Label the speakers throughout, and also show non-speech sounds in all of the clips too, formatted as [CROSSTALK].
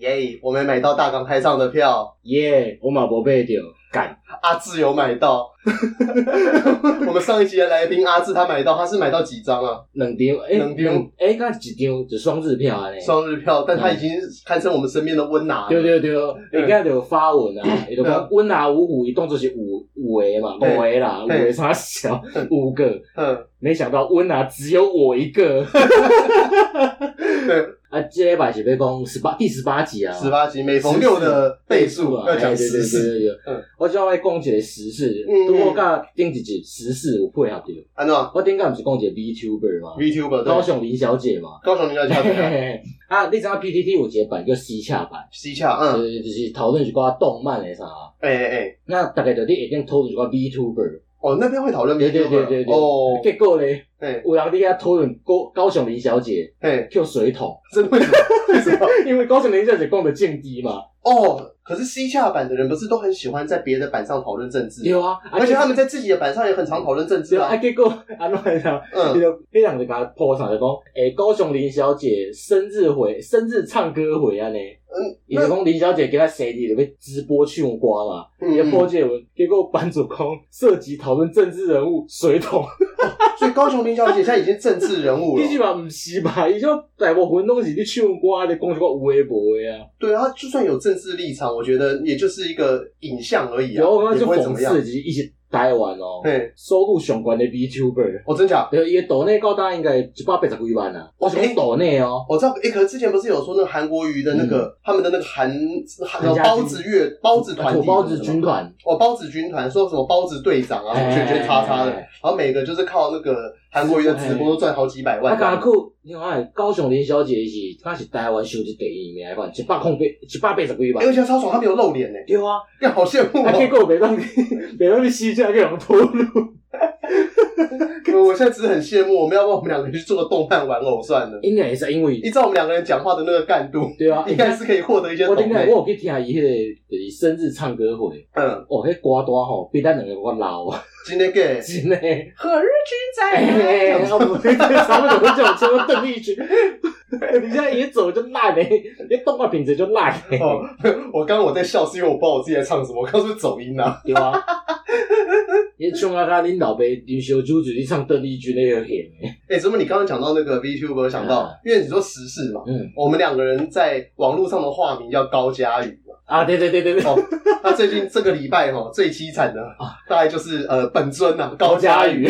Speaker 1: 耶！我没买到大港开唱的票，
Speaker 2: 耶、我马博贝丢干，
Speaker 1: 阿志有买到。 [LAUGHS] 我们上一集的来宾阿志他买到，他是买到几张啊？
Speaker 2: 两张诶，
Speaker 1: 两张
Speaker 2: 诶，那一张就双日票啊呢。
Speaker 1: 双日票，但他已经堪称我们身边的温拿了。
Speaker 2: 对对对，
Speaker 1: 嗯
Speaker 2: 伊今就有发
Speaker 1: [LAUGHS]
Speaker 2: 文啊，伊就讲阮啊五虎，伊当作是五五个嘛，五
Speaker 1: 对
Speaker 2: 个啦，五
Speaker 1: 对
Speaker 2: 个啥小五个，
Speaker 1: 嗯，
Speaker 2: 没想到温啊只有我一个。
Speaker 1: [LAUGHS] 对，
Speaker 2: [LAUGHS] 啊，这礼拜是要讲十八第十八集啊，
Speaker 1: 十八集每逢六的倍数
Speaker 2: 啊，
Speaker 1: 要讲
Speaker 2: 对
Speaker 1: 十四，。
Speaker 2: 对对对对
Speaker 1: 嗯
Speaker 2: 对我只要来讲一个时事，
Speaker 1: 嗯
Speaker 2: 拄我甲顶一集时事有配合着。
Speaker 1: 安诺啊
Speaker 2: 我顶间毋是讲一个 VTuber 嘛，
Speaker 1: VTuber
Speaker 2: 高
Speaker 1: 对，
Speaker 2: 雄林小姐嘛。
Speaker 1: 高雄人家
Speaker 2: 嘿
Speaker 1: 叫
Speaker 2: 嘿嘿 [LAUGHS] 啊，你知影 PTT 有一个版叫西洽版，
Speaker 1: 西洽，
Speaker 2: [LAUGHS]
Speaker 1: 嗯，
Speaker 2: 就是就是讨论一寡动漫诶啥。
Speaker 1: 哎哎哎，
Speaker 2: 那大概就你一定讨论一寡 VTuber，
Speaker 1: 哦，那边会讨论 VTuber
Speaker 2: 对对对对对。
Speaker 1: 哦，
Speaker 2: 结果咧，
Speaker 1: 哎
Speaker 2: 有人伫遐讨论高高雄林小姐
Speaker 1: 哎，
Speaker 2: 叫水桶，
Speaker 1: 真的为什么？为什么？
Speaker 2: 因为高雄林小姐讲的政治嘛。
Speaker 1: [LAUGHS] 哦，可是西洽版的人不是都很喜欢在别的版上讨论政治？
Speaker 2: 对啊，啊
Speaker 1: 而且他们在自己的版上也很常讨论政治
Speaker 2: 对啊，
Speaker 1: 啊
Speaker 2: 啊。结果安怎会啊？迄
Speaker 1: 嗯，
Speaker 2: 个迄人就甲破上就讲，诶、高雄林小姐生日会，生日唱歌会安尼。嗯，伊就讲林小姐给她生日，就要直播唱歌嘛。伊就破
Speaker 1: 嗯，
Speaker 2: 这个文，结果版主讲涉及讨论政治人物水桶，
Speaker 1: 所以高雄林小姐现在已经政治人物了
Speaker 2: 伊。是嘛毋是吧？伊就大部分拢是咧唱歌啊咧讲一个微博的啊。
Speaker 1: 对啊，她就算有政治立场，我觉得也就是一个影像而已啊
Speaker 2: 然后我，刚
Speaker 1: 也
Speaker 2: 就
Speaker 1: 不会怎
Speaker 2: 讽
Speaker 1: 么样
Speaker 2: 刺。就是一起台湾哦，
Speaker 1: 对，
Speaker 2: 收入上悬的 VTuber，
Speaker 1: 哦，真假？
Speaker 2: 对，伊的岛内高单应该一百八十几万啊，我是讲岛内哦。
Speaker 1: 我知道，诶，可是之前不是有说那个韩国瑜的那个他们的那个韩韩
Speaker 2: 嗯韩家军
Speaker 1: 包子乐包子团体
Speaker 2: 土包子啊军团，
Speaker 1: 哦，包子军团说什么包子队长啊，
Speaker 2: 哎
Speaker 1: 圈圈叉叉的，
Speaker 2: 哎
Speaker 1: 然后每个就是靠那个韩国瑜的直播赚好几百
Speaker 2: 啊，
Speaker 1: 万。
Speaker 2: 甲酷，你看啊高雄林小姐是，她是台湾收入第一名的款，一百空八一百八十几
Speaker 1: 诶哎而
Speaker 2: 万。
Speaker 1: 且超爽，他没有露脸呢，
Speaker 2: 对啊，
Speaker 1: 干好羡慕
Speaker 2: 啊结
Speaker 1: 哦！
Speaker 2: 果袂当袂当去 [LAUGHS] 西家去人拖路。
Speaker 1: 我现在只是很羡慕，我们要不然我们两个去做个动漫玩偶算了。
Speaker 2: 应该也是因为
Speaker 1: 依照我们两个人讲话的那个干度，
Speaker 2: 对 [LAUGHS] 啊，
Speaker 1: [LAUGHS] 应该是可以获得一些
Speaker 2: 我
Speaker 1: 懂
Speaker 2: 顶下
Speaker 1: 内。
Speaker 2: 我有去听伊迄个就是生日唱歌会，
Speaker 1: 嗯，
Speaker 2: 哦，迄歌单吼比咱两个较老啊， [LAUGHS]
Speaker 1: 今天给
Speaker 2: 真诶。
Speaker 1: 何日君
Speaker 2: 哎， [LAUGHS]
Speaker 1: 在？
Speaker 2: 差不多这种，全部邓丽君， [LAUGHS] 你现在一走就烂嘞，你动画品质就烂嘞，
Speaker 1: 哦， [LAUGHS] 我刚刚我在笑是因为我不知道我自己在唱什么，我刚刚是不是走音啊。
Speaker 2: 对啊。 [LAUGHS] 你像啊，甲恁老爸刘小九就是唱邓丽君那个型的，
Speaker 1: 哎、怎么你刚刚讲到那个 VTuber，我想到
Speaker 2: 啊，
Speaker 1: 因为你说时事嘛，
Speaker 2: 嗯，
Speaker 1: 我们两个人在网络上的化名叫高佳宇
Speaker 2: [LAUGHS]
Speaker 1: 嘛。
Speaker 2: 啊，对对对对对，
Speaker 1: 哦，那最近这个礼拜哈、最凄惨的
Speaker 2: 啊
Speaker 1: 大概就是呃本尊呐、啊、高佳宇，，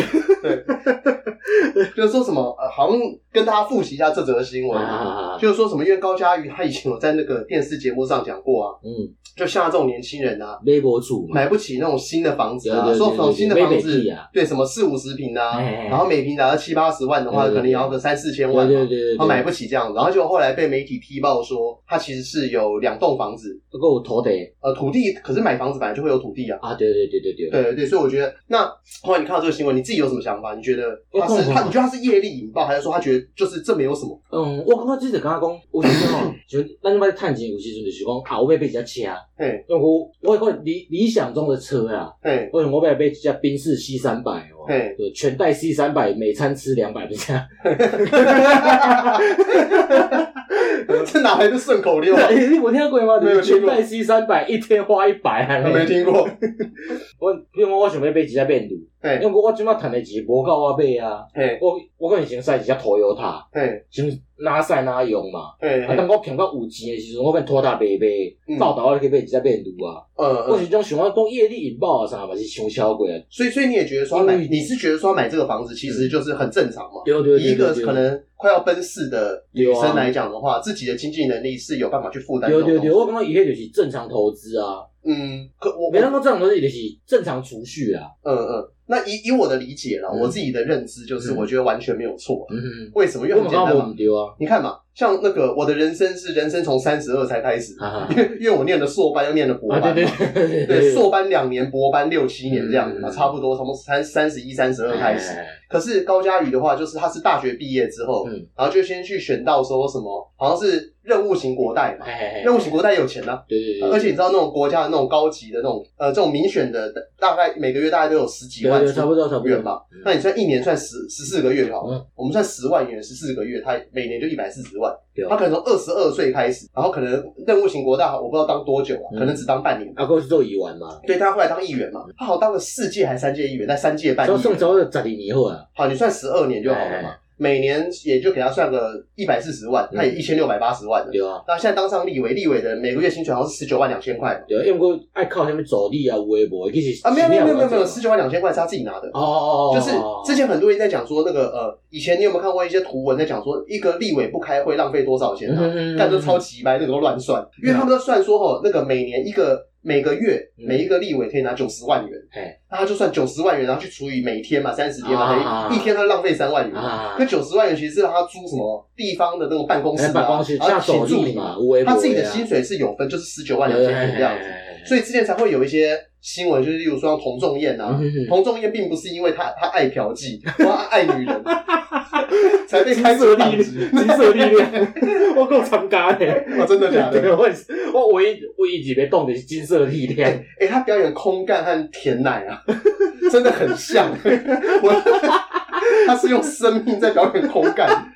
Speaker 1: 就是说什么、呃、好像跟大家复习一下这则新闻。
Speaker 2: 啊，
Speaker 1: 就是说什么，因为高佳宇他以前有在那个电视节目上讲过啊，
Speaker 2: 嗯，
Speaker 1: 就像这种年轻人啊，
Speaker 2: 微博主嘛，
Speaker 1: 买不起那种新的房子啊，
Speaker 2: 对对对
Speaker 1: 说从
Speaker 2: 对对
Speaker 1: 新的房
Speaker 2: 买不
Speaker 1: 子
Speaker 2: 起啊，
Speaker 1: 对什么四五十平啊，
Speaker 2: 哎哎哎
Speaker 1: 然后每平达到七八十万的话，
Speaker 2: 对对对
Speaker 1: 可能也要个三四千
Speaker 2: 对
Speaker 1: 万嘛，
Speaker 2: 对对对，
Speaker 1: 他哦买不起这样，然后就后来被媒体踢爆说他其实是有两栋房子，
Speaker 2: 不过有土地，
Speaker 1: 呃，土地可是买房子本来就会有土地啊。
Speaker 2: 啊，对对对对对，
Speaker 1: 对对对，所以我觉得，那后来你看到这个新闻，你自己有什么想法？你觉得他
Speaker 2: 我
Speaker 1: 是
Speaker 2: 看过
Speaker 1: 他，你觉得他是业力引爆，还是说他觉得就是这没有什么？
Speaker 2: 嗯，我感觉这就感觉讲，有时阵吼，就咱即摆趁钱，有时阵就是讲啊，我要买一只车，
Speaker 1: 嘿，
Speaker 2: 因为我我我理理想中的车啊，
Speaker 1: 嘿， [LAUGHS]
Speaker 2: 我想我要买一只宾士 C 三百哦，
Speaker 1: 嘿
Speaker 2: 对，全带 C 三百，每餐吃两百，不
Speaker 1: [LAUGHS]
Speaker 2: 是啊？
Speaker 1: 这哪来的顺口
Speaker 2: [LAUGHS]
Speaker 1: 溜啊？
Speaker 2: 你你有听过吗？
Speaker 1: 没有听
Speaker 2: 全
Speaker 1: 过
Speaker 2: 带 C 三百，一天花一百啊！
Speaker 1: 没听过。
Speaker 2: [LAUGHS] 我比如讲，我想要买一只面路，
Speaker 1: 嘿，
Speaker 2: 因为我即摆趁的钱无够我买啊，
Speaker 1: 嘿，
Speaker 2: 我我可能先塞一只 Toyota，
Speaker 1: 嘿，
Speaker 2: 先哪塞哪用嘛。
Speaker 1: 嘿，
Speaker 2: 啊，
Speaker 1: 嘿
Speaker 2: 等我赚到有钱的时阵，我变拖大白白，
Speaker 1: 嗯
Speaker 2: 到头我去买一只面路啊。我
Speaker 1: 呃，
Speaker 2: 是种想要讲业力引爆啊啥嘛，是想超过啊。
Speaker 1: 所以所以你也觉得说他买，
Speaker 2: 因为
Speaker 1: 你是觉得说他买这个房子其实就是很正常嘛？
Speaker 2: 对对
Speaker 1: 以一个可能快要奔四的女
Speaker 2: 对
Speaker 1: 生
Speaker 2: 啊
Speaker 1: 来讲的话，自己的经济能力是有办法去负担这
Speaker 2: 对
Speaker 1: 种
Speaker 2: 对对，
Speaker 1: 东
Speaker 2: 我
Speaker 1: 西。
Speaker 2: 感觉伊迄就是正常投资啊，
Speaker 1: 嗯，可我
Speaker 2: 没
Speaker 1: 我
Speaker 2: 那么正常投资就是正常储蓄啊。
Speaker 1: 嗯嗯，那以以我的理解啦，
Speaker 2: 嗯
Speaker 1: 我自己的认知就是，
Speaker 2: 嗯
Speaker 1: 我觉得完全没有错。啊
Speaker 2: 嗯，
Speaker 1: 为什么？因为
Speaker 2: 我
Speaker 1: 很
Speaker 2: 感
Speaker 1: 简
Speaker 2: 觉
Speaker 1: 单
Speaker 2: 无
Speaker 1: 嘛
Speaker 2: 毋。对
Speaker 1: [LAUGHS]
Speaker 2: 啊。
Speaker 1: 你看嘛，像那个我的人生是人生从三十二才开始，
Speaker 2: 哈哈
Speaker 1: 因为因为我念了硕班又念了博
Speaker 2: 啊
Speaker 1: 班嘛，
Speaker 2: 对对对对
Speaker 1: 对，硕班两年，博班六七年这样子嘛，
Speaker 2: 嗯
Speaker 1: 差不多从三三十一、三十二开始。
Speaker 2: 哎
Speaker 1: 可是高佳宇的话，就是他是大学毕业之后，
Speaker 2: 嗯
Speaker 1: 然后就先去选到说什么，好像是任务型国代嘛，
Speaker 2: 哎哎，
Speaker 1: 任务型国代有钱呐、
Speaker 2: 对对对，
Speaker 1: 而且你知道那种国家的那种高级的那种呃这种民选的，大概每个月大概都有十几
Speaker 2: 对
Speaker 1: 万
Speaker 2: 对差不多啊差不
Speaker 1: 元
Speaker 2: 多
Speaker 1: 吧。那你算一年算十十四个月就好了，
Speaker 2: 嗯
Speaker 1: 我们算十万元十四个月，他每年就一百四十万，
Speaker 2: 对
Speaker 1: 他
Speaker 2: 啊，
Speaker 1: 可能从二十二岁开始，然后可能任务型国大，我不知道当多久啊，
Speaker 2: 嗯
Speaker 1: 可能只当半年。
Speaker 2: 阿哥是做议员嘛，
Speaker 1: 对他后来当议员嘛，他好像当了四届还三届议员，在三届半
Speaker 2: 所以
Speaker 1: 议
Speaker 2: 宋
Speaker 1: 员。
Speaker 2: 朝是十二年后啊，
Speaker 1: 好，你算十二年就好
Speaker 2: 哎
Speaker 1: 了嘛，每年也就给他算个一百四十
Speaker 2: 嗯
Speaker 1: 万，他也一千六百八十万了。
Speaker 2: 对啊，
Speaker 1: 那现在当上立委，立委的每个月薪水好像是十九万两千块嘛
Speaker 2: 对啊，因为我爱靠什么助理啊，有诶无的，其实
Speaker 1: 啊，没有没有没有没有没有，
Speaker 2: 是
Speaker 1: 十九万两千块是他自己拿的。
Speaker 2: 哦哦哦，
Speaker 1: 就是之前很多人在讲说那个呃，以前你有没有看过一些图文在讲说一个立委不开会浪费多少钱啊？
Speaker 2: 前
Speaker 1: 干都超级掰，那个都乱算，因为他们都算说哦，那个每年一个每个月
Speaker 2: 嗯
Speaker 1: 每一个立委可以拿九十万元
Speaker 2: 嘿，
Speaker 1: 那他就算九十万元，然后去除以每天嘛，三十天嘛，
Speaker 2: 啊
Speaker 1: 等于一天他浪费三万元。
Speaker 2: 啊
Speaker 1: 那，九十万元其实是让他租什么地方的那种办公室
Speaker 2: 哎
Speaker 1: 啊，
Speaker 2: 办公室
Speaker 1: 然
Speaker 2: 像
Speaker 1: 后请
Speaker 2: 手
Speaker 1: 助
Speaker 2: 理
Speaker 1: 理
Speaker 2: 嘛，，有诶无
Speaker 1: 他自己的薪水是有分，就是十九万两千元这样子。
Speaker 2: 子，
Speaker 1: 所以之前才会有一些新闻，就是例如说像童仲彦啊，
Speaker 2: 嗯
Speaker 1: 童仲彦并不是因为他他爱嫖妓， [LAUGHS] 或他爱女
Speaker 2: [LAUGHS]
Speaker 1: 人，才被开除
Speaker 2: 色
Speaker 1: 党
Speaker 2: 力
Speaker 1: 籍。
Speaker 2: 金色力量，我够参加的。
Speaker 1: [LAUGHS] 哦，真的假的？
Speaker 2: 对，我我唯一唯一一被动的是金色力量，
Speaker 1: 哎、他表演空干和舔奶啊， [LAUGHS] 真的很像。 [LAUGHS] 我他是用生命在表演空干，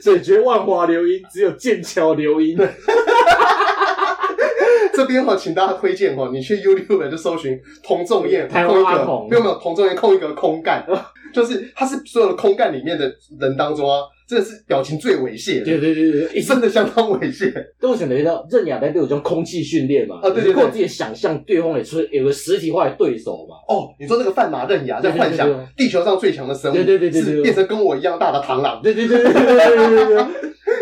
Speaker 2: 解决万华流音，只有剑桥流音。
Speaker 1: [LAUGHS] 这边哈、哦，请大家推荐哦，你去 YouTube 就搜寻童仲彦
Speaker 2: 台
Speaker 1: 空
Speaker 2: 湾
Speaker 1: 一
Speaker 2: 阿
Speaker 1: 个，
Speaker 2: 童
Speaker 1: 没有没有童仲彦空一个空干， [LAUGHS] 就是他是所有的空干里面的人当中啊，这个是表情最猥亵的。
Speaker 2: 对对对对，一
Speaker 1: 真的相当猥亵。
Speaker 2: 都我想得到，认养在都有种空气训练嘛，
Speaker 1: 啊对对对
Speaker 2: 你靠自己的想象，对方也出有个实体化的对手嘛，
Speaker 1: 哦，你说这个范马刃牙在幻
Speaker 2: 对对对
Speaker 1: 想地球上最强的生物，
Speaker 2: 对对对对对
Speaker 1: 是变成跟我一样大的螳螂，
Speaker 2: 对对对对对对对对对。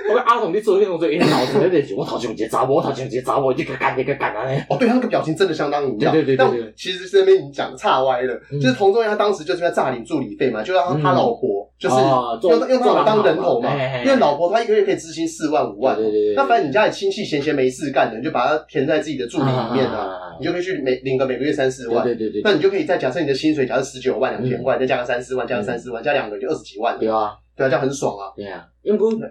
Speaker 2: 我跟阿童你做那种最因为脑子有点是，我头前有一个查某，我头前有一个查某，你个干你个干啊嘞。
Speaker 1: 哦，对他那个表情真的相当一样。
Speaker 2: 对对对对
Speaker 1: 但我
Speaker 2: 对
Speaker 1: 其实这边已经讲岔歪了，
Speaker 2: 嗯
Speaker 1: 就是童仲彦他当时就是在诈领助理费嘛，就让他他
Speaker 2: 嗯
Speaker 1: 老婆就是
Speaker 2: 啊做
Speaker 1: 用用他老婆当人头嘛
Speaker 2: 做狼头嘛嘿嘿，嘿
Speaker 1: 因为老婆她一个月可以支薪四万五万嘛
Speaker 2: 对对对对，
Speaker 1: 那反正你家里亲戚闲闲没事干的，你就把它填在自己的助理里面啊，
Speaker 2: 啊
Speaker 1: 你就可以去每领个每个月三四万。
Speaker 2: 对对对对，
Speaker 1: 那你就可以再假设你的薪水假设十九万两千块，再加个三四万，加个
Speaker 2: 嗯
Speaker 1: 三四万，加两个就二十几万了，
Speaker 2: 对啊。
Speaker 1: 对啊，这样很爽啊。
Speaker 2: 对啊，因为讲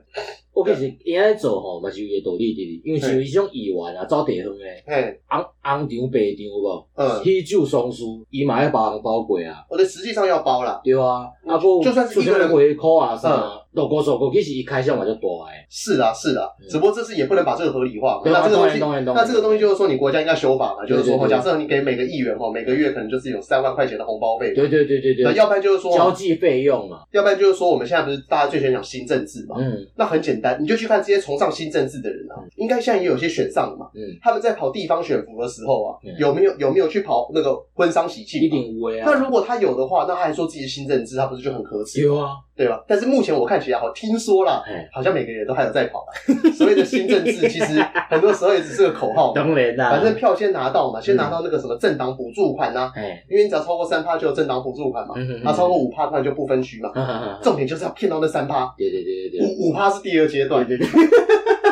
Speaker 2: 我计是伊安尼做吼，嘛是有伊道理伫哩。因为像伊种议员啊，走地方诶，
Speaker 1: 嘿，
Speaker 2: 红红场白场有无？
Speaker 1: 嗯
Speaker 2: 喜酒双输，伊嘛要包红包过啊，
Speaker 1: 我的实际上要包啦，
Speaker 2: 对啊。啊，佮
Speaker 1: 就算是一个人
Speaker 2: 回扣啊啥，落高手高，其实伊开销嘛就大诶。
Speaker 1: 是啦是啦，
Speaker 2: 嗯
Speaker 1: 只不过这次也不能把这个合理化嘛。
Speaker 2: 对啊
Speaker 1: 那这个东西，
Speaker 2: 当然当然当
Speaker 1: 那
Speaker 2: 然
Speaker 1: 这个东西就是说，你国家应该修法嘛，就是说，哦
Speaker 2: 对对对
Speaker 1: 假设你给每个议员哦，每个月可能就是有三万块钱的红包费，
Speaker 2: 对对对对
Speaker 1: 那
Speaker 2: 对，
Speaker 1: 要不然就是说，
Speaker 2: 交际费用嘛，
Speaker 1: 要不然就是说，我们现在不是大家最喜欢讲新政治嘛？
Speaker 2: 嗯
Speaker 1: 那很简单，你就去看这些崇尚新政治的人啊，应该现在也有些选上嘛。
Speaker 2: 嗯，
Speaker 1: 他们在跑地方选服的时候啊
Speaker 2: 嗯，
Speaker 1: 有没有有没有去跑那个婚丧喜
Speaker 2: 一
Speaker 1: 庆嘛？
Speaker 2: 定有诶啊。
Speaker 1: 那如果他有的话，那他还说自己是新政治，他不是就很可耻？
Speaker 2: 有啊，
Speaker 1: 对吧？但是目前我看起来，好听说啦
Speaker 2: 哎，
Speaker 1: 好像每个人都还有在跑啦。
Speaker 2: [LAUGHS]
Speaker 1: 所谓的新政治，其实很多时候也只是个口号嘛，
Speaker 2: 当然啦，
Speaker 1: 反正票先拿
Speaker 2: 嗯
Speaker 1: 到嘛，先拿到那个什么政党补助款呐，
Speaker 2: 哎，
Speaker 1: 因为你只要超过三趴就有政党补助款嘛，
Speaker 2: 嗯
Speaker 1: 那超过五趴当然就不分区嘛。
Speaker 2: 过，
Speaker 1: 重点就是要骗到那三趴，
Speaker 2: 对对对对对，
Speaker 1: 五五趴是第二阶段。
Speaker 2: 对对
Speaker 1: [LAUGHS]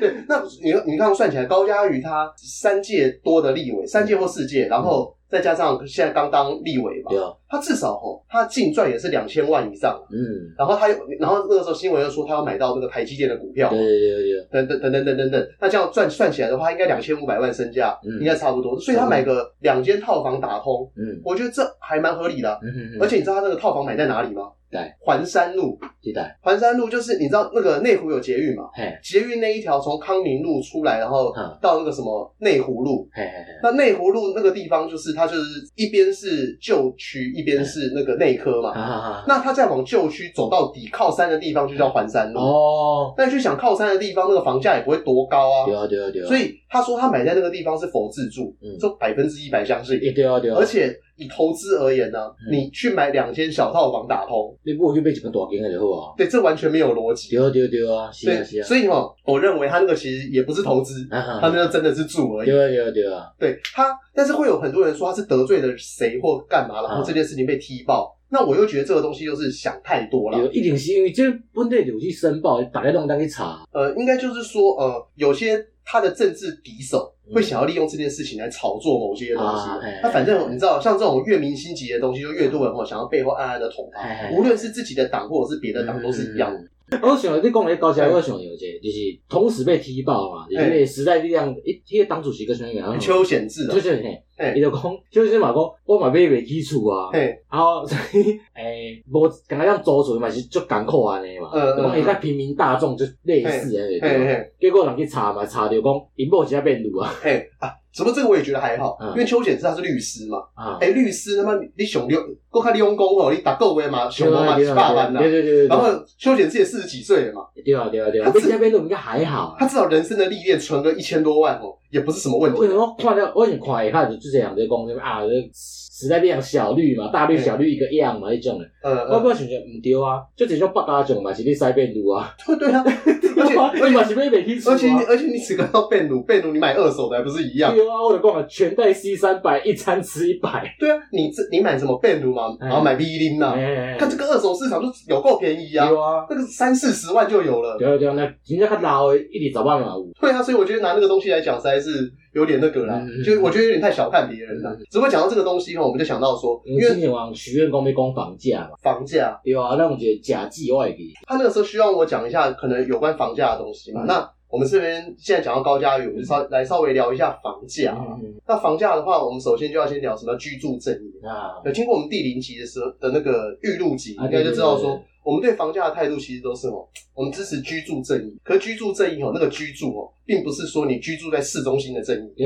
Speaker 1: 对，那你你刚刚算起来，高嘉瑜他三届多的立委，三届或四届，然后再加上现在刚当立委嘛
Speaker 2: 对，啊，
Speaker 1: 他至少吼，他净赚也是两千万以上。
Speaker 2: 嗯，
Speaker 1: 然后他又，然后那个时候新闻又说他要买到那个台积电的股票
Speaker 2: 对，对对对，
Speaker 1: 等等等等等等等。那这样赚算起来的话，应该两千五百万身价，
Speaker 2: 嗯
Speaker 1: 应该差不多。所以他买个两间套房打通，
Speaker 2: 嗯
Speaker 1: 我觉得这还蛮合理的。
Speaker 2: 嗯，
Speaker 1: 而且你知道他那个套房买在哪里吗？
Speaker 2: 对，
Speaker 1: 环山路。
Speaker 2: 对的，
Speaker 1: 环山路就是你知道那个内湖有捷运嘛？
Speaker 2: 嘿，
Speaker 1: 捷运那一条从康宁路出来，然后
Speaker 2: 嗯
Speaker 1: 到那个什么内湖路。
Speaker 2: 嘿嘿嘿，
Speaker 1: 那内湖路那个地方就是它就是一边是旧区，一边是那个内科嘛。
Speaker 2: 哈哈哈，
Speaker 1: 那他再往旧区走到底靠山的地方，就叫环山路。
Speaker 2: 哦。
Speaker 1: 但去想靠山的地方，那个房价也不会多高
Speaker 2: 对
Speaker 1: 啊。
Speaker 2: 啊，对啊，对啊。
Speaker 1: 所以他说他买在那个地方是否自住
Speaker 2: 嗯，
Speaker 1: 就百分之一百相信。
Speaker 2: 也对啊，对啊。
Speaker 1: 而且以投资而言呢、
Speaker 2: 嗯
Speaker 1: 你去买两间小套房打通，
Speaker 2: 你不如去买一间大间的就好啊。
Speaker 1: 对，这完全没有逻辑。
Speaker 2: 对啊，对啊，对啊，是啊，
Speaker 1: 对
Speaker 2: 是，啊。
Speaker 1: 所以哈，我认为他那个其实也不是投资，
Speaker 2: 啊
Speaker 1: 他那就真的是住而
Speaker 2: 对
Speaker 1: 已。
Speaker 2: 啊，对啊，对啊。
Speaker 1: 对他，但是会有很多人说他是得罪了谁或干嘛，然后
Speaker 2: 啊
Speaker 1: 这件事情被踢爆。那我又觉得这个东西就是想太多了。
Speaker 2: 有一定是因为这本地就有去申报，大家拢当去查。
Speaker 1: 呃，应该就是说，呃，有些他的政治敌手会想要利用这件事情来炒作某些东西
Speaker 2: 嗯啊嘿。
Speaker 1: 那反正你知道，像这种越明星级的东西，就越多人哦想要背后暗暗的捅他
Speaker 2: 嘿，嘿
Speaker 1: 无论是自己的党或者是别的党
Speaker 2: 嗯
Speaker 1: 都是一样的。
Speaker 2: 我想你讲迄高桥，我想到一个，就是同时被踢爆嘛，就是那个时代力量，伊迄个当主席个选个，
Speaker 1: 邱显志啊
Speaker 2: 就，是嘿，
Speaker 1: 嘿
Speaker 2: 伊就讲，就是嘛讲，我嘛买袂起厝啊，
Speaker 1: 嘿，
Speaker 2: 然后所以诶，无敢若样租厝嘛是足艰苦安尼嘛，
Speaker 1: 嗯嗯
Speaker 2: 就讲伊甲平民大众就类似安尼，
Speaker 1: 嘿
Speaker 2: 对吧
Speaker 1: 嘿
Speaker 2: 结果人去查嘛，查着讲因某只变女啊，
Speaker 1: 嘿啊！只不过这个我也觉得还好，
Speaker 2: 嗯
Speaker 1: 因为邱显志他是律师嘛，
Speaker 2: 啊，
Speaker 1: 哎，律师他妈你你熊六，够看你用功哦，你打够位嘛，熊猫嘛，
Speaker 2: 对
Speaker 1: 你
Speaker 2: 啊
Speaker 1: 爸班呐
Speaker 2: 对。对对对对，
Speaker 1: 然后邱显志也四十几岁了嘛，
Speaker 2: 对啊对啊对啊，
Speaker 1: 他
Speaker 2: 我
Speaker 1: 自
Speaker 2: 这边都应该还好啊
Speaker 1: 他。至少人生的历练存个一千多万哦，也不是什么问题
Speaker 2: 为。什么看了我想看一下就这样在讲什么啊？这时代变小绿嘛，大绿小绿一个样嘛，迄种的。
Speaker 1: 呃，
Speaker 2: 我
Speaker 1: 呃
Speaker 2: 我想想，毋对啊，就这种北家种嘛，是你西边路啊，
Speaker 1: 对对啊，而且而
Speaker 2: [LAUGHS] 你
Speaker 1: 且
Speaker 2: 嘛是要袂起厝
Speaker 1: 而且你
Speaker 2: 啊。
Speaker 1: 而且你只看到贝鲁，贝鲁你买二手的还不是一样？
Speaker 2: 对啊，我就讲了，全带 C 三百，一餐吃一百。
Speaker 1: 对啊，你这你买什么贝鲁嘛，
Speaker 2: 哎
Speaker 1: 然后买 V 零呐，
Speaker 2: 哎
Speaker 1: 看这个二手市场就有够便宜啊，
Speaker 2: 对啊，
Speaker 1: 那个三四十万就有了。
Speaker 2: 对啊对啊，那人家较老的一二十万嘛有。
Speaker 1: 对啊，所以我觉得拿那个东西来讲，实在是有点那个啦，
Speaker 2: 嗯
Speaker 1: 就我觉得有点太小看别人了。只不过讲到这个东西后，我们就想到说，
Speaker 2: 因
Speaker 1: 因
Speaker 2: 为今
Speaker 1: 为
Speaker 2: 年往许愿讲要讲房价嘛，
Speaker 1: 房价，
Speaker 2: 对啊，那有一个假计我会记。
Speaker 1: 他那个时候需要我讲一下可能有关房价的东西嘛。
Speaker 2: 嗯
Speaker 1: 那我们这边现在讲到高家宇，我们就稍来稍微聊一下房价啊。
Speaker 2: 嗯
Speaker 1: 那房价的话，我们首先就要先聊什么叫居住正义。
Speaker 2: 啊， [LAUGHS]
Speaker 1: 有听过我们第零集的时候的那个预录集，
Speaker 2: 啊
Speaker 1: 应该就知道
Speaker 2: 对对对
Speaker 1: 说
Speaker 2: 对，
Speaker 1: 我们对房价的态度其实都是哦，我们支持居住正义。可是居住正义哦，那个居住哦，并不是说你居住在市中心的正义。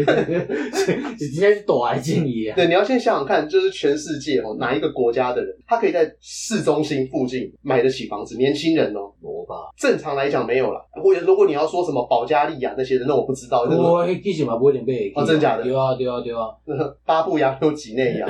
Speaker 2: 是是真正是大的建议啊。
Speaker 1: 对，你要先想想看，就是全世界哦，哪一个国家的人，他可以在市中心附近买得起房子？年轻人哦，
Speaker 2: 无吧？
Speaker 1: 正常来讲没有啦。或者如果你要说什么保加利亚那些人，那我不知道，那
Speaker 2: 我迄其实嘛不一定买得起啊。
Speaker 1: 哦真假的
Speaker 2: 对啊对啊对啊。
Speaker 1: 个 [LAUGHS] 巴布亚纽几
Speaker 2: [LAUGHS]
Speaker 1: 内亚，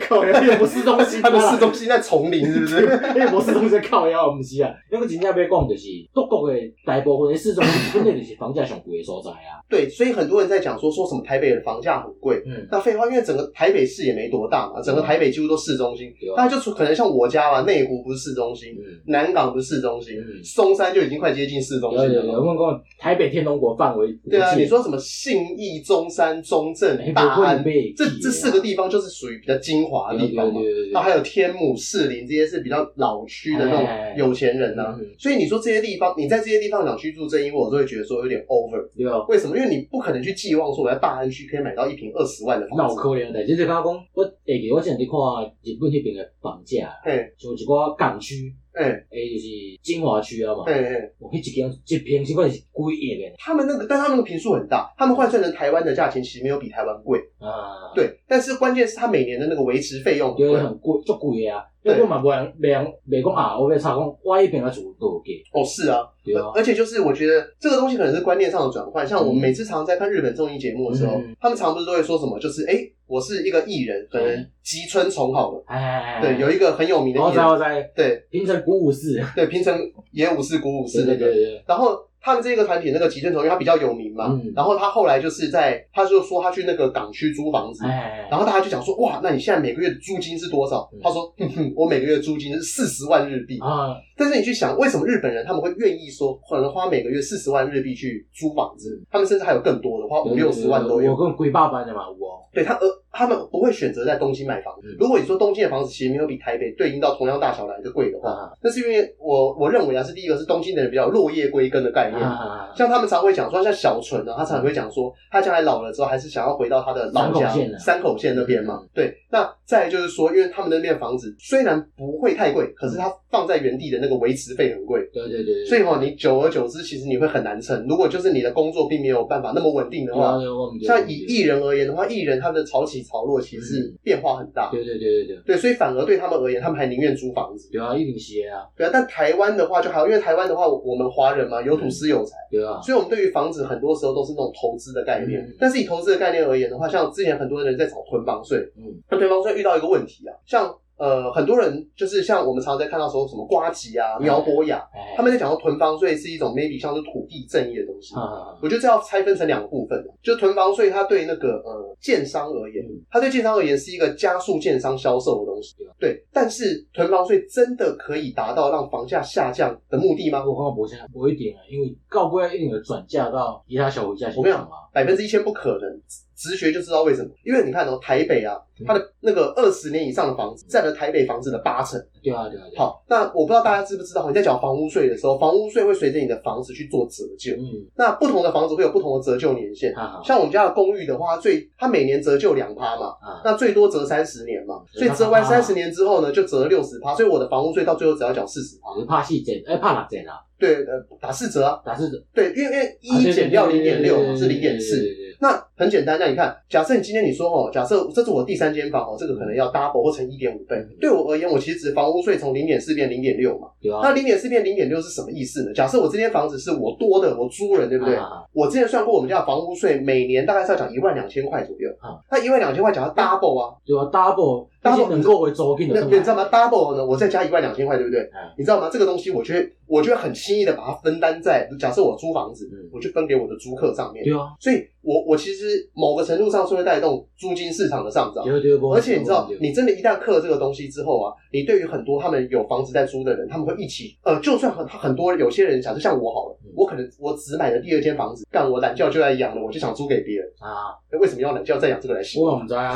Speaker 2: 靠腰，也不是东西，啊
Speaker 1: 他们市中心在丛林是不是？
Speaker 2: 因为无市中心靠腰，毋是啊。那个真正要讲就是，德国的大部分的市中心本来就是房价上贵的所在啊。
Speaker 1: [LAUGHS] 对，所以很多人在讲说说什么台北的房价很贵。
Speaker 2: 嗯，
Speaker 1: 那废话，因为整个台北市也没多大嘛，整个台北几乎都市中心
Speaker 2: 对啊，
Speaker 1: 那就可能像我家嘛，内湖不是市中心，
Speaker 2: 嗯，
Speaker 1: 南港不是市中心，
Speaker 2: 嗯
Speaker 1: 松山就已经快接近市中心
Speaker 2: 对
Speaker 1: 了
Speaker 2: 对啊
Speaker 1: 嘛
Speaker 2: 对，。我们讲台北天龙国范围，
Speaker 1: 对啊，你说什么信义、中山、中
Speaker 2: 哎
Speaker 1: 正、大
Speaker 2: 不会
Speaker 1: 安，
Speaker 2: 被
Speaker 1: 这
Speaker 2: 记啊
Speaker 1: 这四个地方就是属于比较精华的地方啊嘛
Speaker 2: 对。对对对
Speaker 1: 那还有天母、士林这些是比较老区的那
Speaker 2: 哎
Speaker 1: 种有钱人呐、啊
Speaker 2: 嗯嗯
Speaker 1: 所以你说这些地方，你在这些地方讲居住正义，我都会觉得说有点 over。
Speaker 2: 对啊。
Speaker 1: 为什么？因为你不可能去寄望说我在大安区可以买到一平二十万的
Speaker 2: 那
Speaker 1: 房
Speaker 2: 有
Speaker 1: 子。
Speaker 2: 可能，但是你刚讲，我会记我之前去看日本迄边的房价，
Speaker 1: 嘿，
Speaker 2: 像一寡港区，
Speaker 1: 哎
Speaker 2: 诶，就是金华区啊嘛，
Speaker 1: 哎哎，
Speaker 2: 我迄一间一平是块是几亿的
Speaker 1: 他们那个，但他们那个平数很大，他们换算成台湾的价钱其实没有比台湾贵。
Speaker 2: 啊。
Speaker 1: 对，但是关键是他每年的那个维持费用很
Speaker 2: 就
Speaker 1: 贵
Speaker 2: 是很贵，足贵的啊！因
Speaker 1: 对
Speaker 2: 为我嘛袂人袂人袂讲啊，我要查讲，我迄边啊厝多价，
Speaker 1: 哦，是啊，
Speaker 2: 对啊，
Speaker 1: 而且就是我觉得这个东西可能是观念上的转换，像我们
Speaker 2: 嗯
Speaker 1: 每次常在看日本综艺节目的时候，
Speaker 2: 嗯
Speaker 1: 他们常不是都会说什么，就是诶，我是一个艺人，可能吉村崇好了，
Speaker 2: 哎哎，哎
Speaker 1: 对，有一个很有名的
Speaker 2: 嗯我
Speaker 1: 艺
Speaker 2: 知
Speaker 1: 人，
Speaker 2: 我知，
Speaker 1: 对
Speaker 2: 平成古武士，
Speaker 1: 对，平成野武士、古武士那
Speaker 2: 对
Speaker 1: 个，
Speaker 2: 对对，
Speaker 1: 然后。他们这个团体那个吉村崇，因为他比较有名嘛，
Speaker 2: 嗯
Speaker 1: 然后他后来就是在，他就说他去那个港区租房子，
Speaker 2: 哎，
Speaker 1: 然后大家就讲说，哇，那你现在每个月的租金是多少？
Speaker 2: 嗯
Speaker 1: 他说，哼哼，我每个月租金是四十万日币。
Speaker 2: 啊，
Speaker 1: 但是你去想，为什么日本人他们会愿意说可能花每个月四十万日币去租房子？他们甚至还有更多的，花五哦六十万都
Speaker 2: 有，
Speaker 1: 有。
Speaker 2: 我跟几百万的嘛有哦，
Speaker 1: 对他，而他们不会选择在东京买房子
Speaker 2: 嗯。
Speaker 1: 如果你说东京的房子其实没有比台北对应到同样大小来的贵的话，
Speaker 2: 啊
Speaker 1: 那是因为我我认为啊，是第一个是东京的人比较有落叶归根的概念。
Speaker 2: 啊，
Speaker 1: 像他们常会讲说，像小纯啊，他常会讲说，他将来老了之后还是想要回到他的老家
Speaker 2: 山口县啊嗯
Speaker 1: 山口县那边嘛。对，那再来就是说，因为他们那边房子虽然不会太贵，可是它放在原地的那个维持费很贵。
Speaker 2: 对对对，
Speaker 1: 所以哦，你久而久之，其实你会很难撑。如果就是你的工作并没有办法那么稳定的
Speaker 2: 嗯
Speaker 1: 话，
Speaker 2: 以
Speaker 1: 像以艺人而言的话，艺人他们的潮起潮落其实是变化很大。
Speaker 2: 对对对对对。
Speaker 1: 对，所以反而对他们而言，他们还宁愿租房子。
Speaker 2: 对啊，一定是的啊，
Speaker 1: 对啊，但台湾的话就还好，因为台湾的话，我我们华人嘛，有土司有财，
Speaker 2: 对啊，
Speaker 1: 所以我们对于房子很多时候都是那种投资的概念。
Speaker 2: 嗯
Speaker 1: 但是以投资的概念而言的话，像之前很多人在找囤房税，
Speaker 2: 嗯，
Speaker 1: 那囤房税遇到一个问题啊，像呃很多人就是像我们常常在看到说什么瓜吉啊、苗博雅，
Speaker 2: 哎
Speaker 1: 他们在讲说囤房税是一种 maybe 像是土地正义的东西。
Speaker 2: 啊，
Speaker 1: 我觉得这要拆分成两个部分啊就囤房税，它对那个呃建商而言
Speaker 2: 嗯，
Speaker 1: 它对建商而言是一个加速建商销售的东西
Speaker 2: 对啊，
Speaker 1: 对。但是囤房税真的可以达到让房价下降的目的吗？
Speaker 2: 我看无啥，不一定啊，因为到尾一定会转嫁到其他消费者
Speaker 1: 我跟
Speaker 2: 身
Speaker 1: 你讲
Speaker 2: 上嘛，，
Speaker 1: 百分之一千不可能，只直觉就知道为什么，因为你看哦，台北啊，它的那个二十年以上的房子占了台北房子的八成。
Speaker 2: 对啊，对啊，对啊，
Speaker 1: 好，那我不知道大家知不知道，你在缴房屋税的时候，房屋税会随着你的房子去做折旧。
Speaker 2: 嗯，
Speaker 1: 那不同的房子会有不同的折旧年限。
Speaker 2: 哈哈
Speaker 1: 像我们家的公寓的话，它最它每年折旧两趴嘛，
Speaker 2: 啊，
Speaker 1: 那最多折三十年嘛，所以折完三十年之后呢，就折六十趴，所以我的房屋税到最后只要缴四十趴。
Speaker 2: 我是怕细整，哎，怕哪整啊？
Speaker 1: 对，呃，打四折啊，
Speaker 2: 打是啊
Speaker 1: 对，因为因为一减掉零点六嘛，是零点四。，那很简单，那你看，假设你今天你说哦，假设这是我第三间房哦，这个可能要 double 或乘一点五倍。对我而言，我其实只房屋税从零点四变零点六嘛。
Speaker 2: 对啊，
Speaker 1: 那零点四变零点六是什么意思呢？假设我这间房子是我多的，我租人，对不对？
Speaker 2: 啊
Speaker 1: 我之前算过，我们家的房屋税每年大概是要缴一万两千块左右
Speaker 2: 啊。
Speaker 1: 那一万两千块缴到 double 啊，
Speaker 2: 对啊，double，
Speaker 1: Double-
Speaker 2: 能够回租金
Speaker 1: 那
Speaker 2: 的，
Speaker 1: 你知道吗？double 呢，我再加一万两千块，对不对
Speaker 2: 嗯？
Speaker 1: 你知道吗？这个东西我就会，我就会很轻易的把它分担在，假设我租房子
Speaker 2: 嗯，
Speaker 1: 我就分给我的租客上面。
Speaker 2: 对啊，
Speaker 1: 所以我我其实某个程度上是会带动租金市场的上涨。
Speaker 2: 对啊对啊，
Speaker 1: 而且你知道
Speaker 2: 对啊，
Speaker 1: 你真的一旦克这个东西之后啊，你对于很多他们有房子在租的人，他们会一起，呃，就算很很多有些人，假设像我好了
Speaker 2: 嗯，
Speaker 1: 我可能我只买了第二间房子，但我懒觉就在养了，我就想租给别人，
Speaker 2: 啊，
Speaker 1: 那为什么要懒觉再养这个来洗？
Speaker 2: 我嘛毋知啊，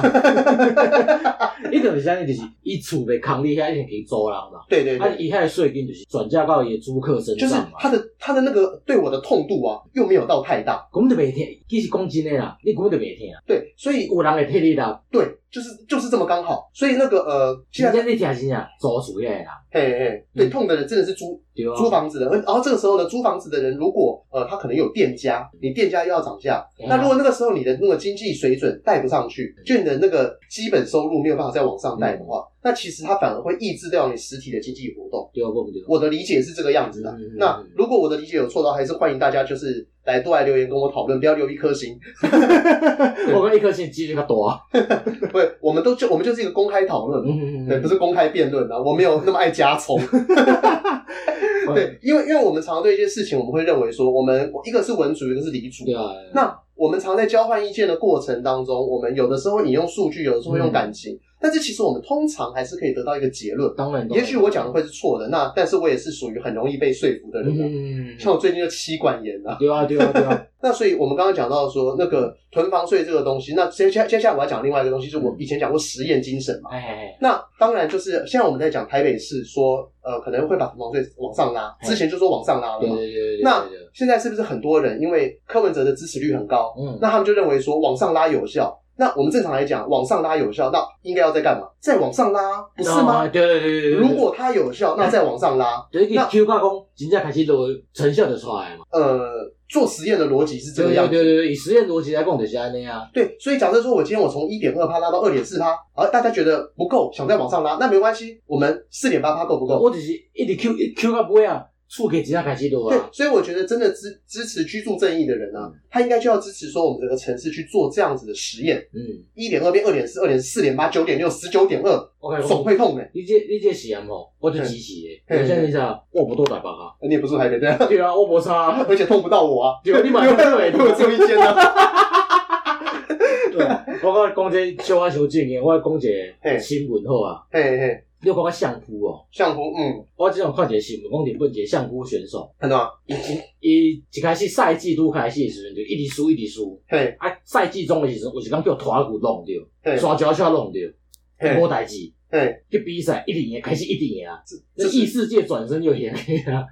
Speaker 1: [LAUGHS]
Speaker 2: 伊就是啥呢？就是伊厝袂空你遐，一定去租人嘛，
Speaker 1: 对对
Speaker 2: 啊，
Speaker 1: 对，
Speaker 2: 伊遐的税金就是转嫁到伊的租客身
Speaker 1: 就是
Speaker 2: 上嘛，
Speaker 1: 他的他的那个对我的痛度啊，又没有到太大，
Speaker 2: 讲就袂听，其实讲真诶啦，你根本就袂听，
Speaker 1: 对，所以
Speaker 2: 有人会替你啦，
Speaker 1: 对，就是就是这么刚好，所以那个呃，
Speaker 2: 真
Speaker 1: 现在
Speaker 2: 正你听真啊，租厝遐的啦，
Speaker 1: 嘿嘿，对，
Speaker 2: 嗯
Speaker 1: 痛的人真的是租
Speaker 2: 对啊，
Speaker 1: 租房子的，而然后这个时候呢，租房子的人如果呃他可能有店家，你店家又要涨价，
Speaker 2: 对啊
Speaker 1: 那如果那个时候你的那个经济水准带不上去，就你的那个基本收入没有办法再往上带的话，那其实它反而会抑制掉你实体的经济活动。
Speaker 2: 对啊，不对啊，
Speaker 1: 我的理解是这个样子的。
Speaker 2: 嗯嗯嗯
Speaker 1: 那如果我的理解有错的话，还是欢迎大家就是来多来留言跟我讨论，不要留一颗星。 [LAUGHS]
Speaker 2: 我讲一颗星几率较大，
Speaker 1: 不是，我们都就我们就是一个公开讨论嘛。
Speaker 2: 嗯
Speaker 1: 对，不是公开辩论啊，我没有那么爱加
Speaker 2: [LAUGHS]
Speaker 1: 葱。对，， [LAUGHS] 因为因为我们常常对一些事情，我们会认为说，我们一个是文主，一个是理主。
Speaker 2: 对啊，
Speaker 1: 那我们常在交换意见的过程当中，我们有的时候引用数据，有的时候
Speaker 2: 嗯
Speaker 1: 会用感情，但是其实我们通常还是可以得到一个结论。
Speaker 2: 当然，嗯
Speaker 1: 也许我讲的会是错的，那但是我也是属于很容易被说服的人、啊。
Speaker 2: 嗯，
Speaker 1: 像我最近就妻管严啊，
Speaker 2: 对啊，对啊，对啊，
Speaker 1: 那所以我们刚刚讲到说那个囤房税这个东西，那接下接下来我要讲另外一个东西，就是我以前讲过实验精神嘛。
Speaker 2: 哎哎，
Speaker 1: 那当然就是现在我们在讲台北市说，呃，可能会把囤房税往上拉，
Speaker 2: 嗯
Speaker 1: 之前就说往上拉了
Speaker 2: 对
Speaker 1: 嘛
Speaker 2: 对。对对，
Speaker 1: 那现在是不是很多人因为柯文哲的支持率很高，
Speaker 2: 嗯，
Speaker 1: 那他们就认为说往上拉有效。那我们正常来讲，往上拉有效，那应该要再干嘛？再往上拉，不是吗？
Speaker 2: 对对对对，
Speaker 1: 如果它有效，那再往上拉。
Speaker 2: 对你 Q 到讲，真正开始落成效就出来嘛。
Speaker 1: 呃，做实验的逻辑是这个样子。
Speaker 2: 对对对，以实验逻辑来讲就是安尼啊。
Speaker 1: 对，所以假设说我今天我从一点二趴拉到二点四趴，而大家觉得不够，想再往上拉，那没关系，我们四点八趴够不够？
Speaker 2: 我就是一直 Q 一 Q 到尾啊，厝价真正开始落
Speaker 1: 对
Speaker 2: 啊。，
Speaker 1: 所以我觉得真的支支持居住正义的人啊，他应该就要支持说我们整个城市去做这样子的实验，
Speaker 2: 嗯，
Speaker 1: 一点二变二点四，二点四点八，九点六，十九点二，
Speaker 2: 我跟你
Speaker 1: 总
Speaker 2: 讲，
Speaker 1: 会痛的、
Speaker 2: 你这你这实验吼，我就支持的。我相信啥，我无倒台北啊。
Speaker 1: 你也不住台北对啊， [LAUGHS]
Speaker 2: 对啊，我无差。
Speaker 1: 而且痛不到我 [LAUGHS] 啊，
Speaker 2: 对，你嘛对对
Speaker 1: 因为我只有一间啊。
Speaker 2: 对。我讲讲这小可小正经，我讲一个新闻好啊。
Speaker 1: 嘿嘿，
Speaker 2: 你有看过相扑哦？
Speaker 1: 相扑，嗯，
Speaker 2: 我之前看一个新闻，讲日本一个相扑选手，
Speaker 1: 看到吗？
Speaker 2: 伊一开始赛季拄开始的时阵就一直输，一直输。
Speaker 1: 嘿
Speaker 2: 啊，赛季中的时阵，有一工叫拖骨弄着，
Speaker 1: 嘿
Speaker 2: 刷脚车弄着，
Speaker 1: 嘿
Speaker 2: 无代志。
Speaker 1: 嘿，
Speaker 2: 去比赛一直赢，开始一直赢啊！
Speaker 1: 这
Speaker 2: 这
Speaker 1: 是
Speaker 2: 异世界转身就赢啊！一
Speaker 1: 是
Speaker 2: 个
Speaker 1: 啊，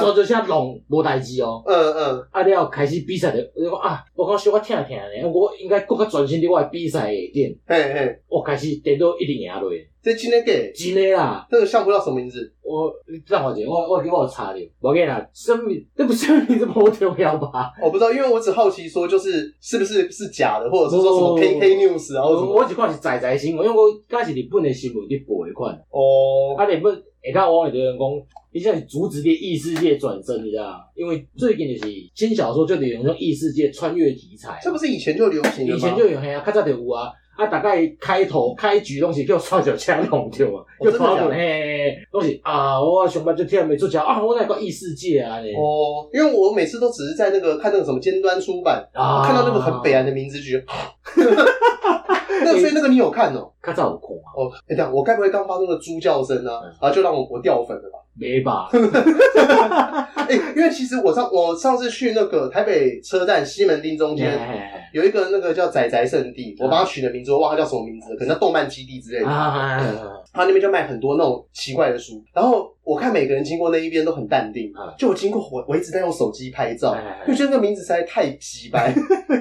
Speaker 2: 刷脚车弄无代志哦，
Speaker 1: 嗯嗯，
Speaker 2: 啊了后开始比赛就我讲啊，我讲小可疼疼咧，我应该更较专心伫我的比赛下点，
Speaker 1: 嘿嘿，
Speaker 2: 我开始颠倒一直赢落，
Speaker 1: 这今天给
Speaker 2: 真诶啦！
Speaker 1: 这个相扑叫什么名字？
Speaker 2: 我你等我者，我我给我有查着，无要紧啦，生命这不生命这不重要吧？
Speaker 1: 哦我不知道，因为我只好奇说，就是是不是是假的，或者是说什么
Speaker 2: 哦
Speaker 1: KK News 啊，或者什
Speaker 2: 我我
Speaker 1: 么？
Speaker 2: 只看是仔仔新闻，因为我敢是日本的新闻伫报迄款。
Speaker 1: 哦，
Speaker 2: 啊，日本下骹网友留言讲，你现在阻止你异世界转身，你知道吗？因为最近就是新小说就流行用异世界穿越题材，
Speaker 1: 这不是以前就流行的吗？
Speaker 2: 以前就有嘿啊，较早就有啊。啊，大概开头开局拢是叫刷脚车弄着啊，
Speaker 1: 哦
Speaker 2: 叫
Speaker 1: 真的假的
Speaker 2: 刷脚嘿嘿，嘿拢是啊，我上班就忝袂出脚啊，我那个异世界啊呢，
Speaker 1: 哦，因为我每次都只是在哦那个看那个什么尖端出版，
Speaker 2: 啊
Speaker 1: 看到那个很北岸的名字，就觉得 [LAUGHS] 那所以那个你有看哦？
Speaker 2: 较早有看啊，
Speaker 1: 哦，哎、等一下我该不会刚发出个猪叫声啊，然后就让我我掉粉了吧？ [LAUGHS]
Speaker 2: 没吧？
Speaker 1: 哎、因为其实我上我上次去那个台北车站西门町中
Speaker 2: 嗯
Speaker 1: 间。有一个那个叫仔仔圣地，我帮他取的名字，我忘了他叫什么名字了，可能叫动漫基地之类的。
Speaker 2: 啊，
Speaker 1: 他那边就卖很多那种奇怪的书，然后我看每个人经过那一边都很淡定
Speaker 2: 啊，
Speaker 1: 就我经过我我一直在用手机拍照，
Speaker 2: 哎
Speaker 1: 因为觉得那个名字实在太鸡
Speaker 2: [LAUGHS]
Speaker 1: 掰，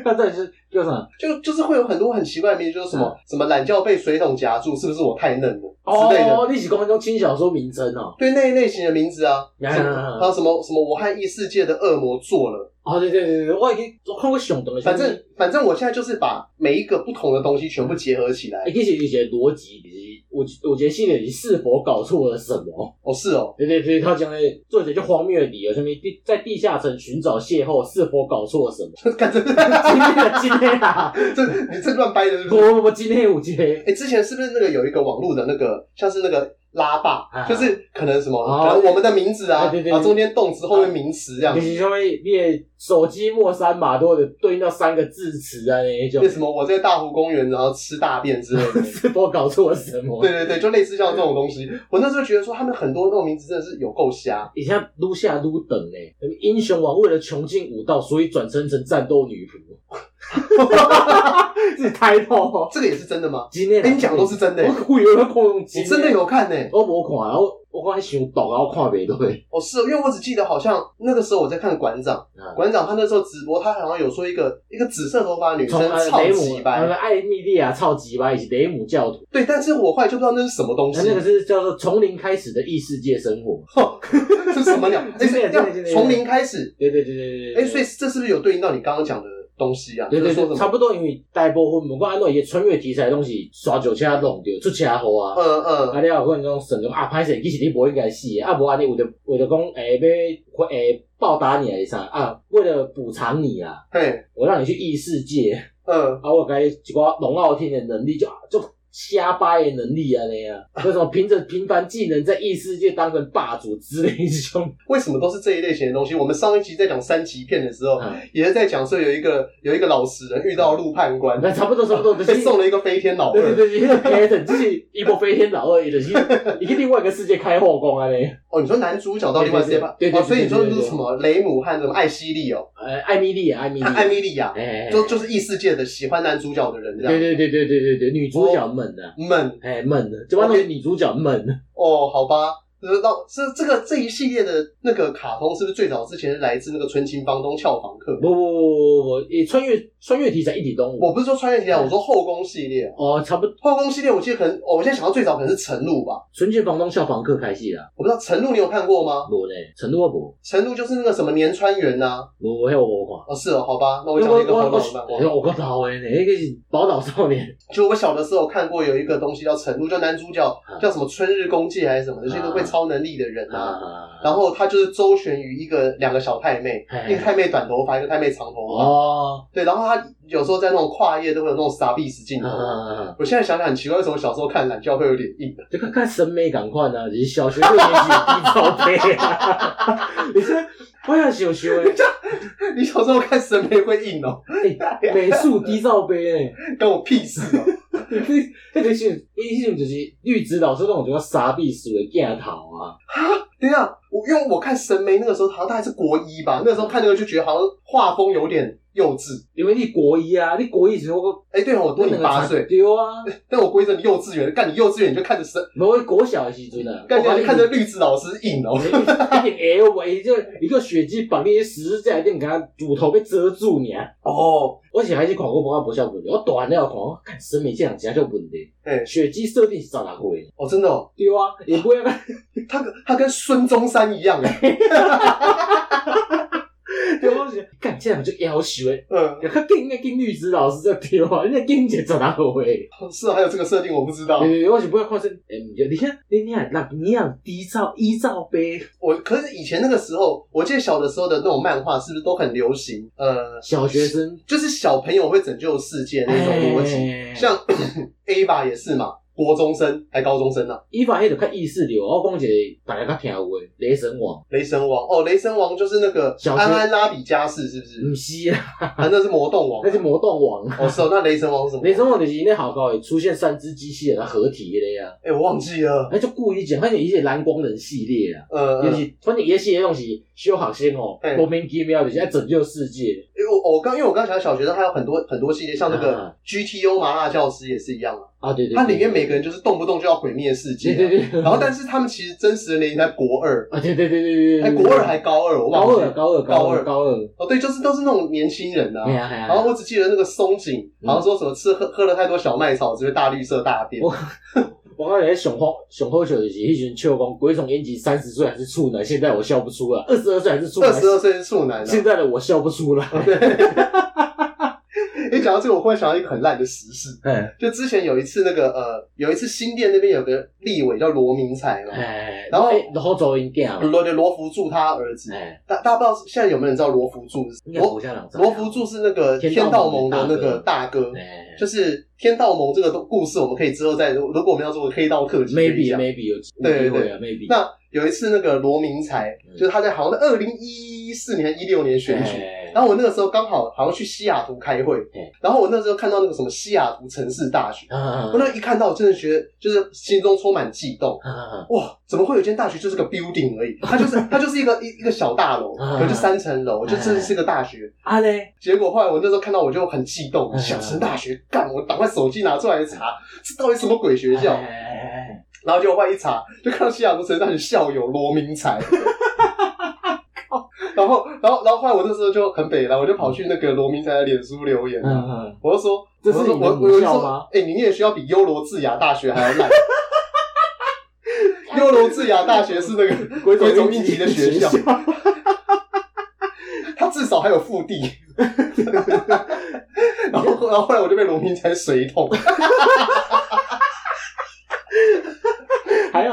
Speaker 2: 那到底是叫啥？
Speaker 1: 就就是会有很多很奇怪的名字，就是什么什么懒觉被水桶夹住，是不是我太嫩了之类的，
Speaker 2: 嗯哦，你是讲那种轻小说名称哦。
Speaker 1: 对那一类型的名字啊，
Speaker 2: 呀
Speaker 1: 什么
Speaker 2: 呀呀
Speaker 1: 还有什么什么我和异世界的恶魔做了，
Speaker 2: 哦，对对对对，我已经我看过上当的，
Speaker 1: 反正反正我现在就是把每一个不同的东西全部结合起来
Speaker 2: 哎，，其实有些逻辑，就是我我觉得系列是否搞错了什么？
Speaker 1: 哦是哦，
Speaker 2: 对对对，他讲的作者就荒谬的理由，什么地在地下城寻找邂逅，是否搞错了什 [LAUGHS] 么？
Speaker 1: 干这 [LAUGHS]
Speaker 2: 今天的今天啊，
Speaker 1: 这你这乱掰的是不是？
Speaker 2: 我我今天有一个。
Speaker 1: 哎、之前是不是那个有一个网络的那个，像是那个拉霸，
Speaker 2: 啊
Speaker 1: 就是可能什么，
Speaker 2: 哦
Speaker 1: 可能我们的名字啊，
Speaker 2: 对对对
Speaker 1: 然后中间动词后面名词这样
Speaker 2: 就，是因为你的手机末三码都有对应到三个字词啊那一种。
Speaker 1: 为，什么我在大湖公园然后吃大便之类的 [LAUGHS]
Speaker 2: 是否搞错了什么？
Speaker 1: 对对对，就类似像这种东西，我那时候觉得说他们很多那种名字真的是有够瞎，
Speaker 2: 以前撸下撸等呢，英雄王为了穷尽武道，所以转身成战斗女
Speaker 1: [LAUGHS]
Speaker 2: 仆。这开头，
Speaker 1: 这个也是真的吗？
Speaker 2: 今天
Speaker 1: 跟你讲都是真的、欸，
Speaker 2: 啊我以为空用
Speaker 1: 你真的，有看呢、
Speaker 2: 我无看，我我看想抖，啊我看袂对。
Speaker 1: 哦，是哦，因为我只记得好像那个时候我在看馆长，
Speaker 2: 啊
Speaker 1: 馆长他那时候直播，他好像有说一个一个紫色头发的女生
Speaker 2: 从呃
Speaker 1: 超
Speaker 2: 雷
Speaker 1: 级
Speaker 2: 姆
Speaker 1: 白，
Speaker 2: 呃艾米莉亚超级白以及雷姆教徒，
Speaker 1: 对，但是我后来就不知道那是什么东西
Speaker 2: 那。那个是叫做从零开始的异世界生活。
Speaker 1: [LAUGHS] 是什么
Speaker 2: [LAUGHS]
Speaker 1: 鸟？哎，
Speaker 2: 真的
Speaker 1: 是
Speaker 2: 真的真
Speaker 1: 要
Speaker 2: 的
Speaker 1: 从零开始。
Speaker 2: 对对对对对对。
Speaker 1: 哎，所以这是不是有对应到你刚刚讲的东西啊？
Speaker 2: 对
Speaker 1: 就
Speaker 2: 对
Speaker 1: 是说
Speaker 2: 对，
Speaker 1: 什
Speaker 2: 差
Speaker 1: 么？
Speaker 2: 不多，因为大部分不管安怎也穿越题材的东西，刷酒车弄着出车祸啊。
Speaker 1: 嗯嗯，
Speaker 2: 啊，你有可能讲算讲啊，歹势，其实你无应该死的，啊，无安尼为着为着讲诶，要诶报答你还是啥啊，为了补偿你啊，
Speaker 1: 嘿，
Speaker 2: 我让你去异世界，
Speaker 1: 嗯，
Speaker 2: 啊，我给你一寡龙傲天的能力，就就瞎掰的能力安尼啊，为什么凭着平凡技能在异世界当成霸主之类这
Speaker 1: [LAUGHS]
Speaker 2: 种，
Speaker 1: 为什么都是这一类型的东西？我们上一集在讲三级片的时候，
Speaker 2: 啊，
Speaker 1: 也是在讲说有一个有一个老实人遇到陆判官，
Speaker 2: 嗯那差不多差不多就是
Speaker 1: 被。送了一个飞天老
Speaker 2: [LAUGHS] 对对
Speaker 1: 二。
Speaker 2: 对，对那个 pattern 就是一波飞天老二，伊就是伊去另外一个世界开后宫啊安尼，
Speaker 1: 哦，你说男主角到另外世界吧？
Speaker 2: 对对对对
Speaker 1: 哦，所以你说
Speaker 2: 对
Speaker 1: 就
Speaker 2: 对
Speaker 1: 是
Speaker 2: 对
Speaker 1: 什么雷姆和什么艾希利哦，
Speaker 2: 呃，艾米莉啊，艾米莉，
Speaker 1: 和艾米莉亚，
Speaker 2: 哎，
Speaker 1: 就就是异世界的喜欢男主角的人这
Speaker 2: 对
Speaker 1: 样。
Speaker 2: 对对对对对对，女主角
Speaker 1: 哦
Speaker 2: 们的、
Speaker 1: 闷
Speaker 2: 哎闷的，这帮东西女主角闷的，
Speaker 1: 哦，好吧，就是到这这个这一系列的那个卡通，是不是最早之前是来自那个《纯情房东俏房客》？
Speaker 2: 不不不不不，也穿越穿越题材一点都
Speaker 1: 我
Speaker 2: 无。
Speaker 1: 不是说穿越题材，啊
Speaker 2: 嗯
Speaker 1: 我说后宫系列。
Speaker 2: 哦，差不多，
Speaker 1: 后宫系列，我记得可能，哦我现在想到最早可能是《晨露》吧，
Speaker 2: 纯洁房东校房课开戏啦，
Speaker 1: 我不知道《晨露》你有看过吗？
Speaker 2: 无呢，成都我无，
Speaker 1: 《晨露》就是那个什么年川原呐、
Speaker 2: 无迄我无
Speaker 1: 哦，是哦，好吧，那我
Speaker 2: 看。
Speaker 1: 讲一个
Speaker 2: 我
Speaker 1: 后
Speaker 2: 我
Speaker 1: 宫漫画，
Speaker 2: 我我够老诶呢，那个是宝岛少年，
Speaker 1: 就我小的时候看过有一个东西叫《晨露》，就男主角
Speaker 2: 啊
Speaker 1: 叫什么春日公介还是什么的，就是一
Speaker 2: 嗯
Speaker 1: 个会超能力的人啊。
Speaker 2: 啊，
Speaker 1: 然后他就是周旋于一个两个小太妹
Speaker 2: [LAUGHS] 嘿，
Speaker 1: 一个太妹短头发，一个太妹长头发。
Speaker 2: 哦，
Speaker 1: 对，然后他有时候在那种跨页都会有那种傻逼死镜头。
Speaker 2: 啊，
Speaker 1: 我现在想想很奇怪，为什么小时候看懒觉会有点硬？ [LAUGHS]
Speaker 2: 就看看审美感款啊，就是小学六年级低照杯啊， [LAUGHS] 你说我想想想
Speaker 1: [LAUGHS]
Speaker 2: 诶，
Speaker 1: 你小时候看审美会硬哦，
Speaker 2: 哎美术低照杯诶。
Speaker 1: 跟我屁事哦。 [LAUGHS]
Speaker 2: 你这这个是，伊迄种就是绿植老师那种叫傻逼鼠的镜头啊，
Speaker 1: 等一下，我因为我看审美那个时候好像大概是国一吧，那时候看那个就觉得好像画风有点幼稚。
Speaker 2: 因为你国一啊，你国一时候我
Speaker 1: 哎，对哦，我多你八岁，
Speaker 2: 对啊，
Speaker 1: 但我归着你幼稚园，干你幼稚园你就看着审，
Speaker 2: 无我国小的时阵啊，
Speaker 1: 干
Speaker 2: 我
Speaker 1: 你看着绿植老师硬哦。 [LAUGHS]
Speaker 2: 你一定会喂，就一个血迹绑你十字架，一定给他骨头被遮住呢。
Speaker 1: 哦，
Speaker 2: 而且还是看过无啊无啥问题，我大汉了看，我看审美这样真叫问题。
Speaker 1: 哎，
Speaker 2: 血迹设定是十六岁，
Speaker 1: 哦，真的哦，
Speaker 2: 对啊，也不要讲，
Speaker 1: 他跟他跟孙中山一样哎。 [LAUGHS]
Speaker 2: 对啊，我是干这样就要求诶，
Speaker 1: 嗯，
Speaker 2: 他更应该跟绿植老师就对啊，你更解十六岁。
Speaker 1: 是哦还有这个设定我不知道
Speaker 2: 对。对对，我是不会看这，哎、毋对，你看，你你看，那你看低照依照呗，
Speaker 1: 我可是以前那个时候，我记得小的时候的那种漫画是不是都很流行？呃，
Speaker 2: 小学生
Speaker 1: [COUGHS] 就是小朋友会拯救世界那种逻辑，
Speaker 2: 哎
Speaker 1: 像 A 吧也是嘛，国中生还高中生啊？
Speaker 2: 伊凡迄就较意识流，我讲一个大家较听有诶，雷神王，
Speaker 1: 雷神王哦，雷神王就是那个
Speaker 2: 小
Speaker 1: 安
Speaker 2: 学
Speaker 1: 安拉比加士，是不是？
Speaker 2: 毋是啊，
Speaker 1: 啊，那是魔动王啊，
Speaker 2: 那是魔动王。
Speaker 1: 哦，是哦，那雷神王是什么？
Speaker 2: 雷神王就是因咧好高会出现三只机器人啊合体的啊，
Speaker 1: 哎，我忘记了，
Speaker 2: 那就故意讲，反正伊是蓝光人系列啊，
Speaker 1: 呃，
Speaker 2: 尤
Speaker 1: 呃
Speaker 2: 其反正伊系列拢是小学生哦
Speaker 1: 嘿，
Speaker 2: 莫名其妙就是要拯救世界，
Speaker 1: 因为我我刚因为我刚想到小学生，他有很多很多系列，像那个
Speaker 2: 啊
Speaker 1: GTO 麻辣教师也是一样啊，
Speaker 2: 啊对对，
Speaker 1: 它里面每
Speaker 2: 每
Speaker 1: 个人就是动不动就要毁灭世界
Speaker 2: 对
Speaker 1: 啊，
Speaker 2: 对对，
Speaker 1: 然后但是他们其实真实的年龄才国二，
Speaker 2: 啊对对对对对，
Speaker 1: 哎，
Speaker 2: 对
Speaker 1: 国二还高二，我忘
Speaker 2: 高
Speaker 1: 记
Speaker 2: 二
Speaker 1: 了。
Speaker 2: 高二
Speaker 1: 高二
Speaker 2: 高二，
Speaker 1: 哦，对，就是都是那种年轻人啊
Speaker 2: 哎。呀哎呀，
Speaker 1: 然后我只记得那个松井，
Speaker 2: 嗯
Speaker 1: 好像说什么吃喝喝了太多小麦草，只会大绿色大便。
Speaker 2: 我我刚才想好想好笑的是，迄阵笑讲鬼冢英吉三十岁还是处男，现在我笑不出来；二十二岁还是处男，
Speaker 1: 二十二岁是处男啊。
Speaker 2: 现在的我笑不出
Speaker 1: [LAUGHS]
Speaker 2: 来。
Speaker 1: 你讲到这个，我忽然想到一个很烂的时事，
Speaker 2: 哎
Speaker 1: 就之前有一次那个呃，有一次新店那边有个立委叫罗明才嘛，
Speaker 2: 哎，
Speaker 1: 然后
Speaker 2: 哎然后走音镜
Speaker 1: 罗对罗福柱他儿子，
Speaker 2: 哎，
Speaker 1: 大大家不知道现在有没有人知道罗福柱是？
Speaker 2: 应该
Speaker 1: 罗
Speaker 2: 不像两张
Speaker 1: 罗福柱是那个
Speaker 2: 天
Speaker 1: 天道
Speaker 2: 道
Speaker 1: 盟
Speaker 2: 盟
Speaker 1: 的那
Speaker 2: 的
Speaker 1: 个大哥，
Speaker 2: 哎
Speaker 1: 就是天道盟这个东故事，我们可以之后再如如果我们要做个黑道特辑可以
Speaker 2: ，maybe
Speaker 1: 讲。
Speaker 2: maybe 有机
Speaker 1: 对对对
Speaker 2: 会啊，maybe
Speaker 1: 那有一次那个罗明才，
Speaker 2: 嗯
Speaker 1: 就是他在好像在二零一四年、一六年选举，
Speaker 2: 哎
Speaker 1: 然后我那个时候刚好好像去西雅图开会
Speaker 2: 嗯，
Speaker 1: 然后我那时候看到那个什么西雅图城市大学，
Speaker 2: 啊
Speaker 1: 我那一看到，我真的觉得就是心中充满悸动。
Speaker 2: 啊
Speaker 1: 哇，怎么会有一间大学就是个 building 而已？它就是它就是一个一一个小大楼，
Speaker 2: 啊
Speaker 1: 可能就三层楼，就真的是个大学。
Speaker 2: 啊嘞，
Speaker 1: 结果后来我那时候看到我就很激动，
Speaker 2: 啊
Speaker 1: 小城大学，干！我赶快手机拿出来查，这到底什么鬼学校？
Speaker 2: 哎哎哎哎
Speaker 1: 然后结果后来一查，就看到西雅图城大学校友罗明才。 [LAUGHS] 然后，然后，然后后来我那时候就很北了，我就跑去那个罗明才的脸书留言，啊
Speaker 2: 嗯嗯，
Speaker 1: 我就说，
Speaker 2: 这是
Speaker 1: 我就说
Speaker 2: 你的
Speaker 1: 我
Speaker 2: 母
Speaker 1: 我就
Speaker 2: 校
Speaker 1: 说
Speaker 2: 吗，
Speaker 1: 哎、你念学校比优罗智雅大学还要烂。优罗智雅大学是那个
Speaker 2: [LAUGHS] 鬼
Speaker 1: 鬼冢
Speaker 2: 冢
Speaker 1: 应
Speaker 2: 英
Speaker 1: 吉
Speaker 2: 吉
Speaker 1: 的
Speaker 2: 的
Speaker 1: 学
Speaker 2: 学
Speaker 1: 校
Speaker 2: 校，
Speaker 1: 他至少还有腹地。 [LAUGHS] 然后，然后后来我就被罗明才水桶。
Speaker 2: 还有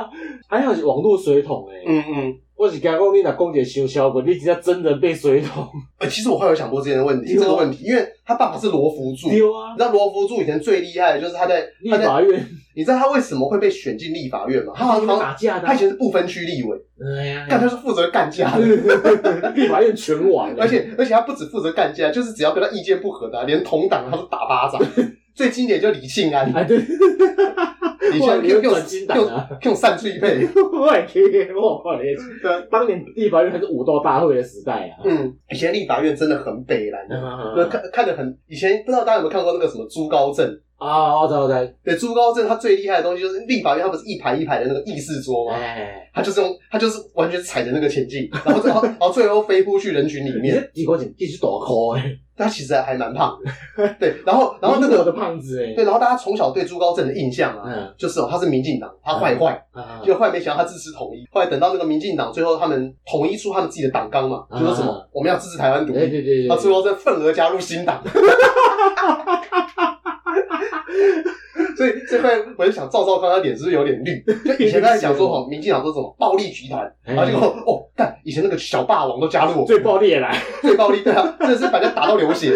Speaker 2: 还有网络水桶哎，
Speaker 1: 嗯嗯、
Speaker 2: 我是讲讲你若讲一个小小鬼，你直接真人被水桶
Speaker 1: 呃其实我后来有想过这件问题，这
Speaker 2: 丢啊
Speaker 1: 个问题，因为他爸爸是罗福柱，你
Speaker 2: 丢啊
Speaker 1: 知，道罗福柱以前最厉害的就是他在
Speaker 2: 立
Speaker 1: 他在，
Speaker 2: 法院。
Speaker 1: 你知道他为什么会被选进立法院啊吗？他好
Speaker 2: 们
Speaker 1: 像
Speaker 2: 打架的啊
Speaker 1: 他以前是不分区立委，
Speaker 2: 哎呀，
Speaker 1: 但他是负责干架的。
Speaker 2: 立法院全完了，
Speaker 1: 而且而且他不止负责干架，就是只要跟他意见不合的啊、连同党他都打巴
Speaker 2: [LAUGHS]
Speaker 1: 掌。最经典就李庆安，
Speaker 2: 啊对，
Speaker 1: 李庆
Speaker 2: 哇
Speaker 1: 安
Speaker 2: 你
Speaker 1: 给我
Speaker 2: 有
Speaker 1: 给我
Speaker 2: 转金党啊
Speaker 1: 给我散最配。
Speaker 2: 我也可以，我靠你
Speaker 1: 对，啊
Speaker 2: 当年立法院还是武斗大会的时代啊，
Speaker 1: 嗯，以前立法院真的很北蓝，那
Speaker 2: 啊，
Speaker 1: 看看得很。以前不知道大家有没有看过那个什么朱高正？
Speaker 2: 我知道我知道，
Speaker 1: 对，朱高正他最厉害的东西就是立法院，他不是一排一排的那个议事桌吗？
Speaker 2: 哎，
Speaker 1: 他就是用他就是完全踩着那个前进，然后最后然后最后飞扑去人群里
Speaker 2: 你
Speaker 1: 面。
Speaker 2: 这地瓜姐地是大颗哎，
Speaker 1: 他其实还蛮胖的，对。然后然后那
Speaker 2: 民国
Speaker 1: 个
Speaker 2: 的胖子哎，
Speaker 1: 对，然后大家从小对朱高正的印象啊，
Speaker 2: 嗯
Speaker 1: 就是哦他是民进党，他坏坏。
Speaker 2: 啊
Speaker 1: 就后来没想到他支持统一，后来等到那个民进党最后他们统一出他们自己的党纲嘛，就
Speaker 2: 啊
Speaker 1: 说什么、我们要支持台湾独
Speaker 2: 对
Speaker 1: 立，
Speaker 2: 对对对，
Speaker 1: 他最后再份额加入新党。 [LAUGHS] 所以，所以后来我就想，赵少康他脸是不是有点绿？就以前他在讲
Speaker 2: [LAUGHS]
Speaker 1: 说，哦，民进党说什么暴力集团，
Speaker 2: 哎
Speaker 1: 然后结果哦，干，以前那个小霸王都加入我，
Speaker 2: 最暴力的来，
Speaker 1: 最暴力，对啊，真的是把人家打到流
Speaker 2: [LAUGHS]
Speaker 1: 血。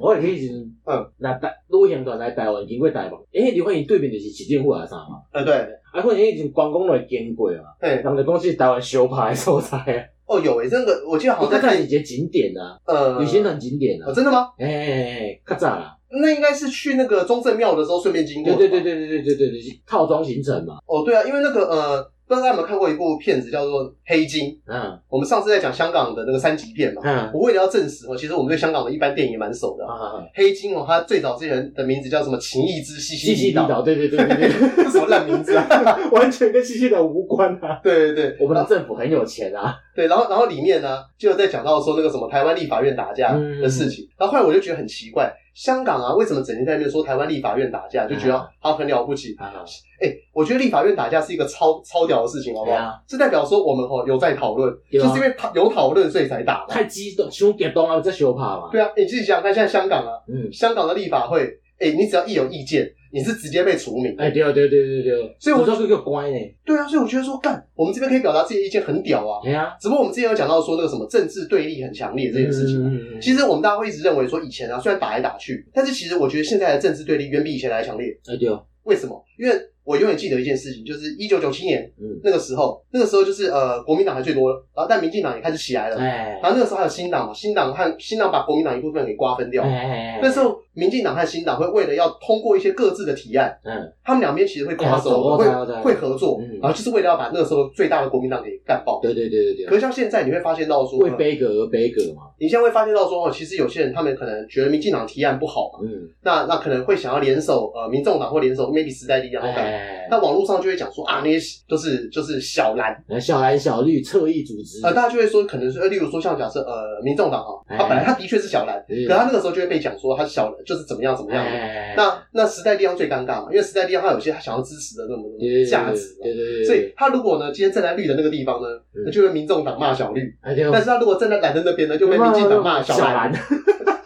Speaker 2: 我也可以前
Speaker 1: 嗯，
Speaker 2: 那台旅行团来台湾经过台北，哎，你发现对面就是市政府啊啥嘛，
Speaker 1: 呃，对，
Speaker 2: 啊，可能以前关公来经过嘛，
Speaker 1: 对，
Speaker 2: 人就讲是台湾小牌的所在啊。
Speaker 1: 哦，有诶，那个我记得好
Speaker 2: 我
Speaker 1: 像在
Speaker 2: 在看
Speaker 1: 看
Speaker 2: 一节景点啊，
Speaker 1: 呃
Speaker 2: 旅行团景点啊
Speaker 1: 哦，，真的吗？
Speaker 2: 哎哎哎，较早啦，
Speaker 1: 那应该是去那个中正庙的时候顺便经过
Speaker 2: 对
Speaker 1: 的吧。
Speaker 2: 对对对对对对对对，套装行程嘛，
Speaker 1: 哦，对啊，因为那个呃，不知道大家有没有看过一部片子叫做《黑金》，
Speaker 2: 嗯
Speaker 1: 我们上次在讲香港的那个三级片嘛。
Speaker 2: 嗯
Speaker 1: 我为了要证实哦，其实我们对香港的一般电影也蛮熟的啊。
Speaker 2: 啊，
Speaker 1: 黑金哦，它最早之前的名字叫什么？情义之西西
Speaker 2: 西西
Speaker 1: 里 [LAUGHS] 岛，
Speaker 2: 岛，对对对对对，
Speaker 1: 这什么烂名字啊？ [LAUGHS]
Speaker 2: 完全跟西西岛无关啊。
Speaker 1: 对对对，
Speaker 2: 我们
Speaker 1: 然
Speaker 2: 的
Speaker 1: 后
Speaker 2: 政府很有钱啊，
Speaker 1: 对，然后然后里面呢，就有在讲到说那个什么台湾立法院打架
Speaker 2: 嗯
Speaker 1: 的事情。然后后来我就觉得很奇怪，香港啊，为什么整天在那边说台湾立法院打架，就觉
Speaker 2: 嗯
Speaker 1: 得啊很了不起？
Speaker 2: 啊，
Speaker 1: 哎、我觉得立法院打架是一个超超屌的事情，好不好？
Speaker 2: 对啊
Speaker 1: 这代表说我们哦有在讨论，
Speaker 2: 有啊
Speaker 1: 就是因为讨有讨论所以才打嘛。
Speaker 2: 太激动，太激动啊，在小怕嘛，
Speaker 1: 对啊，你自己想想看，现在香港啊，
Speaker 2: 嗯，
Speaker 1: 香港的立法会，哎、哎、你只要一有意见，你是直接被除名。
Speaker 2: 哎，对对对对对，
Speaker 1: 所以我
Speaker 2: 这是个乖呢，
Speaker 1: 对啊，所以我觉得说，干，我们这边可以表达自己的意见，很屌啊。
Speaker 2: 哎呀，
Speaker 1: 只不过我们之前有讲到说那个什么政治对立很强烈这件事情，
Speaker 2: 情
Speaker 1: 其实我们大家会一直认为说，以前啊虽然打来打去，但是其实我觉得现在的政治对立远比以前来强烈。
Speaker 2: 哎对哦，
Speaker 1: 为什么？因为我永远记得一件事情，就是一九九七年
Speaker 2: 嗯，
Speaker 1: 那个时候，那个时候就是呃国民党还最多了，然后但民进党也开始起来了，
Speaker 2: 哎，
Speaker 1: 然后那个时候还有新党嘛，新党和新党把国民党一部分给瓜分掉。
Speaker 2: 哎，
Speaker 1: 那时候，民进党和新党会为了要通过一些各自的提案，
Speaker 2: 嗯，
Speaker 1: 他们两边其实会
Speaker 2: 哎
Speaker 1: cross over，
Speaker 2: 走过来走过
Speaker 1: 会
Speaker 2: 来
Speaker 1: 会合作
Speaker 2: 嗯，
Speaker 1: 然后就是为了要把那个时候最大的国民党给干爆。
Speaker 2: 对对对对
Speaker 1: 可
Speaker 2: 对，
Speaker 1: 是像现在，你会发现到说，呃
Speaker 2: 为悲歌而悲歌嘛，
Speaker 1: 你现在会发现到说，哦，其实有些人他们可能觉得民进党提案不好嘛，
Speaker 2: 嗯，
Speaker 1: 那那可能会想要联手呃民众党或联手 maybe 时代力量来干。
Speaker 2: 哎，
Speaker 1: 那网络上就会讲说啊，那些就是就是小蓝，
Speaker 2: 小蓝小绿侧翼组织，
Speaker 1: 呃，大家就会说可能是，呃例如说像假设呃民众党哈，他本来他的确是小蓝，
Speaker 2: 嗯
Speaker 1: 可他那个时候就会被讲说他是小蓝，就是怎么样怎么样的。
Speaker 2: 哎，
Speaker 1: 那那时代力量最尴尬嘛，因为时代力量他有些他想要支持的那种
Speaker 2: 对对对
Speaker 1: 价值嘛，
Speaker 2: 对对对，
Speaker 1: 所以他如果呢今天站在绿的那个地方呢，
Speaker 2: 嗯
Speaker 1: 那就被民众党骂小绿；
Speaker 2: 哎对哦，
Speaker 1: 但是他如果站在蓝的那边呢，就被民进党骂小蓝。
Speaker 2: 嗯 [LAUGHS] 蓝，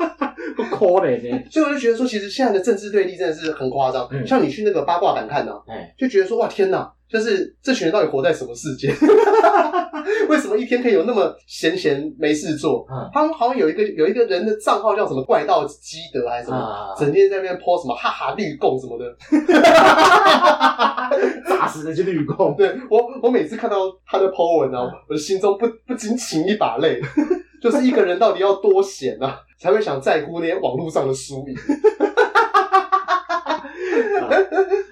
Speaker 2: 不可能呢，
Speaker 1: 所以我就觉得说，其实现在的政治对立真的是很夸张。
Speaker 2: 嗯
Speaker 1: 像你去那个八卦版看呢、啊，
Speaker 2: 哎，
Speaker 1: 就觉得说哇天哪，就是这群人到底活在什么世界？ [LAUGHS] 为什么一天可以有那么闲闲没事做？
Speaker 2: 啊
Speaker 1: 他们好像有一个有一个人的账号叫什么怪盗基德还是什么，
Speaker 2: 啊，
Speaker 1: 整天在那边 po 什么哈哈绿共什么的。
Speaker 2: 打死那些绿共，
Speaker 1: 对我我每次看到他的 po 文啊，我的心中不不禁噙一把泪， [LAUGHS] 就是一个人到底要多闲啊，才会想在乎那些网络上的输赢？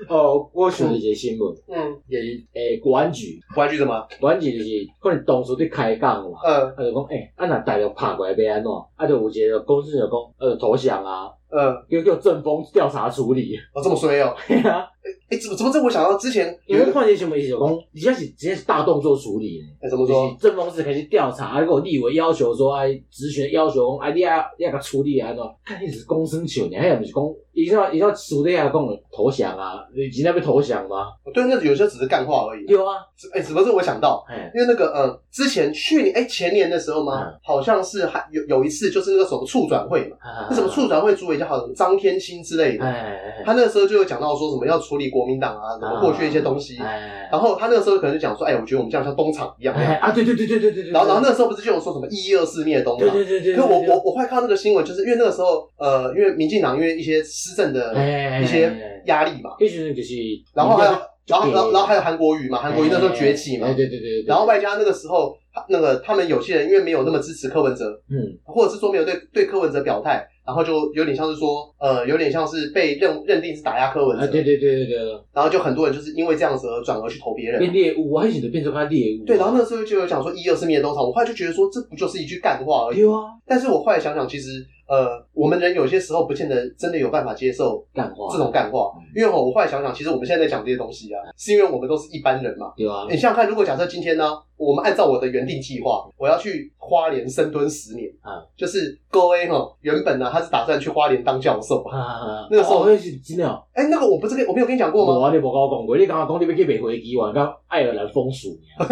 Speaker 2: 哦，我想到一个新闻，
Speaker 1: [LAUGHS] 嗯，
Speaker 2: 就是诶，国安局，
Speaker 1: 玩具什么？
Speaker 2: 国安局就是可能当初在开讲嘛。
Speaker 1: 呃
Speaker 2: 啊，就讲，诶、啊，若大陆拍过来要安怎？啊，就有一个公司就讲，呃，投降啊，
Speaker 1: 呃，
Speaker 2: 叫叫政风调查处理。 [LAUGHS]
Speaker 1: 我、这么衰哦、
Speaker 2: 嘿啊，
Speaker 1: 哎、怎么怎么这我想到之前有
Speaker 2: 因
Speaker 1: 一
Speaker 2: 为
Speaker 1: 个
Speaker 2: 看见什么意思，就讲，而且是直接是大动作处理的。
Speaker 1: 哎、怎
Speaker 2: 就
Speaker 1: 么
Speaker 2: 是
Speaker 1: 说？
Speaker 2: 政风是开始调查，啊，个立委要求说，哎，职权要求讲，哎，你要你要甲处理啊，安怎？看你是公生球，你还毋是讲，伊说伊说处理啊，讲投降啊，你真正要投降吗？
Speaker 1: 我哦对那有些只是干话而已。
Speaker 2: 对啊，
Speaker 1: 哎、怎么这我想到？
Speaker 2: 嘿，
Speaker 1: 因为那个呃，之前去年哎、前年的时候嘛，
Speaker 2: 嗯
Speaker 1: 好像是还有有一次就是那个什么促转会嘛，
Speaker 2: 啊
Speaker 1: 那什么促转会主委叫好像张天心之类的，
Speaker 2: 哎哎，哎
Speaker 1: 他那个时候就有讲到说什么要处理国民党啊，什么过去的一些东西，
Speaker 2: 哎
Speaker 1: 然后他那个时候可能就讲说，哎、我觉得我们这样像东厂一样。
Speaker 2: 哎啊，对对对对对对对，
Speaker 1: 然后，然后那个时候不是就有说什么一一二四灭东
Speaker 2: 对
Speaker 1: 嘛？
Speaker 2: 对对对，
Speaker 1: 可我我我会看到那个新闻，就是因为那个时候，呃，因为民进党因为一些施政的
Speaker 2: 哎
Speaker 1: 一些压力嘛，
Speaker 2: 迄时阵就是，
Speaker 1: 然后还有，然后
Speaker 2: 就给
Speaker 1: 然后然后还有韩国瑜嘛，韩国瑜那时候崛起嘛
Speaker 2: 哎，对对对对，对
Speaker 1: 然后外加那个时候，他那个他们有些人因为没有那么支持柯文哲，
Speaker 2: 嗯，
Speaker 1: 或者是说没有对对柯文哲表态，然后就有点像是说，呃，有点像是被认认定是打压柯文
Speaker 2: 啊
Speaker 1: 哲，
Speaker 2: 对对对对对，
Speaker 1: 然后就很多人就是因为这样子而转而去投别人
Speaker 2: 变
Speaker 1: 嘛。
Speaker 2: 猎物啊，迄时阵变成他猎物啊，
Speaker 1: 对，然后那个时候就有讲说一二是灭东厂，我后来就觉得说这不就是一句干话而已。
Speaker 2: 对啊，
Speaker 1: 但是我后来想想，其实呃，我们人有些时候不见得真的有办法接受
Speaker 2: 干话，
Speaker 1: 这种干话，因为吼我后来想想，其实我们现在在讲这些东西啊，是因为我们都是一般人嘛。
Speaker 2: 对啊
Speaker 1: 你，想想看，如果假设今天呢、我们按照我的原定计划，我要去花莲深蹲十年
Speaker 2: 啊，
Speaker 1: 就是高 A 哈，原本呢、他是打算去花莲当教授，
Speaker 2: 啊
Speaker 1: 那个时候
Speaker 2: 迄是真的哦，
Speaker 1: 哎、那个我不是跟我没有跟你讲过
Speaker 2: 无
Speaker 1: 吗？
Speaker 2: 啊，你无甲我讲过，你刚刚讲你要去买飞机玩，甲爱尔兰风俗尔，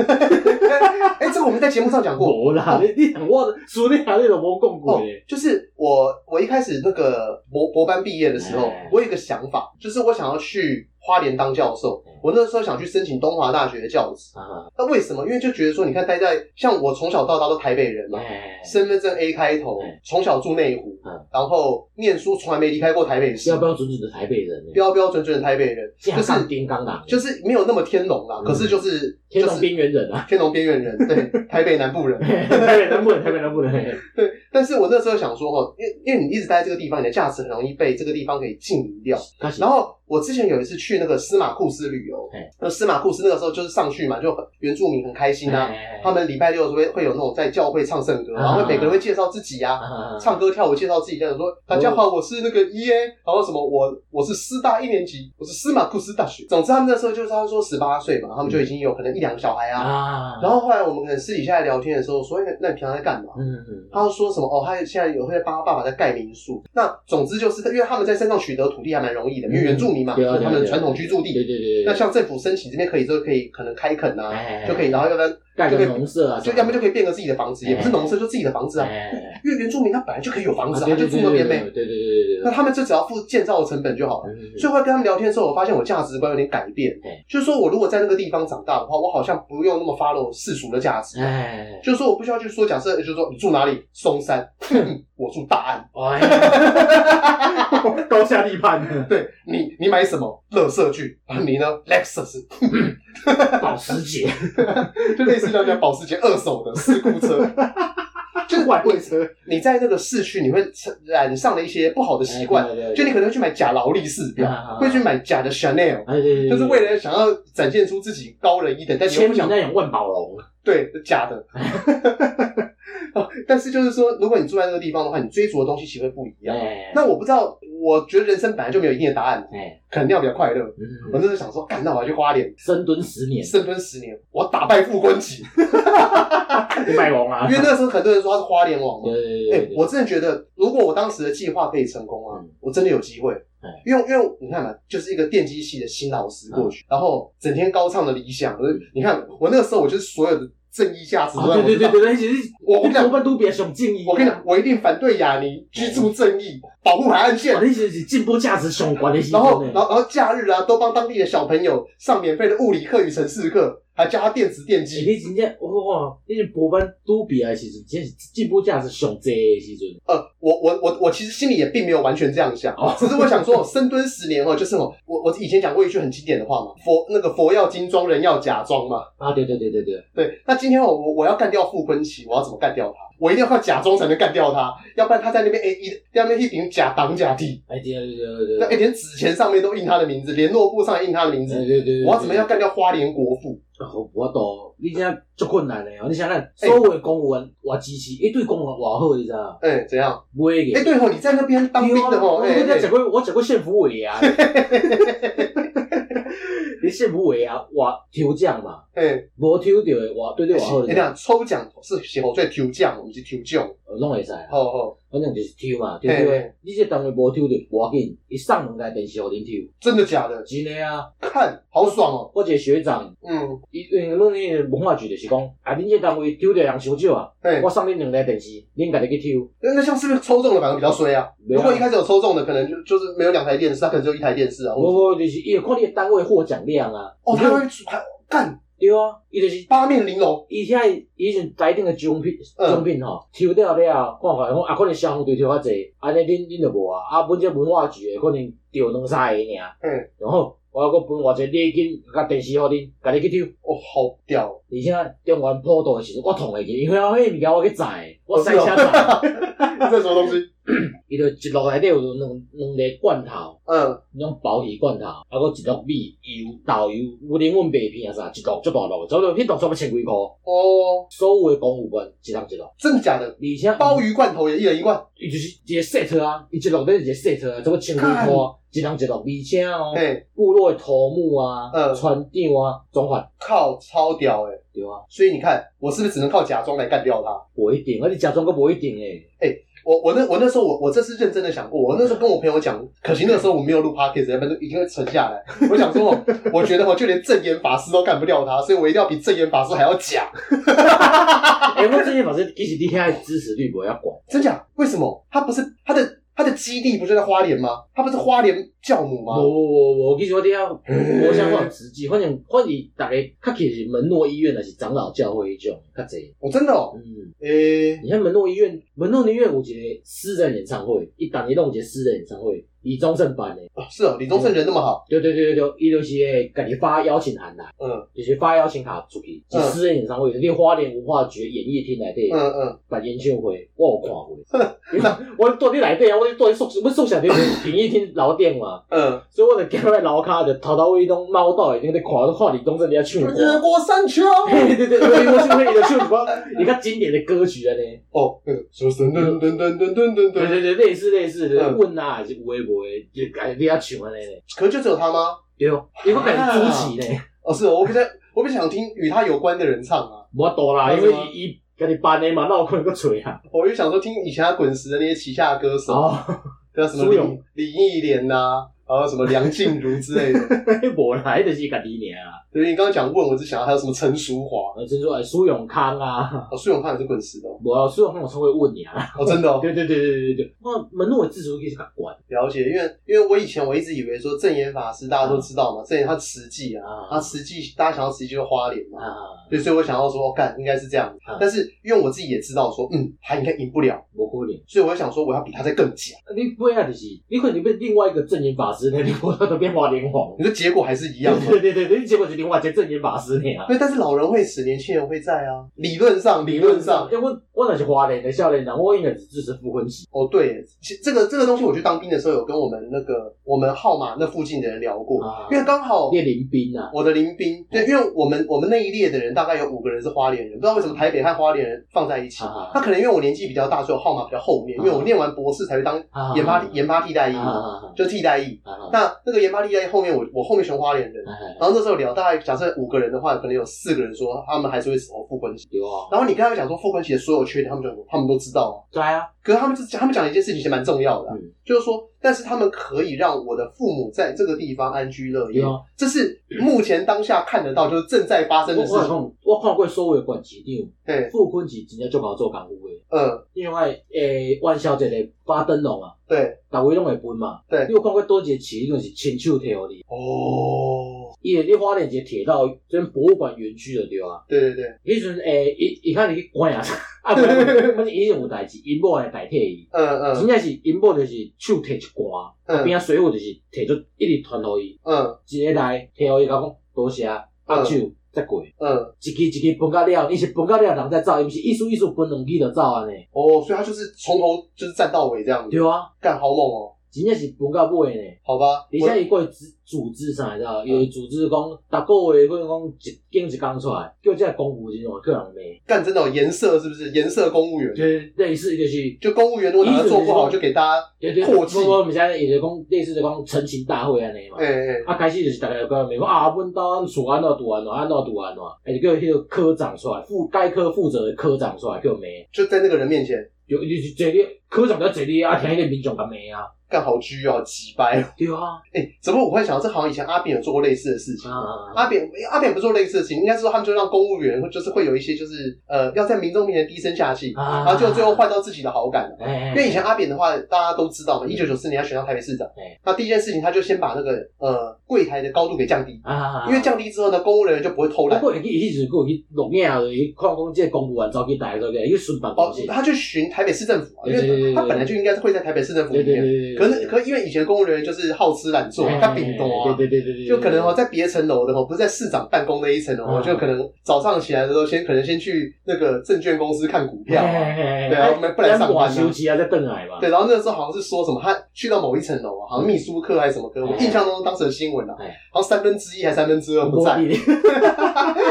Speaker 1: 哎、 [LAUGHS] 这个我们在节目上讲过。
Speaker 2: 啊无
Speaker 1: [LAUGHS]
Speaker 2: 啦，你你讲我输你啊，你都无讲过
Speaker 1: 哦
Speaker 2: 咧，，
Speaker 1: 就是我，我一开始那个博博班毕业的时候
Speaker 2: 哎，
Speaker 1: 我有一个想法，就是我想要去花莲当教授
Speaker 2: 哎。
Speaker 1: 我那时候想去申请东华大学的教职，
Speaker 2: 啊，
Speaker 1: 那为什么？因为就觉得说，你看待在像我从小到大都台北人嘛，
Speaker 2: 哎，
Speaker 1: 身份证 A 开头
Speaker 2: 哎，
Speaker 1: 从小住内湖
Speaker 2: 嗯，
Speaker 1: 然后念书从来没离开过台北市
Speaker 2: 要，不要准准的台北人呢？
Speaker 1: 标标准准的台北人，
Speaker 2: 这样
Speaker 1: 就是
Speaker 2: 当天刚人，
Speaker 1: 就是没有那么天龙啦，
Speaker 2: 嗯
Speaker 1: 可是就是
Speaker 2: 天
Speaker 1: 就
Speaker 2: 龙
Speaker 1: 是
Speaker 2: 边缘人啊，
Speaker 1: 天龙边缘人，
Speaker 2: [LAUGHS]
Speaker 1: 对，台北南部人。
Speaker 2: 台北人不能，台北人不能，嘿
Speaker 1: 对，但是我那时候想说哦，因为因为你一直待在这个地方，你的价值很容易被这个地方给浸淫掉。
Speaker 2: 开始
Speaker 1: 然后我之前有一次去那个司马库斯旅游
Speaker 2: 哎，
Speaker 1: 那司马库斯那个时候就是上去嘛，就很原住民很开心啊。他们礼拜六的时候会会有那种在教会唱圣歌，
Speaker 2: 啊
Speaker 1: 然后每个人会介绍自己啊，
Speaker 2: 啊
Speaker 1: 唱歌跳舞介绍自己，这样说大家好，我是那个 E A，然后什么我我是师大一年级，我是司马库斯大学。总之他们那时候就是他们说十八岁嘛，他们就已经有可能一两个小孩啊。
Speaker 2: 啊，
Speaker 1: 然后后来我们可能私底下聊天的时候说，哎那你平常在干嘛？
Speaker 2: 嗯，
Speaker 1: 他就说什么哦，他现在有会帮他爸爸在盖民宿。那总之就是，因为他们在山上取得土地还蛮容易的，因为原住民嘛，
Speaker 2: 对啊
Speaker 1: 就是他们
Speaker 2: 对
Speaker 1: 的
Speaker 2: 啊
Speaker 1: 传统居住地。
Speaker 2: 对对对对，
Speaker 1: 那像政府申请这边可以之后，可以可能开垦啊，
Speaker 2: 哎
Speaker 1: 就可以，然后要不然
Speaker 2: 盖个农舍啊，
Speaker 1: 就要么就可以变成自己的房子，也不是农舍，就自己的房子啊。
Speaker 2: 哎，
Speaker 1: 因为原住民他本来就可以有房子啊，
Speaker 2: 对
Speaker 1: 他就
Speaker 2: 对
Speaker 1: 住
Speaker 2: 对
Speaker 1: 那边
Speaker 2: 对对
Speaker 1: 呗。
Speaker 2: 对对对对
Speaker 1: 那他们就只要付建造的成本就好了。
Speaker 2: 对，哎
Speaker 1: 所以我在跟他们聊天的时候，我发现我价值观有点改变
Speaker 2: 对。
Speaker 1: 就是说我如果在那个地方长大的话，我好像不用那么 follow 世俗的价值。
Speaker 2: 哎，
Speaker 1: 就是说我不需要去说，假设就是说你住哪里，松山，哼我住大安。
Speaker 2: 哎， [LAUGHS] 高下立判，
Speaker 1: 对你，你买什么乐色剧？啊你呢？Lexus，
Speaker 2: 保时捷，
Speaker 1: 就类似像讲保时捷二手的事故车。
Speaker 2: 就是外汇车，
Speaker 1: 你在那个市区，你会染上了一些不好的习
Speaker 2: 哎
Speaker 1: 惯，就你可能会去买假劳力士表，会去买假的 Chanel，
Speaker 2: 啊哎，对对，
Speaker 1: 就是为了想要展现出自己高人一等，但你又
Speaker 2: 签
Speaker 1: 不
Speaker 2: 名
Speaker 1: 想
Speaker 2: 那种万宝龙，
Speaker 1: 对假的。 [LAUGHS] 哦但是就是说，如果你住在那个地方的话，你追逐的东西其实会不一样。
Speaker 2: 哎，
Speaker 1: 那我不知道，我觉得人生本来就没有一定的答案，
Speaker 2: 哎，
Speaker 1: 可能要比较快乐。我那时候想说，干，那我要去花莲
Speaker 2: 深蹲十年，
Speaker 1: 深蹲十年，我要打败傅昆萁，
Speaker 2: 你卖王 [LAUGHS] 啊
Speaker 1: 因为，那时候很多人说他是花莲王嘛。
Speaker 2: 对对
Speaker 1: 哎、
Speaker 2: 对对，
Speaker 1: 我真的觉得，如果我当时的计划可以成功啊，
Speaker 2: 嗯
Speaker 1: 我真的有机会
Speaker 2: 哎。
Speaker 1: 因为因为你看嘛，啊就是一个电机系的新老师过
Speaker 2: 嗯
Speaker 1: 去，然后整天高唱的理想，我就你看我那个时候我就是所有的正义价值都在
Speaker 2: 对
Speaker 1: 我身
Speaker 2: 嗯啊对对
Speaker 1: 上。
Speaker 2: 对对，其实多半都别熊敬意，啊
Speaker 1: 我跟你讲，我一定反对雅尼居住正义，保护海岸线
Speaker 2: 我，的意思是进步价值相关的一些，
Speaker 1: 然后然后然后假日啊，都帮当地的小朋友上免费的物理课与城市课，还教他电子电
Speaker 2: 欸、
Speaker 1: 机。
Speaker 2: 你真正我哇，你是博班啊拄比的时阵，真是进步价值上济的时阵。
Speaker 1: 呃，我我我我其实心里也并没有完全这样想，
Speaker 2: 哦
Speaker 1: 只是我想说，深蹲十年哦，就是哦，我我以前讲过一句很经典的话嘛，佛那个佛要金装，人要假装嘛。
Speaker 2: 啊，对对对对对，
Speaker 1: 对，那今天哦，我我要干掉傅昆萁，我要怎么干掉他？我一定要靠假装才能干掉他，要不然他在那边哎一在那边一顶假挡假地，
Speaker 2: 哎对对对对
Speaker 1: 那哎
Speaker 2: 对，
Speaker 1: 连纸钱上面都印他的名字，联络簿上也印他的名字。
Speaker 2: 对对对，
Speaker 1: 我要怎么样？干掉花莲国父？
Speaker 2: 哦，我懂，你真正足困难的哦。你想想，所有的公务员我支持，一对公务员偌好，你知道？
Speaker 1: 哎、怎样？
Speaker 2: 袂
Speaker 1: 哎、
Speaker 2: 个。
Speaker 1: 对哦，你在那边当兵的哦，
Speaker 2: 啊我
Speaker 1: 哎、
Speaker 2: 我
Speaker 1: 哎
Speaker 2: 食过，我食过县府
Speaker 1: [LAUGHS]
Speaker 2: 委啊。你县府委啊，我抽奖嘛，
Speaker 1: 哎，
Speaker 2: 无抽到的我对你
Speaker 1: 哎、
Speaker 2: 偌好，
Speaker 1: 你讲抽奖是是我最抽奖，我们是抽奖，哦
Speaker 2: 拢会使。
Speaker 1: 好好，
Speaker 2: 反正就是抽嘛，抽
Speaker 1: 嘿
Speaker 2: 抽
Speaker 1: 嘿
Speaker 2: 的。你这单位无抽到，无要紧，伊送两台电视互恁抽。
Speaker 1: 真的假的？
Speaker 2: 真诶啊，
Speaker 1: 看好爽哦，
Speaker 2: 我一个学长，
Speaker 1: 嗯，
Speaker 2: 伊因为阮迄个文化局就是讲，啊，恁这单位抽着人伤少啊，
Speaker 1: 哎、
Speaker 2: 我送恁两台电视，恁家己去抽。
Speaker 1: 那那像是不是抽中了反而比较衰啊？
Speaker 2: 没有
Speaker 1: 如
Speaker 2: 啊
Speaker 1: 果一开始有抽中的，可能就就是没有两台电视，他可能只有一台电视啊。
Speaker 2: 无
Speaker 1: 我
Speaker 2: 无就是伊会看你的单位获奖量啊。
Speaker 1: 哦，
Speaker 2: 你就
Speaker 1: 他会还干
Speaker 2: 对啊，伊就是
Speaker 1: 八面玲珑，
Speaker 2: 伊遐以前台顶的奖品
Speaker 1: 嗯
Speaker 2: 奖品吼，抽了了，看看讲啊，可能消防队抽较济，安尼恁恁就无啊。啊，阮这文化局的可能抽两三个尔。
Speaker 1: 嗯，
Speaker 2: 然后我还佫分偌济礼金甲电视互恁，家己去抽。
Speaker 1: 哦，好屌
Speaker 2: [LAUGHS]
Speaker 1: 哦！
Speaker 2: 而且中原普渡的时阵，我同会记，因为我迄物件我去载，我赛车载，
Speaker 1: 这哦是什么东西？
Speaker 2: [LAUGHS] 伊就一路内底有两两个罐头，
Speaker 1: 嗯，
Speaker 2: 那种保鱼罐头，啊，搁一粒米油、豆油、有零阮白片啊啥，一路足大路，走到迄路差不多千几箍，
Speaker 1: 哦，
Speaker 2: 所有的公务员一人一路，
Speaker 1: 真的假的？
Speaker 2: 而且
Speaker 1: 鲍鱼罐头也一人一罐，
Speaker 2: 伊就是一个 set 啊，伊一路底一个 set 啊，差不多千几箍，一人一路，而且哦，
Speaker 1: 嘿，
Speaker 2: 部落的头目啊、
Speaker 1: 嗯
Speaker 2: 船长啊，总管
Speaker 1: 靠，超屌哎、
Speaker 2: 对啊，
Speaker 1: 所以你看，我是不是只能靠假装来干掉他？
Speaker 2: 无一定，啊，你假装佫无一定诶，
Speaker 1: 我我那我那时候我我这次认真的想过，我那时候跟我朋友讲，可惜那时候我没有录 podcast，要不然就一定会沉下来。我想 [LAUGHS] 说，我觉得我就连正言法师都干不掉他，所以我一定要比正言法师还要假。
Speaker 2: 诶，我之前反正其实你遐的支持率无遐悬。
Speaker 1: 真假？为什么？他不是他的他的基地不就在花莲吗？他不是花莲教母
Speaker 2: 无
Speaker 1: 吗？
Speaker 2: 无无无，其实我遐
Speaker 1: 嘿
Speaker 2: 无啥看实际，反正反正大家较起是门诺医院，还是长老教会迄种较济。
Speaker 1: 我、真的哦，
Speaker 2: 嗯，
Speaker 1: 诶、
Speaker 2: 你看门诺医院，门诺医院有一个私人演唱会，一档一弄一个私人演唱会，李宗盛办的。
Speaker 1: 哦是哦，李宗盛人那么好，
Speaker 2: 对对对对对，伊就是会家己发邀请函来，
Speaker 1: 嗯
Speaker 2: 就是发邀请卡出去，是
Speaker 1: 嗯
Speaker 2: 私人演唱会，就是花莲文化局演艺厅内底
Speaker 1: 嗯嗯，
Speaker 2: 办演唱会，我有看过。你看我住你内底啊，我住你宿舍，我宿舍就是演艺厅楼顶嘛。
Speaker 1: 嗯，
Speaker 2: 所以我就行在楼骹，就偷偷伊拢猫到已经在看，我看李宗盛在唱
Speaker 1: 越
Speaker 2: 歌。
Speaker 1: 过山丘，哦
Speaker 2: 对对对，所以我唱伊就唱歌，伊较经典的歌曲安尼。
Speaker 1: 哦，那个就是噔噔噔噔噔噔噔
Speaker 2: 对
Speaker 1: 噔，
Speaker 2: 对对，类似类似的，
Speaker 1: 嗯
Speaker 2: 问啊还是有诶无诶，就家己遐唱安尼咧。
Speaker 1: 可就只有他吗？
Speaker 2: 对啊哦，伊个家己主持咧，
Speaker 1: 哦，是哦，我比较我比较想听与他有关的人唱啊。
Speaker 2: 无多啦，因为伊伊家己办诶嘛，哪有可能个吹啊？
Speaker 1: 我就想说，听以前他滚石的那些旗下歌手，
Speaker 2: 哦，
Speaker 1: 对啊，什么
Speaker 2: 苏
Speaker 1: 李
Speaker 2: 永
Speaker 1: 李忆莲呐、啊，还有什么梁静茹之类
Speaker 2: [LAUGHS]
Speaker 1: 的。
Speaker 2: 无啦，迄就是家己尔啊。
Speaker 1: 对，你刚刚讲问，我只想到还有什么陈淑华，
Speaker 2: 呃，真说哎，苏永康啊，
Speaker 1: 哦，苏永康也是滚石的哦，
Speaker 2: 无苏永康我超会问你啊。
Speaker 1: 哦，真的哦，
Speaker 2: [LAUGHS] 对对对对对对，我门诺自主就是较悬
Speaker 1: 了解，因为因为我以前我一直以为说正言法师大家都知
Speaker 2: 嗯
Speaker 1: 道嘛，正言他慈济啊，
Speaker 2: 啊
Speaker 1: 他慈济大家想要慈济就是花莲嘛，
Speaker 2: 啊，
Speaker 1: 对，所以我想要说，哦干应该是这样
Speaker 2: 啊，
Speaker 1: 但是因为我自己也知道说，嗯，他应该赢不了，
Speaker 2: 无可能。啊
Speaker 1: 所以我就想说我要比他再更强，
Speaker 2: 你不要就是，你可能变另外一个正言法师呢，你不要都变花莲王。
Speaker 1: 你说结果还是一样
Speaker 2: [LAUGHS]
Speaker 1: 吗？
Speaker 2: 对对对对，结果是另外一个正言法师呢啊。
Speaker 1: 对，但是老人会死，年轻人会在啊，理论上，理论上，
Speaker 2: 因为我我若是花莲的少年人，我应该是支持傅昆萁。
Speaker 1: 哦，对，其这个这个东西，我去当兵的时候有跟我们那个我们号码那附近的人聊过，
Speaker 2: 啊
Speaker 1: 因为刚好
Speaker 2: 列林兵啊，
Speaker 1: 我的临兵，对，因为我们我们那一列的人大概有五个人是花莲人，不知道为什么台北和花莲人放在一起。
Speaker 2: 啊
Speaker 1: 他可能因为我年纪比较大，所以我号码比较后面，因为我念完博士才会当
Speaker 2: 啊
Speaker 1: 研发研发替代役
Speaker 2: 啊
Speaker 1: 嘛，
Speaker 2: 啊
Speaker 1: 就替代役。
Speaker 2: 啊啊！
Speaker 1: 那那个研发替代役后面，我我后面选花莲人。
Speaker 2: 哎
Speaker 1: 然后那时候聊，大概假设五个人的话，可能有四个人说他们还是会投傅昆萁。
Speaker 2: 对啊，
Speaker 1: 然后你跟他们讲说傅昆萁的所有缺点，他们就他们都知道啊。
Speaker 2: 知啊，
Speaker 1: 可是他们是他们讲了一件事情是蛮重要的啊、
Speaker 2: 嗯
Speaker 1: 就是说，但是他们可以让我的父母在这个地方安居乐业
Speaker 2: 对啊，
Speaker 1: 这是目前当下看得到，就是正在发
Speaker 2: 我
Speaker 1: 生的
Speaker 2: 我
Speaker 1: 事
Speaker 2: 看
Speaker 1: 情。
Speaker 2: 讲，我看过所有的管市长，
Speaker 1: 对，
Speaker 2: 傅昆萁真正足够做工有诶。
Speaker 1: 嗯，
Speaker 2: 另外，诶，阮小姐的巴登龙啊，
Speaker 1: 对，
Speaker 2: 逐位拢会分嘛。
Speaker 1: 对
Speaker 2: 你有看过多一个市长是亲手摕互你，
Speaker 1: 哦，
Speaker 2: 伊会你花莲一个铁道，跟博物馆园区就对啊。
Speaker 1: 对对对，
Speaker 2: 迄阵诶，伊伊较入去关啊，啊，不是反正伊有代志，因某来代替伊。
Speaker 1: 嗯
Speaker 2: 真
Speaker 1: 嗯
Speaker 2: 正是因某就是手摕一罐，啊
Speaker 1: 嗯
Speaker 2: 边仔水壶就是摕出一直传互伊，
Speaker 1: 嗯
Speaker 2: 一个来摕互伊甲讲多谢，啊手再过，一
Speaker 1: 嗯，
Speaker 2: 支一支分到了，伊是分到了人再走，伊毋是一束一束分两支就走安尼。
Speaker 1: 哦，所以他就是从头就是站到尾这样子，
Speaker 2: 对啊，
Speaker 1: 干好猛哦，
Speaker 2: 真正是分到尾呢。
Speaker 1: 好吧，
Speaker 2: 而且伊过组组织啥，你知道？伊组织讲，逐个月可能讲一经一工出来，叫这个公务人员叫人骂。
Speaker 1: 干真的有颜色是不是？颜色公务员，
Speaker 2: 就是类似就是，
Speaker 1: 就公务员如果哪个做不好，就给大家，
Speaker 2: 对对，
Speaker 1: 唾弃
Speaker 2: 我们现在伊就讲类似就讲陈情大会安尼嘛
Speaker 1: 哎、。哎
Speaker 2: 啊，开始就是大家讲咪讲啊，阮兜咱厝安怎住安怎，安怎住安怎，哎，就叫迄个科长出来，负该科负责的科长出来叫骂，
Speaker 1: 就在那个人面前
Speaker 2: 就就是坐你科长在坐你啊，听迄个民众甲骂啊，
Speaker 1: 干好狙哦，急掰哦，
Speaker 2: 对啊，
Speaker 1: 哎、怎么我会想到这好像以前阿扁有做过类似的事情？
Speaker 2: 啊，
Speaker 1: 阿扁阿扁不做类似的事情，应该是说他们就让公务员就是会有一些就是呃要在民众面前低声下气，
Speaker 2: 啊
Speaker 1: 然后就最后换到自己的好感了。
Speaker 2: 哎，
Speaker 1: 因
Speaker 2: 哎
Speaker 1: 为以前阿扁的话，大家都知道嘛，一九九四年他选上台北市长
Speaker 2: 对，
Speaker 1: 那第一件事情他就先把那个呃柜台的高度给降低，
Speaker 2: 啊，
Speaker 1: 因为降低之后呢，公务人员就不会偷
Speaker 2: 啊，
Speaker 1: 懒。
Speaker 2: 过伊伊时佫有去录影啊，伊看讲即个公务员走去台做个，伊顺办公
Speaker 1: 哦
Speaker 2: 室，，
Speaker 1: 他去巡台北市政府嘛，啊因
Speaker 2: 对对对
Speaker 1: 为
Speaker 2: 对
Speaker 1: 他本来就应该是会在台北市政府
Speaker 2: 对
Speaker 1: 里
Speaker 2: 对
Speaker 1: 面。
Speaker 2: 对对，
Speaker 1: 可是可因为以前公务人员就是好吃懒做，他饼多啊，
Speaker 2: 对对对对，
Speaker 1: 就可能哦，在别层楼的哦，不是在市长办公那一层哦，
Speaker 2: 嗯
Speaker 1: 就可能早上起来的时候，先可能先去那个证券公司看股票啊，
Speaker 2: 对
Speaker 1: 对啊，不然上班
Speaker 2: 休
Speaker 1: 啊。
Speaker 2: 息啊再转来嘛，
Speaker 1: 对，然后那时候好像是说什么，他去到某一层楼啊，好像秘书课还是什么课，我
Speaker 2: 哎
Speaker 1: 印象中当时的新闻啊
Speaker 2: 哎，
Speaker 1: 好像三分之一还三分之二不在，
Speaker 2: 无
Speaker 1: [LAUGHS]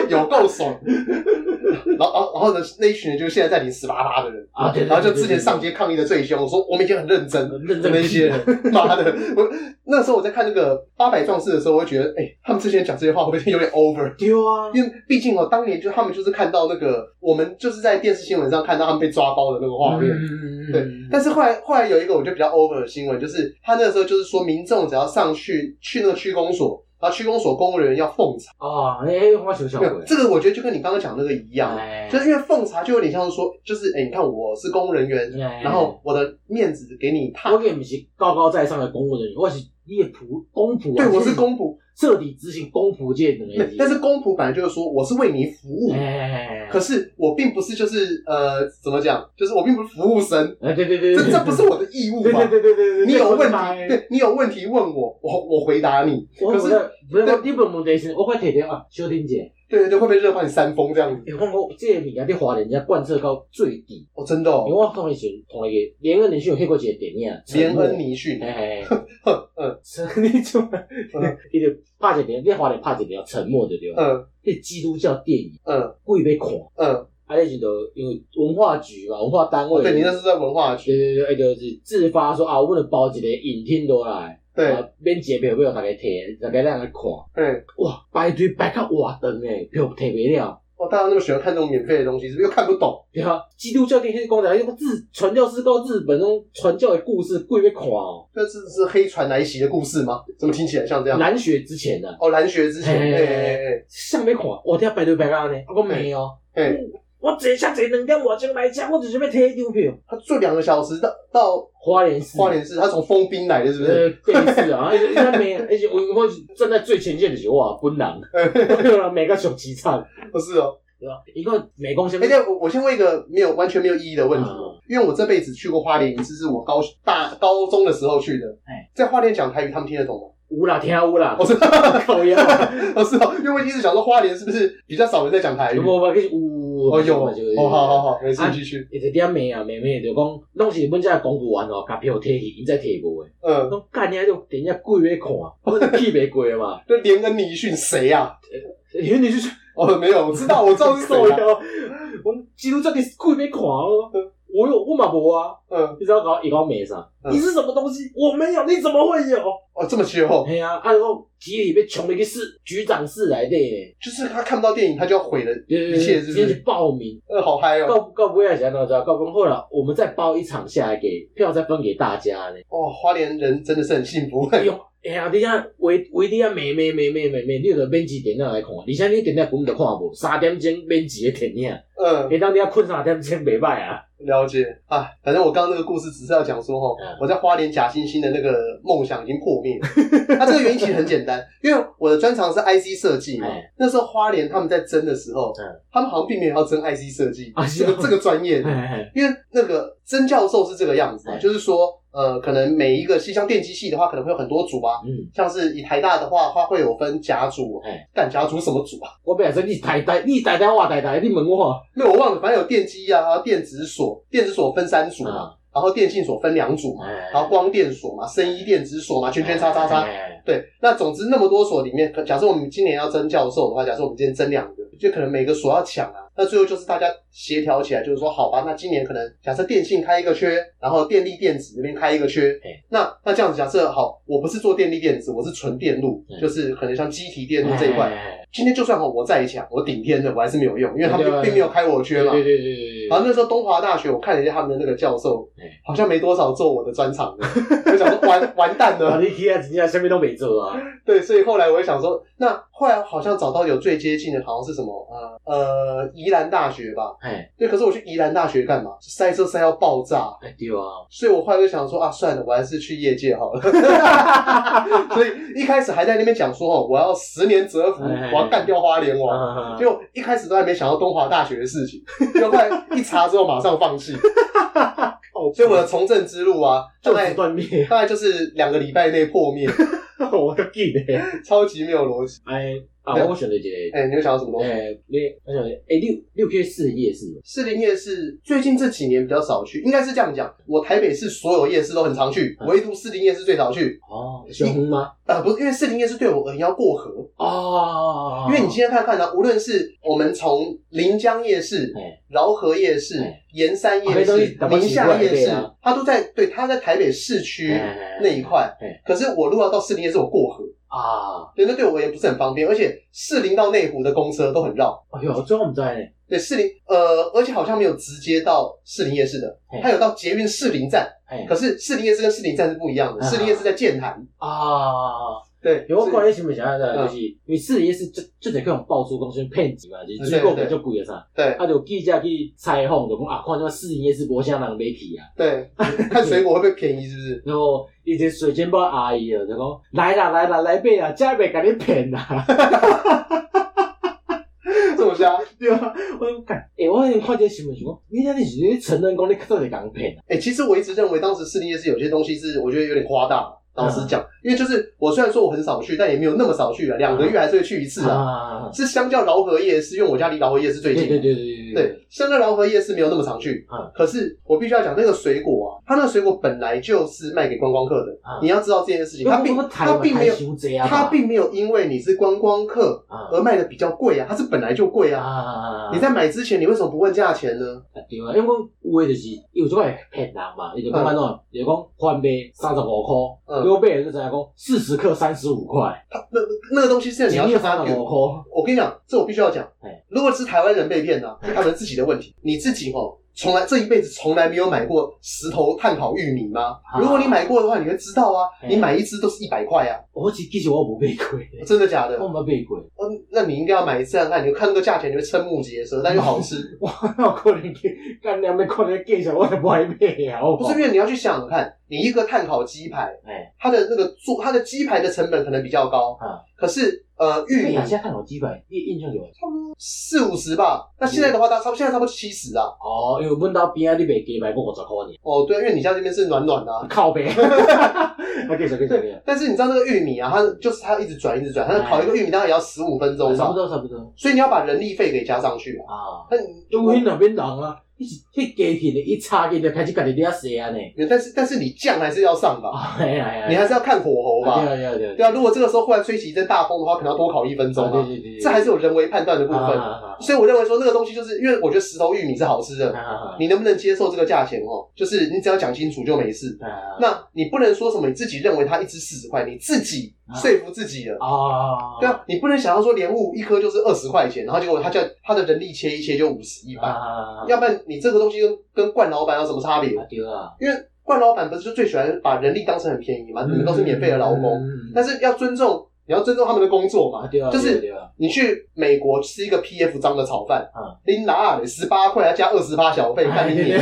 Speaker 1: 有够爽。然后，然后，然后呢，那一群人就现在在领十八趴的人
Speaker 2: 啊对对对
Speaker 1: 然后就之前上街抗议的最凶，我说我们已经很认真，
Speaker 2: 认真
Speaker 1: 那些人， [LAUGHS] 妈的！我那时候我在看那个《八百壮士》的时候，我会觉得，哎、他们之前讲这些话会不会有点 over？
Speaker 2: 对啊，
Speaker 1: 因为毕竟哦，当年就他们就是看到那个，我们就是在电视新闻上看到他们被抓包的那个画面。
Speaker 2: 嗯
Speaker 1: 对，但是后来后来有一个我就比较 over 的新闻，就是他那个时候就是说，民众只要上去去那个区公所，然后区公所公务人员要奉茶。
Speaker 2: 哦，哎，我想想
Speaker 1: 没
Speaker 2: 过
Speaker 1: 有，这个我觉得就跟你刚刚讲那个一样，
Speaker 2: 哎
Speaker 1: 就是因为奉茶就有点像是说，就是哎、你看我是公务人员，
Speaker 2: 哎
Speaker 1: 然后我的面子给你踏
Speaker 2: 我，也不是高高在上的公务人员，我是你的仆公仆、啊，
Speaker 1: 对我是公仆，
Speaker 2: 彻底执行公仆界的能力。
Speaker 1: 但是公仆本来就是说我是为你服务，
Speaker 2: 哎，
Speaker 1: 可是我并不是就是呃怎么讲，就是我并不是服务生，
Speaker 2: 哎，对对对，
Speaker 1: 这这不是我的义务
Speaker 2: 对对
Speaker 1: 嘛？
Speaker 2: 对对对对，
Speaker 1: 你有问题，对你有问题问我，我我回答你，
Speaker 2: 我觉得不是你问问题是，我快提点啊，小婷姐，
Speaker 1: 对对对，会不会热到你三风这样子？
Speaker 2: 哎，我我这个物件你华人家贯彻到最底，
Speaker 1: 哦，真的
Speaker 2: 因为
Speaker 1: 哦，
Speaker 2: 我看以前同一个连恩连续有拍过一个电影，
Speaker 1: 连恩尼逊，
Speaker 2: 哎，
Speaker 1: 哼嗯
Speaker 2: 你就，伊就拍一个，你华人拍一个沉默的对吧？
Speaker 1: 嗯
Speaker 2: 迄基督教电影，
Speaker 1: 嗯
Speaker 2: 贵要看。
Speaker 1: 嗯，
Speaker 2: 啊，那时就因为文化局嘛，文化单位，
Speaker 1: 对你那是在文化局，
Speaker 2: 对对对，哎，就是自发说啊，我们包一个影厅落来，
Speaker 1: 对
Speaker 2: 啊，免钱票要大家摕，大家咱来看，
Speaker 1: 对。
Speaker 2: 哇，排队排到活长诶，票摕袂了，
Speaker 1: 哦，大家那么喜欢看这种免费的东西，是不是又看不懂？
Speaker 2: 对啊，基督教殿迄讲的，迄个日传教士到日本种传教的故事，贵要看哦。
Speaker 1: 这是是黑船来袭的故事吗？怎么听起来像这样？
Speaker 2: 南学之前呢，
Speaker 1: 哦，蓝学之前，
Speaker 2: 嘿
Speaker 1: 哎哎
Speaker 2: 上要看，我听排队排到安尼，我没有。
Speaker 1: 哎哎，
Speaker 2: 我坐车坐两点外钟来车，我就是要摕张票。
Speaker 1: 他坐两个小时到到
Speaker 2: 花莲市，
Speaker 1: 花莲市，他从封冰来的，是不是？
Speaker 2: 呃，电视啊，而且他没，而且我我站在最前线的是我本人，对啦，每个小机场，
Speaker 1: 不是哦。
Speaker 2: 对吧？一个美工先
Speaker 1: 哎，，对，我我先问一个没有完全没有意义的问题
Speaker 2: 嗯，
Speaker 1: 因为我这辈子去过花莲一次，是我高大高中的时候去的
Speaker 2: 哎。
Speaker 1: 在花莲讲台语，他们听得懂吗？哦
Speaker 2: 有啦，听有啦
Speaker 1: 我，知道，
Speaker 2: 靠腰，
Speaker 1: 我知哦道，因为我一直想说花莲是不是比较少人在讲台语
Speaker 2: 有？无无，就是有，
Speaker 1: 哦有，
Speaker 2: 就是
Speaker 1: 哦好好好，没事
Speaker 2: 啊
Speaker 1: 继续。
Speaker 2: 一直点骂啊，骂骂就讲，拢是阮遮广告员哦，甲票摕去，因再摕无诶，
Speaker 1: 嗯，
Speaker 2: 拢干遐就电影贵要看，我就去袂过嘛。
Speaker 1: 就连恩尼逊谁啊？
Speaker 2: 因为你就是
Speaker 1: 哦，没有，我知道，我知道是谁
Speaker 2: 靠
Speaker 1: 啊。
Speaker 2: 腰，
Speaker 1: [LAUGHS]
Speaker 2: 我基督教你贵要看哦，我有我嘛无啊，
Speaker 1: 嗯，
Speaker 2: 你知道搞伊搞骂啥？
Speaker 1: 嗯
Speaker 2: 你是什么东西？我没有，你怎么会有？
Speaker 1: 哦，这么缺哦，
Speaker 2: 哎呀，啊，然后集体被穷了一个市局长室来的，
Speaker 1: 就是他看不到电影，他就要毁了，
Speaker 2: 一
Speaker 1: 切是不是
Speaker 2: 先去报名，
Speaker 1: 呃，好嗨哦。
Speaker 2: 告告不要想到啊知道，告不后来我们再包一场下来给票再分给大家呢。
Speaker 1: 哦，花莲人真的是很幸福。 [LAUGHS]
Speaker 2: 哎呦，哎呀，你啊为为你啊美美美美美美，你着免钱电影来看，而且你电影根本就看无，三点钟免钱的电影，
Speaker 1: 嗯，
Speaker 2: 下当你啊困三点钟袂歹啊。
Speaker 1: 了解啊，反正我刚刚那个故事只是要讲说哈
Speaker 2: 嗯，
Speaker 1: 我在花莲假惺惺的那个梦想已经破灭了。 [LAUGHS] 那、这个原因其实很简单，因为我的专长是 IC 设计嘛
Speaker 2: 哎。
Speaker 1: 那时候花莲他们在争的时候，
Speaker 2: 嗯
Speaker 1: 他们好像并没有要争 IC 设计
Speaker 2: 啊
Speaker 1: 这
Speaker 2: 是
Speaker 1: 个
Speaker 2: 吗
Speaker 1: 这个专业，
Speaker 2: 哎哎
Speaker 1: 因为那个曾教授是这个样子嘛，
Speaker 2: 哎
Speaker 1: 就是说呃，可能每一个系像电机系的话，可能会有很多组啊。
Speaker 2: 嗯，
Speaker 1: 像是以台大的话，它会有分甲组
Speaker 2: 哎，
Speaker 1: 干甲组什么组啊？
Speaker 2: 我本来说你呆呆，你呆呆我呆呆，你问我
Speaker 1: 没有，我忘了，反正有电机啊，电子所，电子所分三组嘛，
Speaker 2: 啊，
Speaker 1: 然后电信所分两组嘛，
Speaker 2: 哎
Speaker 1: 然后光电所嘛，生医电子所嘛，圈圈叉叉叉。
Speaker 2: 哎
Speaker 1: 对，那总之那么多所里面，可假设我们今年要争教授的话，假设我们今天争两个，就可能每个所要抢啊。那最后就是大家协调起来，就是说，好吧，那今年可能假设电信开一个缺，然后电力电子那边开一个缺
Speaker 2: 嘿，
Speaker 1: 那那这样子假设好，我不是做电力电子，我是纯电路，
Speaker 2: 嗯
Speaker 1: 就是可能像机体电路这一块。
Speaker 2: 哎
Speaker 1: 今天就算好我再强，我顶天的我还是没有用，因为他们
Speaker 2: 对
Speaker 1: 并
Speaker 2: 啊
Speaker 1: 并没有开我缺嘛。
Speaker 2: 对对对对对。
Speaker 1: 然后那时候东华大学，我看了一下他们的那个教授
Speaker 2: 哎，
Speaker 1: 好像没多少做我的专场的，我想说完完蛋
Speaker 2: 啊，
Speaker 1: 了。 [LAUGHS]
Speaker 2: 你去啊，真正什么都没做啊。
Speaker 1: 对，所以后来我就想说，那后来好像找到有最接近的，好像是什么呃呃宜兰大学吧。
Speaker 2: 哎，
Speaker 1: 对，可是我去宜兰大学干嘛？塞车塞到爆炸，
Speaker 2: 哎对啊，
Speaker 1: 所以我后来就想说啊，算了，我还是去业界
Speaker 2: [LAUGHS]
Speaker 1: 好了。所以一开始还在那边讲说哦，我要十年蛰伏，
Speaker 2: 哎
Speaker 1: 我要干掉花莲王。
Speaker 2: 啊
Speaker 1: 结果一开始都还没想到东华大学的事情，结果后来一查之后马上放弃。所以我的从政之路啊，大
Speaker 2: 就
Speaker 1: 概
Speaker 2: 此断灭，
Speaker 1: 大概就是两个礼拜内破灭，
Speaker 2: [LAUGHS] 我都记得。
Speaker 1: 超级没有逻辑。
Speaker 2: 哎，啊，
Speaker 1: 对
Speaker 2: 我选择一个，
Speaker 1: 哎、你有想到什么东西？
Speaker 2: 哎，你，我想，哎，六六 K 四的夜市，
Speaker 1: 士林夜市最近这几年比较少去，应该是这样讲。我台北市所有夜市都很常去，
Speaker 2: 嗯
Speaker 1: 唯独士林夜市最少去。
Speaker 2: 哦，选红吗？
Speaker 1: 呃，不是，因为士林夜市对我而言要过河，
Speaker 2: 哦，
Speaker 1: 因为你今天看看呢、无论是我们从临江夜市、
Speaker 2: 哎，
Speaker 1: 饶河夜市
Speaker 2: 哎、
Speaker 1: 盐山
Speaker 2: 啊
Speaker 1: 夜
Speaker 2: 那
Speaker 1: 市
Speaker 2: 东西、打不
Speaker 1: 宁
Speaker 2: 起过
Speaker 1: 夏
Speaker 2: 来
Speaker 1: 夜
Speaker 2: 对
Speaker 1: 市
Speaker 2: 啊，
Speaker 1: 它都在对，它在台北市区
Speaker 2: 哎
Speaker 1: 那一块
Speaker 2: 哎。
Speaker 1: 可是我如果要到士林夜市，我过河，
Speaker 2: 啊，
Speaker 1: 对，那对我而言不是很方便，而且士林到内湖的公车都很绕。
Speaker 2: 哎呦，这我们在呢，
Speaker 1: 对士林，呃，而且好像没有直接到士林夜市的
Speaker 2: 嘿，
Speaker 1: 它有到捷运士林站，
Speaker 2: 哎
Speaker 1: 可是士林夜市跟士林站是不一样的，
Speaker 2: 啊
Speaker 1: 士林夜市在建潭，
Speaker 2: 啊。
Speaker 1: 对，
Speaker 2: 有我
Speaker 1: 是
Speaker 2: 过来想没想到的，就是因为四夜市就就得各种爆出公司骗子嘛，就是水果比较贵的啥，
Speaker 1: 对
Speaker 2: 啊，就记者去采访，就讲啊，看这四夜市无啥人买去啊，
Speaker 1: 对，看水果会不会便宜，是不是？ [LAUGHS]
Speaker 2: 然后一个水煎包阿姨哦，就讲来啦来啦来买啦，真袂甲你骗啦。
Speaker 1: 这么瞎？
Speaker 2: 对啊，我讲，干诶、我迄看这个新闻是讲，你那你是你承认讲你到底甲人骗啊？
Speaker 1: 哎、其实我一直认为当时士林夜市有些东西是我觉得有点夸大，老
Speaker 2: 嗯
Speaker 1: 实讲，因为就是我虽然说我很少去，但也没有那么少去了，两个月还是会去一次啊。
Speaker 2: 啊，
Speaker 1: 是相较饶河夜市，因为我家离饶河夜市最
Speaker 2: 对
Speaker 1: 近嘛，
Speaker 2: 对对对对对
Speaker 1: 对，像那劳合夜市没有那么常去，
Speaker 2: 嗯
Speaker 1: 可是我必须要讲那个水果啊，它那个水果本来就是卖给观光客的，
Speaker 2: 嗯
Speaker 1: 你要知道这件事情，它并它
Speaker 2: 它
Speaker 1: 并没有，
Speaker 2: 有
Speaker 1: 它并没有因为你是观光客
Speaker 2: 啊
Speaker 1: 而卖的比较贵啊，它是本来就贵啊。
Speaker 2: 啊，
Speaker 1: 你在买之前，你为什么不问价钱呢？
Speaker 2: 啊对啊，因为讲有诶就是有即款骗人嘛，伊就讲安怎，就讲翻倍三十五
Speaker 1: 嗯
Speaker 2: 箍，我买诶就知影讲四十克三十五块，
Speaker 1: 它那那个东西是你要
Speaker 2: 一
Speaker 1: 去
Speaker 2: 克
Speaker 1: 发
Speaker 2: 三十
Speaker 1: 给
Speaker 2: 五箍，
Speaker 1: 我跟你讲，这我必须要讲
Speaker 2: 哎。
Speaker 1: 如果是台湾人被骗呢、啊，是他们自己的问题。你自己哦，从来这一辈子从来没有买过石头炭烤玉米吗？
Speaker 2: 啊
Speaker 1: 如果你买过的话，你会知道啊，
Speaker 2: 哎
Speaker 1: 你买一只都是一百块啊，
Speaker 2: 我其其实我无买过，
Speaker 1: 真的假的？
Speaker 2: 我
Speaker 1: 哦，
Speaker 2: 毋捌买过，
Speaker 1: 那你应该要买一次看看，你就看那个价钱，你会瞠目结舌，但又好吃。
Speaker 2: 我哪有可能去干两面可能介绍我就无爱买啊，我
Speaker 1: 不是因为你要去想想看，你一个炭烤鸡排，
Speaker 2: 哎，
Speaker 1: 它的那个做它的鸡排的成本可能比较高，
Speaker 2: 啊
Speaker 1: 可是呃玉米
Speaker 2: 你现在看我几块，你印象就会
Speaker 1: 四五十吧，那现在的话，它差不现在差不多七十啊。
Speaker 2: 哦，因为阮兜边仔你卖鸡排要五十箍呢，
Speaker 1: 哦，对啊，因为你家这边是暖暖的、啊。
Speaker 2: 靠背， [LAUGHS] 啊介绍介绍介绍，
Speaker 1: 但是你知道那个玉米啊，它就是它一直转一直转，它烤一个玉米大概也要十五分钟
Speaker 2: 哎差
Speaker 1: 吧
Speaker 2: 不，多差不多
Speaker 1: 所以你要把人力费给加上去啊。
Speaker 2: 啊，
Speaker 1: 那你
Speaker 2: 因为那边人啊，伊是迄鸡片的一插进就开始家己咧洗安尼。
Speaker 1: 但是但是你酱还是要上吧，
Speaker 2: 啊，哎呀哎呀，
Speaker 1: 你还是要看火候
Speaker 2: 对
Speaker 1: 吧。
Speaker 2: 啊对啊对啊
Speaker 1: 对啊，如果这个时候忽然吹起一阵大风的话，可能要多烤一分钟
Speaker 2: 对
Speaker 1: 啊。
Speaker 2: 对对，
Speaker 1: 这还是有人为判断的部分。
Speaker 2: 啊
Speaker 1: 所以我认为说那个东西，就是因为我觉得石头玉米是好吃的，
Speaker 2: 啊
Speaker 1: 你能不能接受这个价钱哦？就是你只要讲清楚就没事。那你不能说什么你自己认为它一只四十块，你自己说服自己了。
Speaker 2: 啊
Speaker 1: 对啊，你不能想要说莲雾一颗就是二十块钱，然后结果他叫他的人力切一切就五十一百，
Speaker 2: 啊
Speaker 1: 要不然你这个东西跟跟冠老板有什么差别？
Speaker 2: 对啊，
Speaker 1: 因为冠老板不是就最喜欢把人力当成很便宜嘛，你们都是免费的劳工，，但是要尊重，你要尊重他们的工作嘛
Speaker 2: 啊。对啊，对啊，
Speaker 1: 你去美国吃一个 PF 章的炒饭
Speaker 2: 嗯，
Speaker 1: 拎拿尔十八块，还加二十八小
Speaker 2: 哎
Speaker 1: 费，看你脸。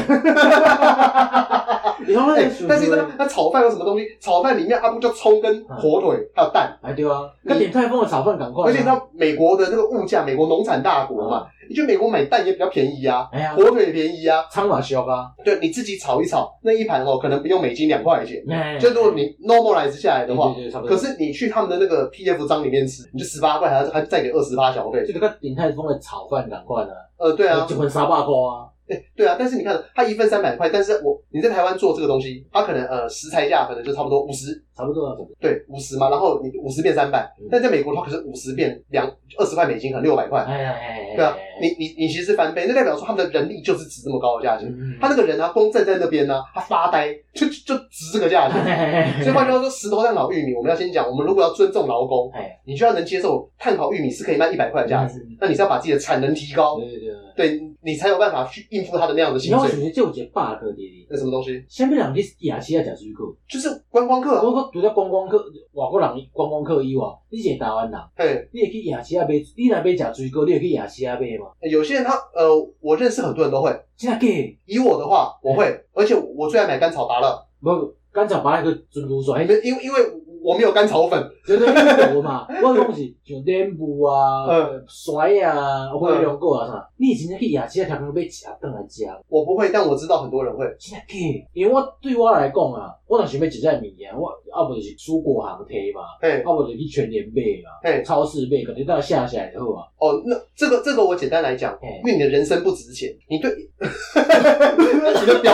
Speaker 2: 你看
Speaker 1: 哎，但是那那炒饭有什么东西？炒饭里面啊不就葱跟火腿还有蛋，
Speaker 2: 哎对啊，跟点泰丰的炒饭赶快，
Speaker 1: 而且你知道美国的那个物价，美国农产大国
Speaker 2: 啊
Speaker 1: 嘛，你去美国买蛋也比较便宜啊。
Speaker 2: 哎呀，
Speaker 1: 火腿便宜啊，
Speaker 2: 苍马烧啊，
Speaker 1: 对，你自己炒一炒，那一盘哦，可能不用美金两块钱。就如果你 normalize 下来的话，
Speaker 2: 哎对对差不
Speaker 1: 可
Speaker 2: 多，
Speaker 1: 是你去他们的那个 PF 章里面吃，你就十八块，还要还再给二十八小费。
Speaker 2: 就跟鼎泰丰的炒饭赶快啊，
Speaker 1: 呃，对啊
Speaker 2: 一，份三百块啊，
Speaker 1: 对啊，但是你看，它一份三百块，但是我你在台湾做这个东西，它可能呃食材价可能就差不多五十，
Speaker 2: 差不多啊，差不多，
Speaker 1: 对，五十嘛，然后你五十变三百
Speaker 2: 嗯，
Speaker 1: 但在美国的话可是五十变两二十块美金，可能六百块，
Speaker 2: 哎哎哎，
Speaker 1: 对啊，你你你其实翻倍，那代表说他们的人力就是值这么高的价钱。他
Speaker 2: 他
Speaker 1: 那个人啊，光站在那边呢、他发呆，就就就值这个价钱。
Speaker 2: 哎
Speaker 1: 所以换句话说，石头蛋烤玉米，我们要先讲，我们如果要尊重劳工，
Speaker 2: 哎
Speaker 1: 你就要能接受碳烤玉米是可以卖一百块的价值，
Speaker 2: 值，
Speaker 1: 那你是要把自己的产能提高，
Speaker 2: 对对对。
Speaker 1: 对你才有办法去应付他的那样的
Speaker 2: 你
Speaker 1: 薪
Speaker 2: 要
Speaker 1: 水。
Speaker 2: 想这有一个 bug 伫哩，
Speaker 1: 那什么东西？
Speaker 2: 啥物人去夜市啊食水果？
Speaker 1: 就是观光客啊，
Speaker 2: 我讲除了观光客、外国人观光客以外，你是台湾人，
Speaker 1: 嘿，
Speaker 2: 你会去夜市啊买？你若要食水果，你会去夜市啊买吗？
Speaker 1: 有些人他呃，我认识很多人都会。
Speaker 2: 真假的？
Speaker 1: 以我的话，我会，而且我最爱买甘草芭乐，
Speaker 2: 无，干炒把那个准如水，
Speaker 1: 因为因为因为我没有甘草粉，
Speaker 2: 对对对，无
Speaker 1: [LAUGHS]
Speaker 2: 嘛。我讲是像莲雾啊、
Speaker 1: 嗯，
Speaker 2: 甩啊、火龙果啊啥，你真正去夜市啊，通常买一盒顿来食。
Speaker 1: 我不会，但我知道很多人会。
Speaker 2: 真假的？因为我对我来讲啊，我若想要一只物件，我啊无就是蔬果行摕嘛，
Speaker 1: 嘿，
Speaker 2: 啊无就去全联买嘛，
Speaker 1: 嘿，
Speaker 2: 超市买，可能到下下来就好啊。
Speaker 1: 哦，那这个这个我简单来讲，
Speaker 2: 嘿
Speaker 1: 因为你的人生不值钱，你对 [LAUGHS] 你的表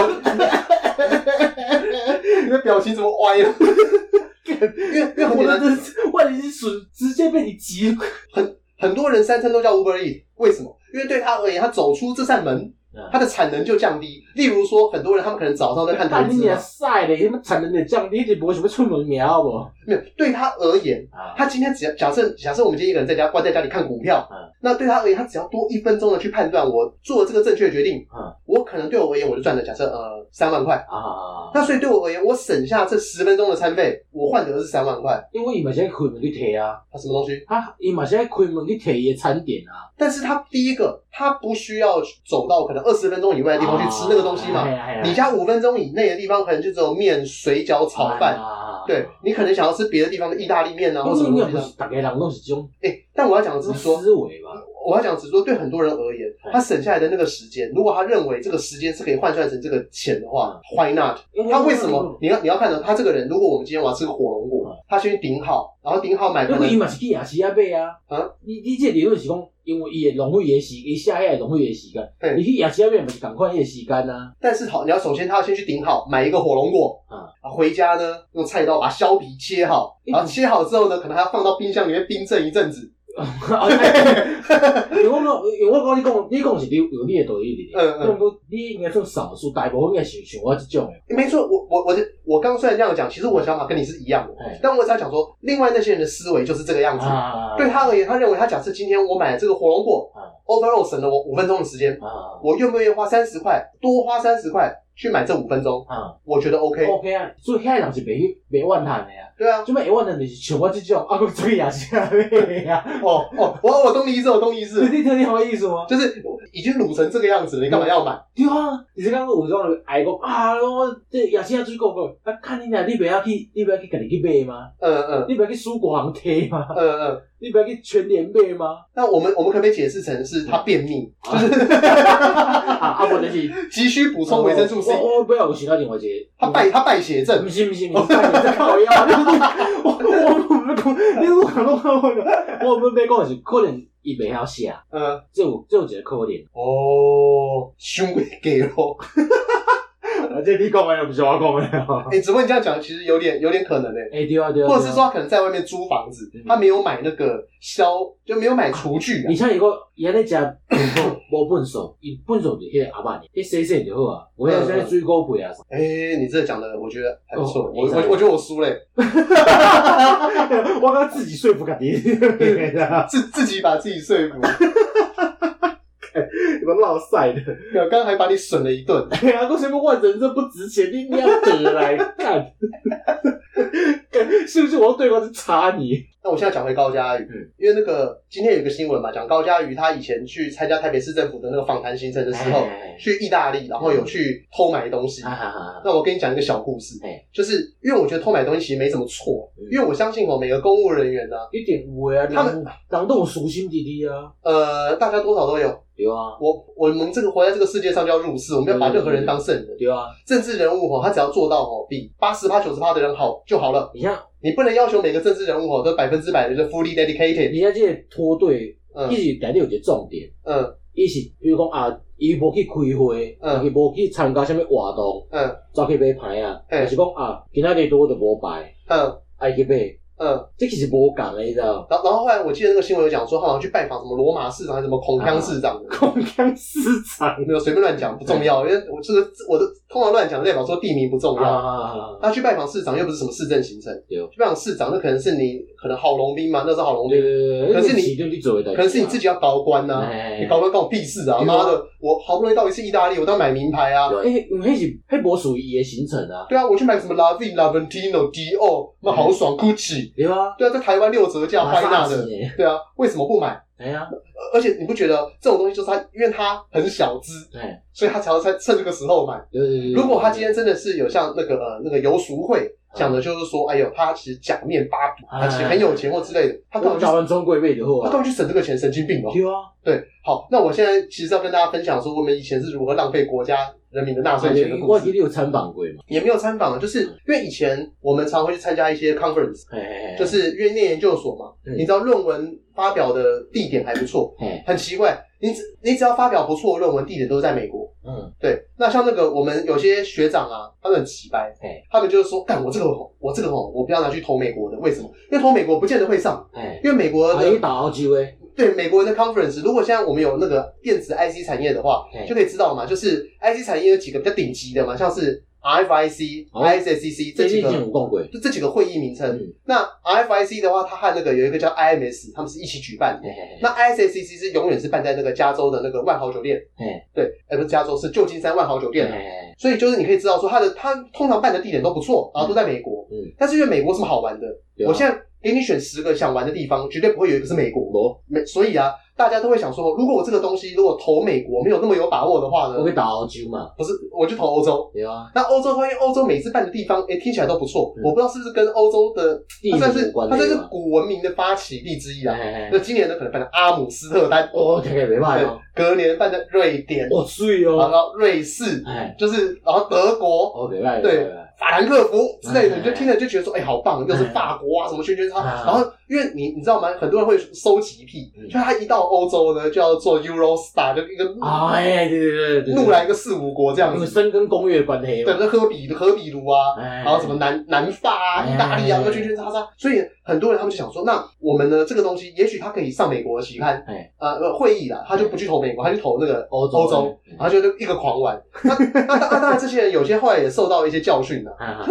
Speaker 1: [LAUGHS] 你的表情怎么歪了？因为因为很
Speaker 2: 我
Speaker 1: 简
Speaker 2: 的
Speaker 1: 单，
Speaker 2: 这是我的是损，直接被你击溃。
Speaker 1: 很多人三餐都叫 Uber Eat，为什么？因为对他而言，他走出这扇门，
Speaker 2: 啊
Speaker 1: 他的产能就降低。例如说，很多人他们可能嗯早上在看投
Speaker 2: 但啊你
Speaker 1: 资啊
Speaker 2: 也
Speaker 1: 嘛，
Speaker 2: 晒嘞，什么产能的降低，你不会什么出门苗无？
Speaker 1: 没有对他而言，
Speaker 2: 啊，
Speaker 1: 他今天只要假设假设我们今天一个人在家关在家里看股票，
Speaker 2: 嗯
Speaker 1: 那对他而言，他只要多一分钟的去判断我做了这个正确的决定，
Speaker 2: 嗯
Speaker 1: 我可能对我而言，我就赚了假设呃三万块。
Speaker 2: 啊，
Speaker 1: 那所以对我而言，我省下这十分钟的餐费，我换得的是三万块，
Speaker 2: 因为伊嘛是爱开门去摕啊，
Speaker 1: 啊，什么东西？
Speaker 2: 他伊嘛是爱开门去摕伊的餐点啊，
Speaker 1: 但是他第一个，他不需要走到可能二十分钟以外的地
Speaker 2: 啊
Speaker 1: 方去吃那个东西嘛。
Speaker 2: 嘛
Speaker 1: 你家五分钟以内的地方，可能就只有面、水饺、炒饭。对你可能想要吃别的地方的意大利面啊，或
Speaker 2: 啊因
Speaker 1: 什
Speaker 2: 为
Speaker 1: 么
Speaker 2: 应该
Speaker 1: 东西
Speaker 2: 哦不哦
Speaker 1: 的。
Speaker 2: 是大家人拢是这种嗯
Speaker 1: 哎、但我要讲的
Speaker 2: 这
Speaker 1: 是
Speaker 2: 种
Speaker 1: 说，
Speaker 2: 思维吧？
Speaker 1: 我要讲只是说，对很多人而言，他省下来的那个时间，如果他认为这个时间是可以换算成这个钱的话，Why
Speaker 2: 嗯
Speaker 1: not？他为什么？你要你要看到他这个人，如果我们今天我要吃个火龙果，他先顶好，然后顶好啊买可
Speaker 2: 嗯如果
Speaker 1: 能
Speaker 2: 伊嘛是去夜市遐买啊，
Speaker 1: 啊，
Speaker 2: 你你这个理论是讲，因为伊会浪费伊的时，伊下遐会浪费伊的时间
Speaker 1: 嘿，
Speaker 2: 你去夜市遐买嘛是共款伊的时间
Speaker 1: [LAUGHS]
Speaker 2: 啊，
Speaker 1: 但是好，你要首先他要先去顶好买一个火龙果，
Speaker 2: 啊
Speaker 1: 啊，回家呢用菜刀把削皮切好，
Speaker 2: 嗯
Speaker 1: 然后切好之后呢，可能还要放到冰箱里面冰镇一阵子。
Speaker 2: 啊，哎因为我讲，因为我讲你讲，你讲是你有你的道理的，
Speaker 1: 嗯嗯
Speaker 2: 但不过你应该算少数，大部分应该是像我这种的，
Speaker 1: 没错，我我我的我刚虽然这样讲，其实我的想法跟你是一样的，
Speaker 2: 哎
Speaker 1: 但我只要讲说，另外那些人的思维就是这个样子。
Speaker 2: 啊，
Speaker 1: 对他而言，他认为他假设今天我买了这个火龙果、
Speaker 2: 啊
Speaker 1: o v e r a l l 省了我五分钟的时间，
Speaker 2: 啊
Speaker 1: 我愿不愿意花三十块，多花三十块去买这五分钟？
Speaker 2: 啊
Speaker 1: 我觉得 OK。
Speaker 2: ，OK 啊，所以遐人是袂去袂怨叹的啊，
Speaker 1: 对啊，
Speaker 2: 即摆会怨叹就是像我这种，啊，我做夜市遐买啊，
Speaker 1: 哦哦，我我懂你意思，我懂你意思
Speaker 2: 你，你听你好意思吗？
Speaker 1: 就是已经卤成这个样子了，你干嘛要买？
Speaker 2: 对啊，你是讲有种人爱讲啊，我这夜市啊水果果，啊，看你俩，你袂晓去，你袂晓去家己去买吗？
Speaker 1: 嗯嗯
Speaker 2: 你袂晓去蔬果行摕吗？
Speaker 1: 嗯嗯。
Speaker 2: 你袂晓去全联买吗？
Speaker 1: 那我们我们可不可以解释成是他便秘，
Speaker 2: 啊，啊，无就是
Speaker 1: 急需补充维生素 C，
Speaker 2: 我我不要有想到另外一个，
Speaker 1: 他败他败血症
Speaker 2: 不？是不是不是，你在搞呀！我我唔讲，你我讲我讲，我唔要讲的是可能伊袂晓写，
Speaker 1: 嗯，
Speaker 2: 这有这有一个可能。
Speaker 1: 哦，胸贵给咯。
Speaker 2: 啊，这你讲的又不是我讲的哦。
Speaker 1: 哎，只不过你这样讲，其实有点有点可能诶。
Speaker 2: 哎，对啊对啊。
Speaker 1: 或者是说，他可能在外面租房子
Speaker 2: 嗯，
Speaker 1: 他没有买那个消，就没有买厨具啊
Speaker 2: 而。且如果伊安尼食无粪扫，伊粪扫就迄个阿爸呢，迄洗洗就好啊。我遐些水果配啊，
Speaker 1: 哎、你这讲的我觉得还不错，
Speaker 2: 哦
Speaker 1: 我
Speaker 2: 哎
Speaker 1: 我我觉得我输嘞、
Speaker 2: 我刚自己说服家己，你
Speaker 1: 自自己把自己说
Speaker 2: [LAUGHS]
Speaker 1: 服，
Speaker 2: 们落赛的。
Speaker 1: 刚刚还把你损了一顿。
Speaker 2: 对啊，为什么万人这不值钱？你你要得来干？干是不是我要对方去查你？
Speaker 1: 那我现在讲回高佳瑜，
Speaker 2: 嗯
Speaker 1: 因为那个今天有一个新闻嘛，讲高佳瑜他以前去参加台北市政府的那个访谈行程的时候，
Speaker 2: 哎
Speaker 1: 去意大利，然后有去偷买东西。
Speaker 2: 啊，
Speaker 1: 那我跟你讲一个小故事
Speaker 2: 哎，
Speaker 1: 就是因为我觉得偷买东西其实没什么错
Speaker 2: 嗯，
Speaker 1: 因为我相信哦，每个公务人员呢、
Speaker 2: 一点有的啊，
Speaker 1: 他
Speaker 2: 人人都有私心弟弟啊，
Speaker 1: 呃，大家多少都有。
Speaker 2: 对啊，
Speaker 1: 我我们这个活在这个世界上叫入世，我们要把任何人当圣人。
Speaker 2: 对啊，
Speaker 1: 政治人物哦，他只要做到哦，比八十趴、九十趴的人好就好了。
Speaker 2: 你像
Speaker 1: 你不能要求每个政治人物哦都百分之百的就 fully dedicated。
Speaker 2: 你像这个脱队，伊
Speaker 1: 嗯
Speaker 2: 是内底有一个重点，
Speaker 1: 嗯
Speaker 2: 伊是比如讲啊，伊无去开会，
Speaker 1: 嗯
Speaker 2: 伊无去参加什么活动，
Speaker 1: 嗯
Speaker 2: 走去买牌啊，
Speaker 1: 嘿
Speaker 2: 就是讲啊，今仔日多就无牌，
Speaker 1: 嗯
Speaker 2: 爱去买，
Speaker 1: 嗯。
Speaker 2: 这其实无共的，你
Speaker 1: [LAUGHS]
Speaker 2: 知道吗？
Speaker 1: 然后然后后来我记得那个新闻有讲说，他好像去拜访什么罗马市长还是什么孔嗯锵市长的。
Speaker 2: 空腔市场
Speaker 1: 没有随便乱讲不重要，因为我这个我的通常乱讲代表说地名不重要。
Speaker 2: 啊，
Speaker 1: 他去拜访市长又不是什么市政行程，
Speaker 2: 对哦
Speaker 1: 去拜访市长那可能是你可能郝龙斌嘛，那是郝龙
Speaker 2: 对
Speaker 1: 斌，
Speaker 2: 对对，
Speaker 1: 可是你
Speaker 2: 就你做的，
Speaker 1: 可能是你自己要高官呐、
Speaker 2: 哎，
Speaker 1: 你搞乱关我屁事啊！
Speaker 2: 对啊
Speaker 1: 妈的，我好不容易到一次意大利，我都要买名牌啊！
Speaker 2: 对，哎，因为那是迄无属于伊的行程啊，
Speaker 1: 对啊，我去买什么 La V、La Valentino、Dior，那好
Speaker 2: 嗯
Speaker 1: 爽，Gucci。
Speaker 2: 对啊，
Speaker 1: 对啊，在台湾六折价，欢纳的。
Speaker 2: 的，
Speaker 1: 对啊，为什么不买？呃
Speaker 2: 哎呀，
Speaker 1: 而且你不觉得这种东西就是他，因为他很小资，
Speaker 2: 哎，
Speaker 1: 所以他才要在趁这个时候买。
Speaker 2: 对对对。
Speaker 1: 如果他今天真的是有像那个呃那个游淑慧
Speaker 2: 嗯
Speaker 1: 讲的，就是说，哎呦，他其实假面芭比，
Speaker 2: 哎
Speaker 1: 他其实很有钱或之类的，他
Speaker 2: 他
Speaker 1: 干嘛
Speaker 2: 到
Speaker 1: 去
Speaker 2: 台？湾专柜买就好
Speaker 1: 他
Speaker 2: 啊
Speaker 1: 干，嘛去省这个钱？神经病哦！
Speaker 2: 对啊，
Speaker 1: 对，好，那我现在其实要跟大家分享说，我们以前是如何浪费国家人民的纳税钱的故
Speaker 2: 我记
Speaker 1: 事，
Speaker 2: 得有参访过嘛，
Speaker 1: 也没有参访，就是因为以前我们常会去参加一些 conference，
Speaker 2: 哎哎哎，
Speaker 1: 就是因为念研究所嘛，
Speaker 2: 嗯
Speaker 1: 你知道论文发表的地点还不错，
Speaker 2: 哎，
Speaker 1: 很奇怪，你只你只要发表不错的论文，地点都是在美国。
Speaker 2: 嗯，
Speaker 1: 对，那像那个我们有些学长啊，他们很奇掰
Speaker 2: 嘿，
Speaker 1: 他们就是说，干我这个我这个哦，我不要拿去投美国的，为什么？因为投美国不见得会上，
Speaker 2: 哎，
Speaker 1: 因为美国
Speaker 2: 啊，
Speaker 1: 的
Speaker 2: 伊打好几位，
Speaker 1: 对美国人的 conference，如果现在我们有那个电子 IC 产业的话
Speaker 2: 嘿，
Speaker 1: 就可以知道嘛，就是 IC 产业有几个比较顶级的嘛，像是 RFIC、
Speaker 2: 哦
Speaker 1: ISCC 这
Speaker 2: 这
Speaker 1: 几
Speaker 2: 已经
Speaker 1: 个，
Speaker 2: 有讲过，
Speaker 1: 就这几个会议名称。
Speaker 2: 嗯
Speaker 1: 那 RFIC 的话，它和那个有一个叫 IMS，他们是一起举办的。
Speaker 2: 那
Speaker 1: 那 ISCC 是永远是办在那个加州的那个万豪酒店，
Speaker 2: 哎，
Speaker 1: 对，哎、不是加州，是旧金山万豪酒店啊。
Speaker 2: 哎，
Speaker 1: 所以就是你可以知道说，它的它通常办的地点都不错，然后都在美国。
Speaker 2: 嗯
Speaker 1: 但是因为美国有什么好玩的？
Speaker 2: 对啊
Speaker 1: 我现在给你选十个想玩的地方，绝对不会有一个是美国。
Speaker 2: 无，
Speaker 1: 美，所以啊，大家都会想说，如果我这个东西如果投美国没有那么有把握的话呢
Speaker 2: 我，会打澳洲嘛，
Speaker 1: 不是我就投欧洲。
Speaker 2: 对啊，
Speaker 1: 那欧洲，发现欧洲每次办的地方，哎、听起来都不错。
Speaker 2: 嗯
Speaker 1: 我不知道是不是跟欧洲的，
Speaker 2: 地
Speaker 1: 它算
Speaker 2: 理
Speaker 1: 是
Speaker 2: 有关
Speaker 1: 它算是
Speaker 2: 的嘛。
Speaker 1: 古文明的发起地之一啊。
Speaker 2: 哎
Speaker 1: 那今年呢，可能办的阿姆斯特丹，
Speaker 2: 哦，这个没办法哦，
Speaker 1: 隔年办的瑞典，
Speaker 2: 哦，水
Speaker 1: 然
Speaker 2: 哦，
Speaker 1: 后瑞士，
Speaker 2: 哎，
Speaker 1: 就是然后德国、
Speaker 2: 哦，没办法，
Speaker 1: 对
Speaker 2: 没办法
Speaker 1: 法兰克福之类的，
Speaker 2: 哎
Speaker 1: 你就听着就觉得说，哎、好棒，又是法国啊，什么圈圈叉。
Speaker 2: 哎
Speaker 1: 然后因为你你知道吗？很多人会收集癖，
Speaker 2: 嗯
Speaker 1: 就他一到欧洲呢，就要做 Eurostar，就一个
Speaker 2: 哎，对对对对对，
Speaker 1: 怒来个四五国这样
Speaker 2: 因为
Speaker 1: 子，
Speaker 2: 深跟公约的关系
Speaker 1: 对，
Speaker 2: 嘛，
Speaker 1: 就科比科比卢啊，
Speaker 2: 哎
Speaker 1: 然后什么南南法啊、
Speaker 2: 哎
Speaker 1: 意大利啊，都圈圈叉叉。所以很多人他们就想说，那我们呢这个东西，也许他可以上美国的期刊，
Speaker 2: 哎
Speaker 1: 呃呃会议啦，他就不去投美国，他去投那个
Speaker 2: 欧洲
Speaker 1: 欧洲，
Speaker 2: 嗯
Speaker 1: 然后就一个狂玩。那那那那当然，这些人有些后来也受到一些教训啦，
Speaker 2: 啊啊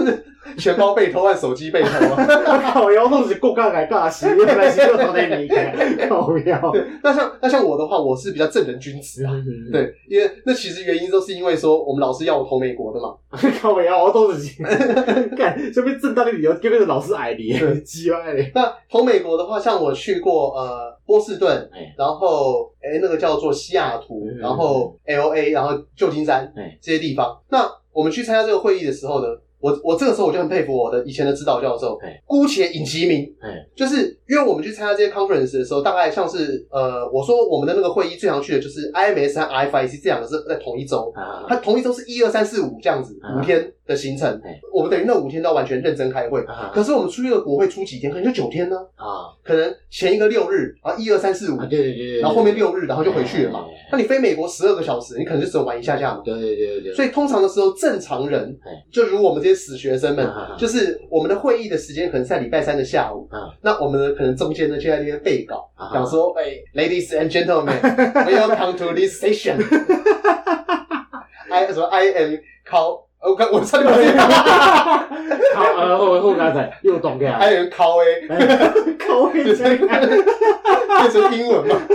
Speaker 1: 钱包被偷和手机被偷啊。
Speaker 2: 我靠，摇动是够尴尬尬死，原来是要从那边开，靠腰。
Speaker 1: 那像那像我的话，我是比较正人君子啊。
Speaker 2: 对，
Speaker 1: 对，因为那其实原因都是因为说我们老师要我投美国的嘛，
Speaker 2: [LAUGHS] 靠腰摇动是， [LAUGHS] 看这边正当的理由，跟那个老师矮你
Speaker 1: 对，
Speaker 2: 鸡歪嘞。
Speaker 1: 那投美国的话，像我去过呃波士顿
Speaker 2: 哎，
Speaker 1: 然后诶那个叫做西雅图
Speaker 2: 嗯，
Speaker 1: 然后 L A，然后旧金山
Speaker 2: 哎
Speaker 1: 这些地方。那我们去参加这个会议的时候呢，我我这个时候我就很佩服我的以前的指导教授
Speaker 2: 哎，
Speaker 1: 姑且引其名
Speaker 2: 哎，
Speaker 1: 就是因为我们去参加这些 conference 的时候，大概像是呃我说我们的那个会议最常去的就是 I M S 和 I F I C 这两个是在同一周，
Speaker 2: 啊
Speaker 1: 它同一周是一二三四五这样子
Speaker 2: 啊
Speaker 1: 五天的行程
Speaker 2: 哎，
Speaker 1: 我们等于那五天都要完全认真开会。
Speaker 2: 啊
Speaker 1: 可是我们出一个国会出几天，可能就九天呢、
Speaker 2: 啊！
Speaker 1: 可能前一个六日，然后一二三四五，
Speaker 2: 对对对，
Speaker 1: 然后后面，六日，然后就回去了嘛
Speaker 2: 哎哎哎。
Speaker 1: 那你飞美国十二个小时，你可能就只能玩一下下嘛。
Speaker 2: 对对对对，
Speaker 1: 所
Speaker 2: 以
Speaker 1: 以通常的时候，正常人
Speaker 2: 哎
Speaker 1: 就如我们这些死学生们
Speaker 2: 啊啊啊，
Speaker 1: 就是我们的会议的时间可能是在礼拜三的下午
Speaker 2: 啊。
Speaker 1: 那我们呢，可能中间呢就在那边背稿，
Speaker 2: 啊
Speaker 1: 讲说：“哎，ladies and gentlemen，welcome to this session。I 什么 I am call，我看我差点把自己打
Speaker 2: 好，呃，后后刚才又懂个
Speaker 1: I am call A
Speaker 2: 靠背这个，
Speaker 1: 变成英文嘛。” [LAUGHS]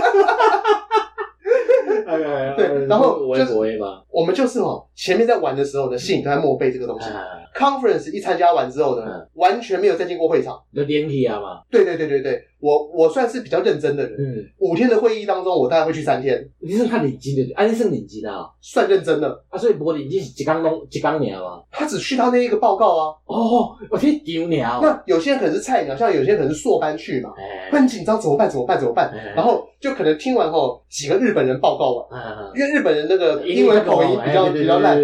Speaker 1: 对然后
Speaker 2: 我
Speaker 1: 就
Speaker 2: 也
Speaker 1: 是
Speaker 2: 不会嘛，
Speaker 1: 我们就是哦，前面在玩的时候呢，心里都在默背这个东西。
Speaker 2: 啊，
Speaker 1: Conference 一参加完之后呢，
Speaker 2: 嗯
Speaker 1: 完全没有再进过会场。
Speaker 2: 就连体啊嘛，
Speaker 1: 对对对对对，我我算是比较认真的人。
Speaker 2: 嗯，
Speaker 1: 五天的会议当中，我大概会去三天，
Speaker 2: 你是看领巾的，啊，你是领巾的啊，
Speaker 1: 算认真的。
Speaker 2: 啊，所以无领巾是一工拢一工尔嘛，
Speaker 1: 他只去他那一个报告啊。
Speaker 2: 哦，我去丢鸟，
Speaker 1: 那有些人可能是菜鸟，像有些人可能是硕班去嘛，
Speaker 2: 哎
Speaker 1: 会，很紧张，怎么办？怎么办？怎么办？
Speaker 2: 哎
Speaker 1: 然后就可能听完后，几个日本人报告完，
Speaker 2: 啊，
Speaker 1: 因为日本人那个英文口音哎比较比较烂，，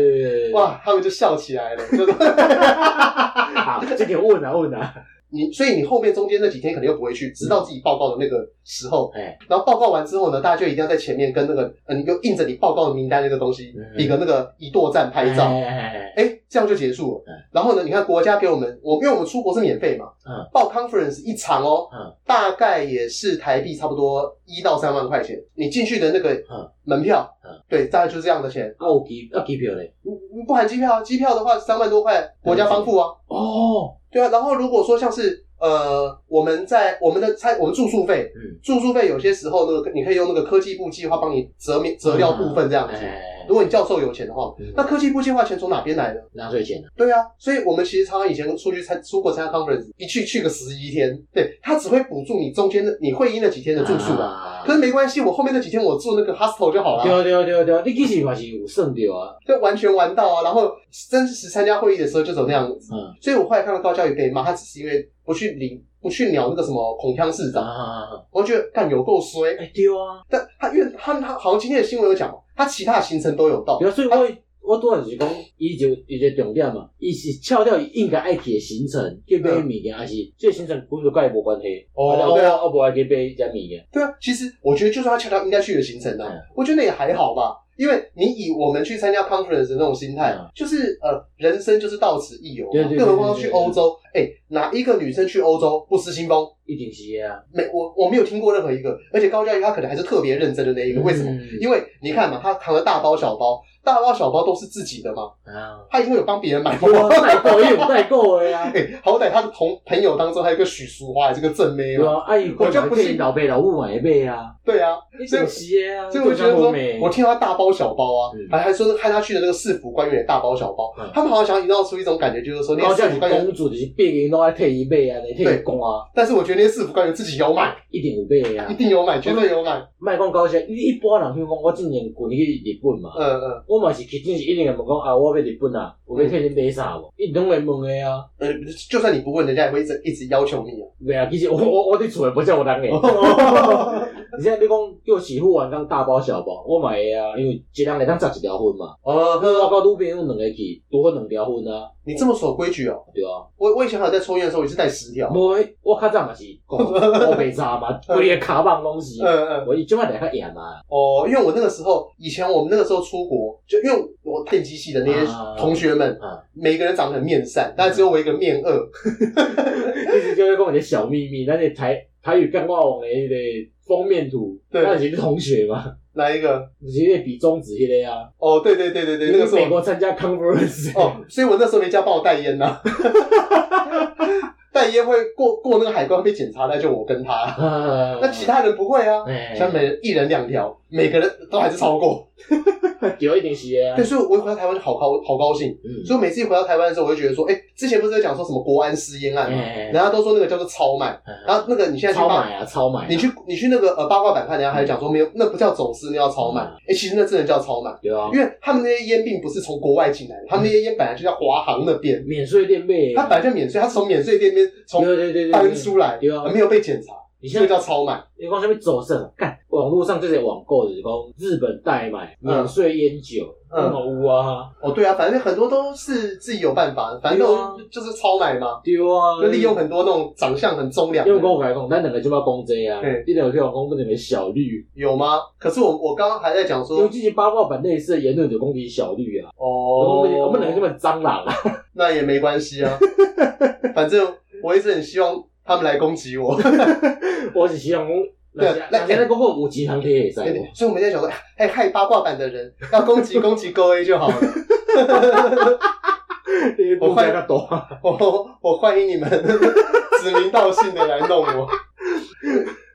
Speaker 1: 哇，他们就笑起来了。 [LAUGHS] 就是
Speaker 2: 哇，这个问啊问啊，
Speaker 1: 你，所以你后面中间那几天可能又不会去，直到自己报告的那个时候，
Speaker 2: 哎，
Speaker 1: 然后报告完之后呢，大家就一定要在前面跟那个，嗯，又印着你报告的名单那个东西
Speaker 2: 嗯，
Speaker 1: 比个那个一垛站拍照，
Speaker 2: 哎，
Speaker 1: 哎，这样就结束了
Speaker 2: 嗯。
Speaker 1: 然后呢，你看国家给我们，我因为我们出国是免费嘛
Speaker 2: 嗯，
Speaker 1: 报 conference 一场哦
Speaker 2: 嗯，
Speaker 1: 大概也是台币差不多一到三万块钱，你进去的那个
Speaker 2: 嗯
Speaker 1: 门票
Speaker 2: 嗯，
Speaker 1: 对，大概就是这样的钱，
Speaker 2: 啊有机啊机票嘞，
Speaker 1: 嗯不含机票啊，机票的话三万多块，国家帮付啊，
Speaker 2: 哦，
Speaker 1: 对啊，然后如果说像是呃，我们在我们的餐我们住宿费，
Speaker 2: 嗯
Speaker 1: 住宿费有些时候那个你可以用那个科技部计划帮你折免折掉部分这样子。
Speaker 2: 哎
Speaker 1: 如，果你教授有钱的话
Speaker 2: 嗯，
Speaker 1: 那科技部计划钱从哪边来呢？
Speaker 2: 纳税钱啊，
Speaker 1: 对啊，所以我们其实常常以前出去参出国参加 conference，一去去个十一天，对他只会补助你中间的你会议那几天的住宿啊。
Speaker 2: 啊
Speaker 1: 可是没关系，我后面那几天我住那个 hostel 就好了，
Speaker 2: 对对对对，你其实嘛是有算着啊，
Speaker 1: 就完全玩到啊。然后真实参加会议的时候就走那样子，
Speaker 2: 嗯，
Speaker 1: 所以我后来看到高嘉瑜被骂，他只是因为不去理、不去鸟那个什么孔锵市长，
Speaker 2: 啊，
Speaker 1: 我觉得干有够衰。
Speaker 2: 哎对啊，
Speaker 1: 但他因为他他好像今天的新闻有讲嘛，他其他的行程都有到
Speaker 2: 对，啊，所以我。我拄仔就是讲，伊就伊就重点嘛，伊是翘掉伊应该爱去的行程去买物件，还是这个行程根本甲伊无关系。
Speaker 1: 哦
Speaker 2: 啊
Speaker 1: 对啊
Speaker 2: 我我无爱去买遮物件。
Speaker 1: 对啊，其实我觉得就算他恰到应该去的行程呢、啊
Speaker 2: 嗯，
Speaker 1: 我觉得那也还好吧。因为你以我们去参加 conference 的那种心态，
Speaker 2: 嗯
Speaker 1: 就是呃，人生就是到此一游嘛
Speaker 2: 对对对
Speaker 1: 更何况去
Speaker 2: 对对对
Speaker 1: 欧洲，哎，哪一个女生去欧洲不失心疯？
Speaker 2: 一定是的啊。
Speaker 1: 没，我我没有听过任何一个。而且高嘉瑜她可能还是特别认真的那一个，为什么？
Speaker 2: 嗯
Speaker 1: 因为你看嘛，他扛了大包小包，大包小包都是自己的嘛，
Speaker 2: 啊，
Speaker 1: 他一定会有帮别人买过。
Speaker 2: 我代购也有代购的啊。
Speaker 1: 哎，好歹他的同朋友当中还有一个许淑华，也是个正妹
Speaker 2: 对
Speaker 1: 嘛。
Speaker 2: 啊，啊伊
Speaker 1: 我就不信
Speaker 2: 老爸老母嘛会买啊，
Speaker 1: 对啊，
Speaker 2: 一定是的啊。
Speaker 1: 所以我觉得说，我
Speaker 2: 我
Speaker 1: 听到他大包小包啊
Speaker 2: 嗯，
Speaker 1: 还还说害他去的那个市府官员也大包小包
Speaker 2: 嗯，
Speaker 1: 他们好像想营造出一种感觉，就是说那
Speaker 2: 高
Speaker 1: 个
Speaker 2: 叫
Speaker 1: 市
Speaker 2: 是
Speaker 1: 府官员
Speaker 2: 公主就是变个拢爱退伊买啊，退伊讲啊，
Speaker 1: 但是我觉得那些市府官员自己有买，
Speaker 2: 一定有买
Speaker 1: 一
Speaker 2: 啊。
Speaker 1: 定有买，绝对有买。
Speaker 2: 卖讲搞笑，你一般人像讲我之前滚去日本嘛，
Speaker 1: 嗯嗯，
Speaker 2: 我嘛是去真是一定会问讲啊，我要日本啊，有要替你买啥无？伊拢会问诶啊。
Speaker 1: 呃，就算你不问，人家也会一直一直要求你啊。
Speaker 2: 袂啊，其实我我我伫厝诶无遮有人诶。而且你讲叫媳妇员工大包小包，我嘛会啊，因为一人会当十一条婚嘛。我
Speaker 1: 哦，
Speaker 2: 甲女朋友两个去，拄好两条婚啊，
Speaker 1: 你这么守规矩哦。
Speaker 2: 对啊。
Speaker 1: 我我以前还有在抽烟的时候也是带十条。
Speaker 2: 无我较早嘛是讲我袂查嘛，规个卡棒拢是
Speaker 1: 嗯。嗯，
Speaker 2: 我伊即摆来较严啊，
Speaker 1: 哦，因为我那个时候，以前我们那个时候出国，就因为我电机系的那些
Speaker 2: 啊
Speaker 1: 同学们，
Speaker 2: 啊，嗯
Speaker 1: 每个人长得很面善，但只有我一个面恶。
Speaker 2: [LAUGHS] 一直就会讲一个小秘密，咱的台台语干话王的迄个封面图，
Speaker 1: 对
Speaker 2: 咱是你同学嘛，
Speaker 1: 来一个？
Speaker 2: 不是那个比中指迄个啊，
Speaker 1: 哦，对对对对对，那个时
Speaker 2: 你去美
Speaker 1: 候
Speaker 2: 国参加
Speaker 1: [LAUGHS]
Speaker 2: conference，[LAUGHS]
Speaker 1: 哦，所以我那时候没家帮我代烟呐、 [LAUGHS] 代烟会过过那个海关被检查，那就我跟他，
Speaker 2: 啊
Speaker 1: 那其他人不会啊。
Speaker 2: 哎
Speaker 1: 像每人一人两条，每个人都还是超过。
Speaker 2: 有一定是的啊
Speaker 1: 对，，所以我一回到台湾就好高好高兴。
Speaker 2: 嗯
Speaker 1: 所以我每次一回到台湾的时候，我就觉得说，哎、之前不是在讲说什么国安私烟案吗？
Speaker 2: 哎
Speaker 1: 人家都说那个叫做超卖，然后那个你现在去
Speaker 2: 超
Speaker 1: 八，
Speaker 2: 买啊，超买啊，
Speaker 1: 你去你去那个呃八卦版看，人家还讲说没有，那不叫走私，那叫超卖。哎、
Speaker 2: 嗯
Speaker 1: 其实那真的叫超卖，
Speaker 2: 对啊，
Speaker 1: 因为他们那些烟并不是从国外进来的，他们那些烟本来就在华航那边，
Speaker 2: 免税店卖
Speaker 1: 它
Speaker 2: 啊，
Speaker 1: 本来就免税，它是从免税店那边从
Speaker 2: 对对对对
Speaker 1: 搬
Speaker 2: 对，
Speaker 1: 出来，嗯
Speaker 2: 对啊
Speaker 1: 而没有被检查，
Speaker 2: 你
Speaker 1: 这
Speaker 2: 像
Speaker 1: 个叫超卖。
Speaker 2: 你讲什么走色，干网络上这些网购就是讲日本代买免税烟酒，
Speaker 1: 嗯
Speaker 2: 那么有啊，
Speaker 1: 哦，对啊，反正很多都是自己有办法，反正都、
Speaker 2: 对啊
Speaker 1: 就是超买嘛，
Speaker 2: 对啊，
Speaker 1: 就利用很多那种长相很忠良的
Speaker 2: 因为
Speaker 1: 人。
Speaker 2: 我甲你讲，咱两个就要讲这啊
Speaker 1: 嘿，
Speaker 2: 你两个去讲讲不能个小绿，
Speaker 1: 有吗？可是我我刚刚还在讲
Speaker 2: 因为
Speaker 1: 说，
Speaker 2: 之前八卦版类似的言论就攻击小绿啊，
Speaker 1: 哦，
Speaker 2: 我们两个这么蟑
Speaker 1: [LAUGHS]
Speaker 2: 螂啊，
Speaker 1: 那也没关系
Speaker 2: [LAUGHS]
Speaker 1: 啊，反正我一直很希望他们来攻击我。
Speaker 2: 我是希望讲，
Speaker 1: 对啊
Speaker 2: 那现在讲好有钱通体会使
Speaker 1: 对对 [LAUGHS] 所以我们现在想说，哎，害八卦版的人要攻击攻击各位就好了。
Speaker 2: 无？
Speaker 1: 我
Speaker 2: 我
Speaker 1: 快
Speaker 2: 快较大，
Speaker 1: 我我欢迎你们指名道姓的来弄我，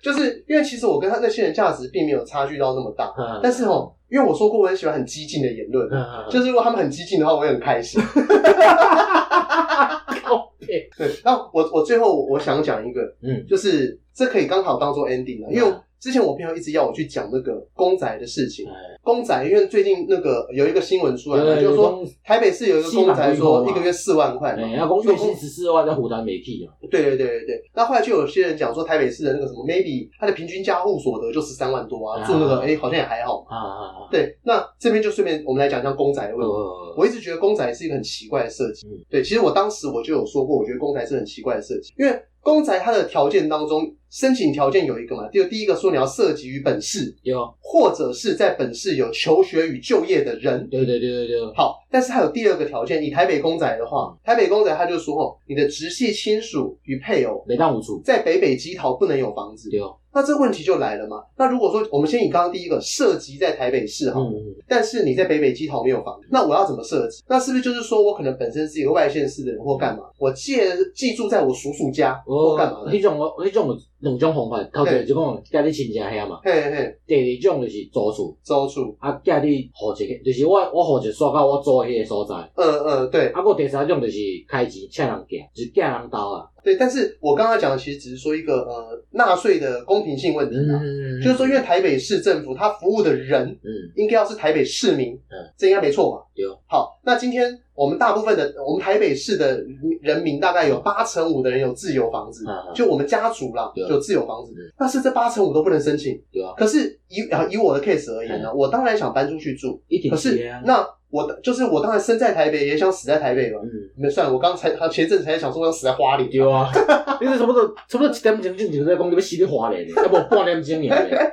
Speaker 1: 就是因为其实我跟他那些人价值并没有差距到那么大，但是哦，因为我说过我很喜欢很激进的言论，
Speaker 2: [LAUGHS] 嗯，
Speaker 1: 就是如果他们很激进的话，我也很开心。
Speaker 2: 靠背，
Speaker 1: 对，那我我最后我想讲一个，
Speaker 2: 嗯，
Speaker 1: 就是这可以刚好当做 ending 了，因为我之前我朋友一直要我去讲那个公仔的事情
Speaker 2: 哎，
Speaker 1: 公仔因为最近那个有一个新闻出来嘛，
Speaker 2: 对
Speaker 1: 啊就是说
Speaker 2: 有公
Speaker 1: 台北市有一个公仔说一个月四万块嘛
Speaker 2: 哎，，要讲月薪十四万在湖南没去啊，
Speaker 1: 对对对对对，那后来就有些人讲说台北市的那个什么 maybe 它的平均家户所得就十三万多啊，
Speaker 2: 啊
Speaker 1: 住那个哎、好像也还好嘛，
Speaker 2: 啊啊啊，呃
Speaker 1: 对，那这边就顺便我们来讲一下公仔的问题。
Speaker 2: 我
Speaker 1: 我一直觉得公仔是一个很奇怪的设计。
Speaker 2: 嗯
Speaker 1: 对，其实我当时我就有说过，我觉得公仔是很奇怪的设计，因为公仔它的条件当中，申请条件有一个嘛，就第一个说你要涉及于本市，
Speaker 2: 有，
Speaker 1: 或者是在本市有求学与就业的人。
Speaker 2: 对对对对对，
Speaker 1: 好，但是还有第二个条件，以台北公仔的话，台北公仔他就说哦，你的直系亲属与配偶
Speaker 2: 没当无处，
Speaker 1: 在北北基桃不能有房子。
Speaker 2: 对，哦
Speaker 1: 那这问题就来了嘛？那如果说我们先以刚刚第一个涉及在台北市哈，
Speaker 2: 嗯，
Speaker 1: 但是你在北北基桃没有房，那我要怎么设置？那是不是就是说我可能本身是一个外县市的人或干嘛？我借寄住在我叔叔家或
Speaker 2: 我
Speaker 1: 干嘛的？
Speaker 2: 迄种我迄种有两种方法，头一个就讲家你亲戚遐嘛，
Speaker 1: 嘿嘿，
Speaker 2: 第二种就是租厝，
Speaker 1: 周处，
Speaker 2: 啊家你户籍，就是我我户籍刷到我租的迄个所在，
Speaker 1: 嗯嗯，对
Speaker 2: 啊，个第三种就是开钱请人行，就是寄人兜啊，
Speaker 1: 对。但是我刚刚讲的其实只是说一个呃纳税的公平性问题啊，
Speaker 2: 嗯，
Speaker 1: 就是说因为台北市政府它服务的人
Speaker 2: 嗯，
Speaker 1: 应该要是台北市民，
Speaker 2: 嗯，
Speaker 1: 这应该没错吧？
Speaker 2: 对。
Speaker 1: 好，那今天我们大部分的我们台北市的人民大概有八成五的人有自有房子，
Speaker 2: 啊，
Speaker 1: 就我们家族啦
Speaker 2: 对啊
Speaker 1: 有自有房子
Speaker 2: 嗯，
Speaker 1: 但是这八成五都不能申请。
Speaker 2: 对啊，
Speaker 1: 可是以啊以我的 case 而
Speaker 2: 嗯
Speaker 1: 言呢，啊我当然想搬出去住，
Speaker 2: 一定
Speaker 1: 可
Speaker 2: 是啊
Speaker 1: 是那我的就是我当然生在台北，也想死在台北吧。
Speaker 2: 嗯，
Speaker 1: 没算了，我刚才他前阵子才想说我要死在花莲，
Speaker 2: 对啊， [LAUGHS] 你是差不多差不多一点钟之前在讲你要死你花莲，啊无半点钟
Speaker 1: [LAUGHS]
Speaker 2: 尔，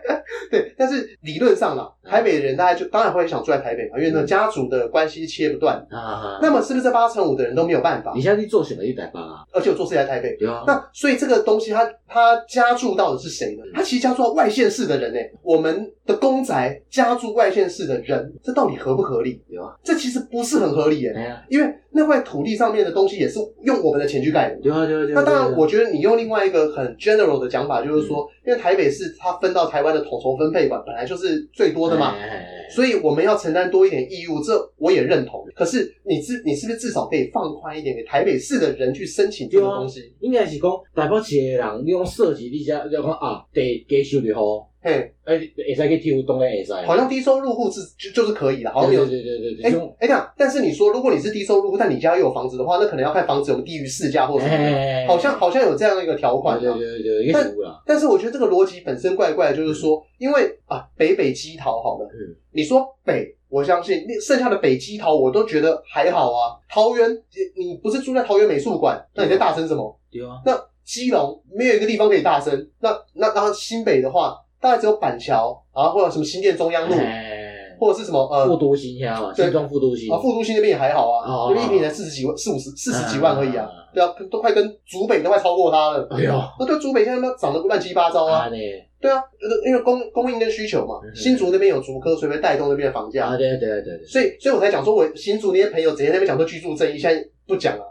Speaker 1: 对。但是理论上啦，
Speaker 2: 嗯
Speaker 1: 台北人大概就当然会想住在台北嘛，因为呢
Speaker 2: 嗯
Speaker 1: 家族的关系切不断。
Speaker 2: 啊，
Speaker 1: 那么是不是这八成五的人都没有办法
Speaker 2: 而？且你做选择去台北啊，
Speaker 1: 而且我做事在台北，
Speaker 2: 对啊，
Speaker 1: 那所以这个东西它它加注到的是谁呢？它其实加注到外县市的人呢、我们的公宅加注外县市的人，这到底合不合理？
Speaker 2: 对啊，
Speaker 1: 这其实不是很合理耶、欸
Speaker 2: 哎呀，
Speaker 1: 因为那块土地上面的东西也是用我们的钱去盖的。
Speaker 2: 对啊对啊对啊。
Speaker 1: 那当然，
Speaker 2: 对啊
Speaker 1: 我觉得你用另外一个很 general 的讲法，就是说，因为台北市它分到台湾的统筹分配嘛，本来就是最多的嘛，
Speaker 2: 哎哎哎
Speaker 1: 所以我们要承担多一点义务，这我也认同。可是你至你是不是至少可以放宽一点，给台北市的人去申请这个
Speaker 2: 啊
Speaker 1: 东西？
Speaker 2: 应该是讲台北市的人，你讲设计你遮，你讲啊，地加收就好，
Speaker 1: 嘿，
Speaker 2: 哎，会使去抽，当然会使。啊
Speaker 1: 好像低收入户是就就是可以的，好像没
Speaker 2: 对
Speaker 1: 有。
Speaker 2: 对对对对，
Speaker 1: 哎
Speaker 2: 这种
Speaker 1: 哎，那但是你说，如果你是低收入户，但你家又有房子的话，那可能要看房子有低于市价或什么的，
Speaker 2: 哎
Speaker 1: 好像好像有这样的一个条款啊。
Speaker 2: 对对对对，应该是有啦。
Speaker 1: 但是我觉得这个逻辑本身怪怪的，就是说，因为啊，北北基桃好了，
Speaker 2: 嗯
Speaker 1: 你说北，我相信那剩下的北基桃我都觉得还好啊。桃园，你你不是住在桃园美术
Speaker 2: 嗯
Speaker 1: 馆，那你在大声什么？
Speaker 2: 对啊，
Speaker 1: 那基隆没有一个地方可以大声，那那然后新北的话，大概只有板桥，然后或者什么新店中央路，
Speaker 2: 哎，
Speaker 1: 或者是什么呃
Speaker 2: 复读新遐嘛，
Speaker 1: 对
Speaker 2: 新庄复读新
Speaker 1: 啊，，复都新那边也还好
Speaker 2: 哦
Speaker 1: 啊，那边一平才四十几万、四五十、四十几万而已啊
Speaker 2: 嗯，
Speaker 1: 对啊，都快跟竹北都快超过它了。
Speaker 2: 哎呦，
Speaker 1: 那对竹北现在他妈涨得乱七八糟啊
Speaker 2: 啊！呢，
Speaker 1: 对啊，呃因为供供应跟需求嘛
Speaker 2: 嗯，
Speaker 1: 新竹那边有竹科，所以会带动那边的房价
Speaker 2: 啊。对对对对，
Speaker 1: 所以，所以我才讲说，我新竹那些朋友直接在那边讲说居住正义，现在不讲了、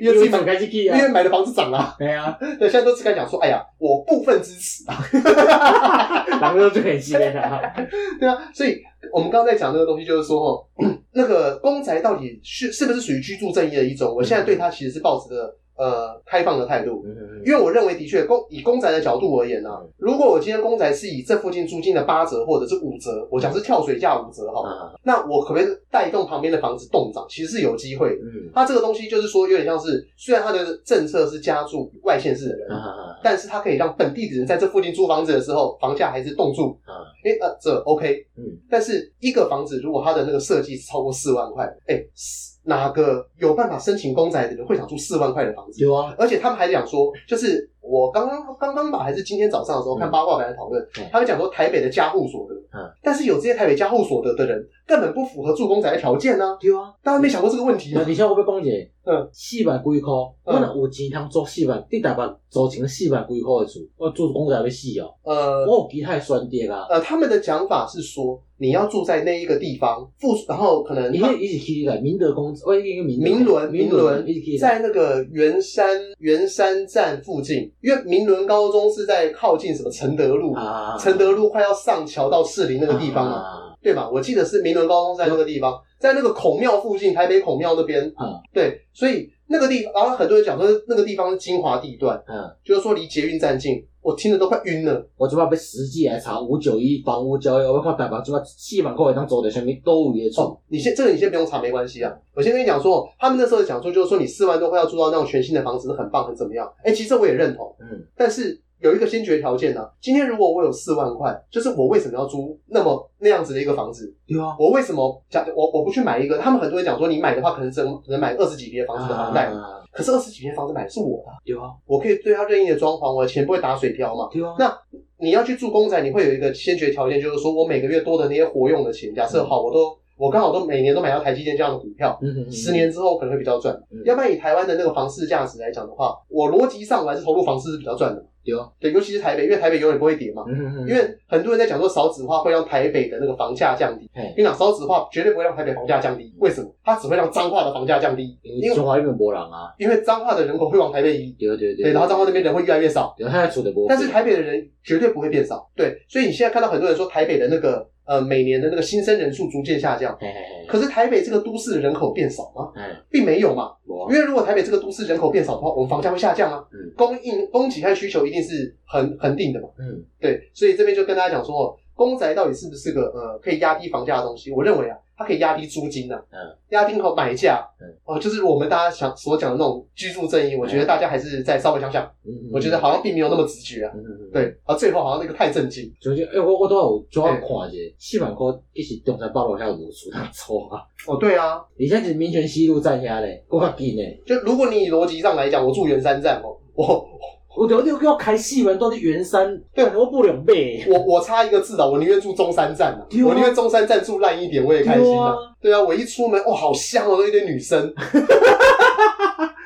Speaker 1: 因为自己买，
Speaker 2: 开始去
Speaker 1: 因为买的房子涨了、 [LAUGHS] 啊，
Speaker 2: 对啊，
Speaker 1: 对，现在都只敢讲说，哎呀，我部分支持啊，
Speaker 2: 人都最开心的啦，
Speaker 1: 对啊。所以我们刚刚在讲那个东西，就是说，哦，那个公宅到底是是不是属于居住正义的一种？我现在对它其实是抱持着呃开放的态度，
Speaker 2: 因
Speaker 1: 因为我认为的确公以公宅的角度而言呢、啊，如果我今天公宅是以这附近租金的八折或者是五折，我讲是跳水价五折哈，
Speaker 2: 啊，
Speaker 1: 那我可不可以带动旁边的房子动涨？其实是有机会的。
Speaker 2: 嗯
Speaker 1: 它这个东西就是说，有点像是虽然它的政策是加注外县市的人，
Speaker 2: 啊，
Speaker 1: 但是它可以让本地的人在这附近租房子的时候，房价还是冻住。
Speaker 2: 啊
Speaker 1: 因为呃，这 OK。
Speaker 2: 嗯，
Speaker 1: 但是一个房子如果它的那个设计是超过四万块，哎、哪个有办法申请公宅的人会想住四万块的房子？
Speaker 2: 对啊，
Speaker 1: 而且他们还讲说，就是我刚刚刚刚吧，还是今天早上的时候
Speaker 2: 嗯
Speaker 1: 看八卦版的讨论
Speaker 2: 嗯，
Speaker 1: 他们讲说台北的家户所得，
Speaker 2: 嗯
Speaker 1: 但是有这些台北家户所得的人根本不符合住公宅的条件呢、啊，
Speaker 2: 对啊。
Speaker 1: 大家没想过这个问题啊
Speaker 2: 而
Speaker 1: 吗？
Speaker 2: 且我要讲一个，
Speaker 1: 嗯，
Speaker 2: 四万几箍，我若有钱通租四万，你台北租一个四万几箍的厝，我住公仔要死哦，
Speaker 1: 呃
Speaker 2: 我有其他的选择啊。
Speaker 1: 呃，他们的讲法是说，你要住在那一个地方，付然后可能
Speaker 2: 伊迄伊是去来明德公，我迄个明德
Speaker 1: 明伦
Speaker 2: 明
Speaker 1: 伦
Speaker 2: 伊是去
Speaker 1: 在那个圆山圆山站附近，因为明伦高中是在靠近什么承德路，
Speaker 2: 啊
Speaker 1: 承德路快要上桥到士林那个地方嘛。
Speaker 2: 啊，
Speaker 1: 对吧？我记得是明伦高中在那个地方，在那个孔庙附近，台北孔庙那边。
Speaker 2: 嗯，
Speaker 1: 对，所以那个地方，然后很多人讲说那个地方是精华地段，
Speaker 2: 嗯，
Speaker 1: 就是说离捷运站近，我听着都快晕了。
Speaker 2: 我即摆要实际来查五九一房屋交易，我看台北即摆四万块会当租着啥物都有的厝，
Speaker 1: 哦你先这个你先不用查，没关系啊。我先跟你讲说，他们那时候讲说，就是说你四万多块要住到那种全新的房子，很棒，很怎么样？哎，其实我也认同，
Speaker 2: 嗯，
Speaker 1: 但是有一个先决条件呢、啊，今天如果我有四万块，就是我为什么要租那么那样子的一个房子？
Speaker 2: 对啊，
Speaker 1: 我为什么假我我不去买一个？他们很多人讲说，你买的话可能只能只能买二十几平房子的房贷。
Speaker 2: 啊
Speaker 1: 可是二十几平房子买的是我的，
Speaker 2: 对啊，
Speaker 1: 我可以对它任意的装潢，我的钱不会打水漂嘛。
Speaker 2: 对啊，
Speaker 1: 那你要去住公宅，你会有一个先决条件，就是说我每个月多的那些活用的钱，假设好，我都我刚好都每年都买到台积电这样的股票，
Speaker 2: 嗯
Speaker 1: 十年之后可能会比较赚
Speaker 2: 嗯。
Speaker 1: 要不然以台湾的那个房市价值来讲的话，我逻辑上我还是投入房市是比较赚的。
Speaker 2: 对啊，
Speaker 1: 对，尤其是台北，因为台北永远不会跌嘛。
Speaker 2: 嗯
Speaker 1: 因为很多人在讲说少子化会让台北的那个房价降低，
Speaker 2: 嘿
Speaker 1: 跟你讲少子化绝对不会让台北房价降低，为什么？它只会让彰化的房价降低，
Speaker 2: 因为中华那边无人啊，
Speaker 1: 因为彰化的人口会往台北移，
Speaker 2: 对对
Speaker 1: 对，然后彰化那边人会越来越少，
Speaker 2: 对，他的厝就无变，
Speaker 1: 但是台北的人绝对不会变少，对，所以你现在看到很多人说台北的那个呃每年的那个新生人数逐渐下降，
Speaker 2: 嘿嘿嘿，
Speaker 1: 可是台北这个都市的人口变少吗？
Speaker 2: 哎，
Speaker 1: 并没有嘛，
Speaker 2: 无
Speaker 1: 因为如果台北这个都市人口变少的话，我们房价会下降啊，
Speaker 2: 嗯
Speaker 1: 供应供给和需求一定是恒恒定的嘛，
Speaker 2: 嗯，
Speaker 1: 对，所以这边就跟大家讲说，哦公宅到底是不是个呃可以压低房价的东西？我认为啊，它可以压低租金呐、啊，
Speaker 2: 嗯，
Speaker 1: 压低口买价，
Speaker 2: 嗯，
Speaker 1: 哦，就是我们大家想所讲的那种居住正义，我觉得大家还是再稍微想想。
Speaker 2: 嗯
Speaker 1: 我觉得，好像并没有那么直觉啊。
Speaker 2: 嗯嗯，嗯，
Speaker 1: 对，啊，最后好像那个太震惊，
Speaker 2: 像这，哎，我我都有昨晚看者，四万块，伊是中山北路遐有厝通租啊，
Speaker 1: 哦，对啊，
Speaker 2: 而且是民权西路站遐咧，够较近咧，
Speaker 1: 就如果你以逻辑上来讲，我住圆山站哦，我
Speaker 2: 我着你要开四万到去圆山，对，我不了买，
Speaker 1: 我我差一个字啊，我宁愿住中山站啊，
Speaker 2: 对啊
Speaker 1: 我宁愿中山站住烂一点，我也开心
Speaker 2: 对
Speaker 1: 啊。
Speaker 2: 啊
Speaker 1: [LAUGHS] 对啊，我一出门，哦，好香哦，都一堆女生，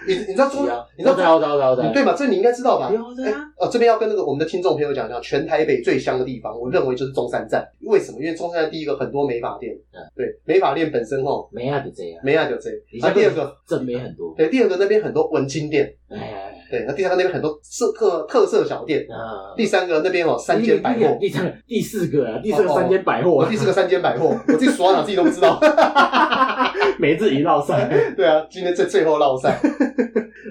Speaker 1: 你你知道中
Speaker 2: 是啊，
Speaker 1: 你知道
Speaker 2: 我知道我知道我知道我知道
Speaker 1: 你对嘛？这你应该知道吧？
Speaker 2: 有的啊，
Speaker 1: 哦，这边要跟那个我们的听众朋友讲讲，全台北最香的地方，我认为就是中山站。为什么？因为中山站第一个很多美发店，
Speaker 2: 嗯
Speaker 1: 对，美发店本身哦，
Speaker 2: 没啊，就这样，
Speaker 1: 美亚就这
Speaker 2: 你。
Speaker 1: 那、
Speaker 2: 像
Speaker 1: 第二个，
Speaker 2: 正没很多，
Speaker 1: 对，第二个那边很多文青店，
Speaker 2: 哎哎
Speaker 1: 对，那第三个那边很多色特特色小店，
Speaker 2: 哎，啊
Speaker 1: 第三个那边哦三间百货，
Speaker 2: 第三第四个啊，第四个
Speaker 1: 哦哦
Speaker 2: 三间百货
Speaker 1: 我
Speaker 2: 啊，
Speaker 1: 第四个三间百货，我自己数到哪自己都不知
Speaker 2: [LAUGHS]
Speaker 1: 道。
Speaker 2: 每次一绕散，
Speaker 1: 对啊，今天这最后绕赛，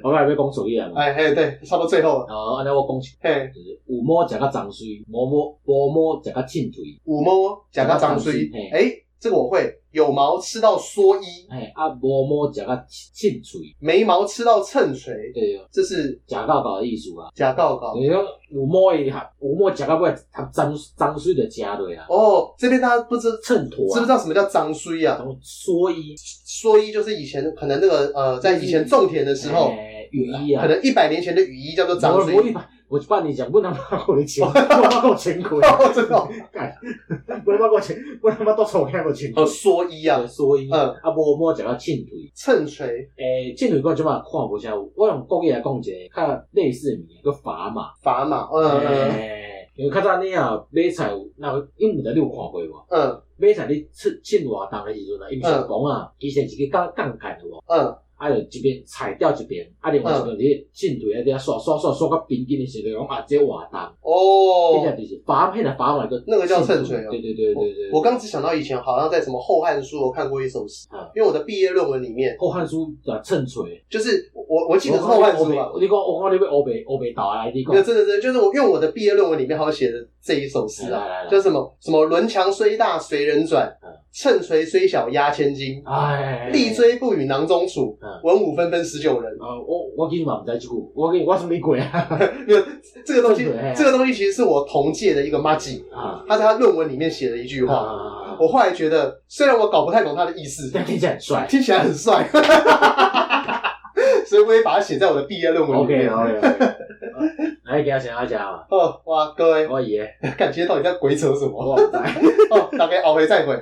Speaker 2: 我们还被讲俗语啊嘛。
Speaker 1: 哎嘿，对，差不多最后了，
Speaker 2: 哦，安尼我讲一
Speaker 1: 嘿，
Speaker 2: 就是有毛食到脏水，无毛无毛食到浸腿，
Speaker 1: 五毛哦讲到张衰
Speaker 2: 嘿，
Speaker 1: 哎、这个我会，有毛吃到蓑衣，
Speaker 2: 嘿，啊无毛食到浸嘴，
Speaker 1: 没毛吃到秤锤，
Speaker 2: 对哦，
Speaker 1: 这是
Speaker 2: 食到到的意思啊。
Speaker 1: 假告告。
Speaker 2: 就是讲有毛的合，有毛食到尾合脏脏水就食落啊，
Speaker 1: 哦，这边大家不知知
Speaker 2: 衬托
Speaker 1: 不知
Speaker 2: 啊，
Speaker 1: 道什么叫张衰啊？
Speaker 2: 然后蓑衣
Speaker 1: 蓑衣就是以前可能那个呃，在以前种田的时候，
Speaker 2: 哎雨衣啊
Speaker 1: 可，能一百年前的雨衣叫做张
Speaker 2: 我
Speaker 1: 衰
Speaker 2: 我。一般我半年讲，不能把我
Speaker 1: [LAUGHS]
Speaker 2: 的钱，不能把我钱亏
Speaker 1: 哦，真的哦
Speaker 2: 干不能把我钱，不能把到丑看我钱
Speaker 1: 哦，蓑衣啊，
Speaker 2: 蓑衣，
Speaker 1: 嗯
Speaker 2: 啊无毛食到浸腿。
Speaker 1: 秤锤、
Speaker 2: 诶，即类讲即嘛看无啥有，我用国语来讲一个较类似诶物件，叫砝码。
Speaker 1: 砝码，嗯嗯
Speaker 2: 诶，因为较早你啊买菜有，那因毋知你有看过无？
Speaker 1: 嗯
Speaker 2: 买菜你出称活动诶时阵啊，伊毋是有讲啊，伊先是去杠杠杆有无？
Speaker 1: 嗯，
Speaker 2: 啊，就一边菜掉一边，啊，另外一边你进腿啊，你啊刷刷刷刷到平均诶时阵，就讲啊，这活动，迄
Speaker 1: 哦
Speaker 2: 个。就是砝迄个砝码个。
Speaker 1: 那个叫秤锤哦
Speaker 2: 对对对对对。
Speaker 1: 我刚只想到以前好像在什么《后汉书》我看过一首诗
Speaker 2: 嗯，
Speaker 1: 因为我的毕业论文里面，
Speaker 2: 后汉书啊，秤锤，
Speaker 1: 就是我我记得是《后汉书》吧，
Speaker 2: 你讲我讲你要欧北欧北倒啊，你讲
Speaker 1: 没有，真的真的就是我，因为我的毕业论文里面还有写的这一首诗啊，
Speaker 2: 来来来
Speaker 1: 就是什么什么“轮墙虽大随人转
Speaker 2: 嗯，
Speaker 1: 秤锤虽小压千斤，
Speaker 2: 哎，
Speaker 1: 力追不与囊中处
Speaker 2: 嗯，
Speaker 1: 文武分分十九人 [LAUGHS]
Speaker 2: 啊，我我其实嘛毋知即句，我跟我算你过啊，”。
Speaker 1: 没有这个东西
Speaker 2: 秤锤哎，
Speaker 1: 这个东西其实是我同届的一个 m a g i
Speaker 2: 啊，
Speaker 1: 他在他论文里面写了一句话，
Speaker 2: 啊，
Speaker 1: 我后来觉得，虽然我搞不太懂他的意思， [LAUGHS]
Speaker 2: 但听起来很帅。
Speaker 1: 听起来很帅， [LAUGHS] 所以我也把它写在我的毕业论文里
Speaker 2: OK
Speaker 1: 面。
Speaker 2: OK，来给他请他家嘛，
Speaker 1: 哦，哇，各位，
Speaker 2: 我爷，
Speaker 1: 感觉到底在鬼扯什么？
Speaker 2: 我唔知。
Speaker 1: 哦，大概熬回再会。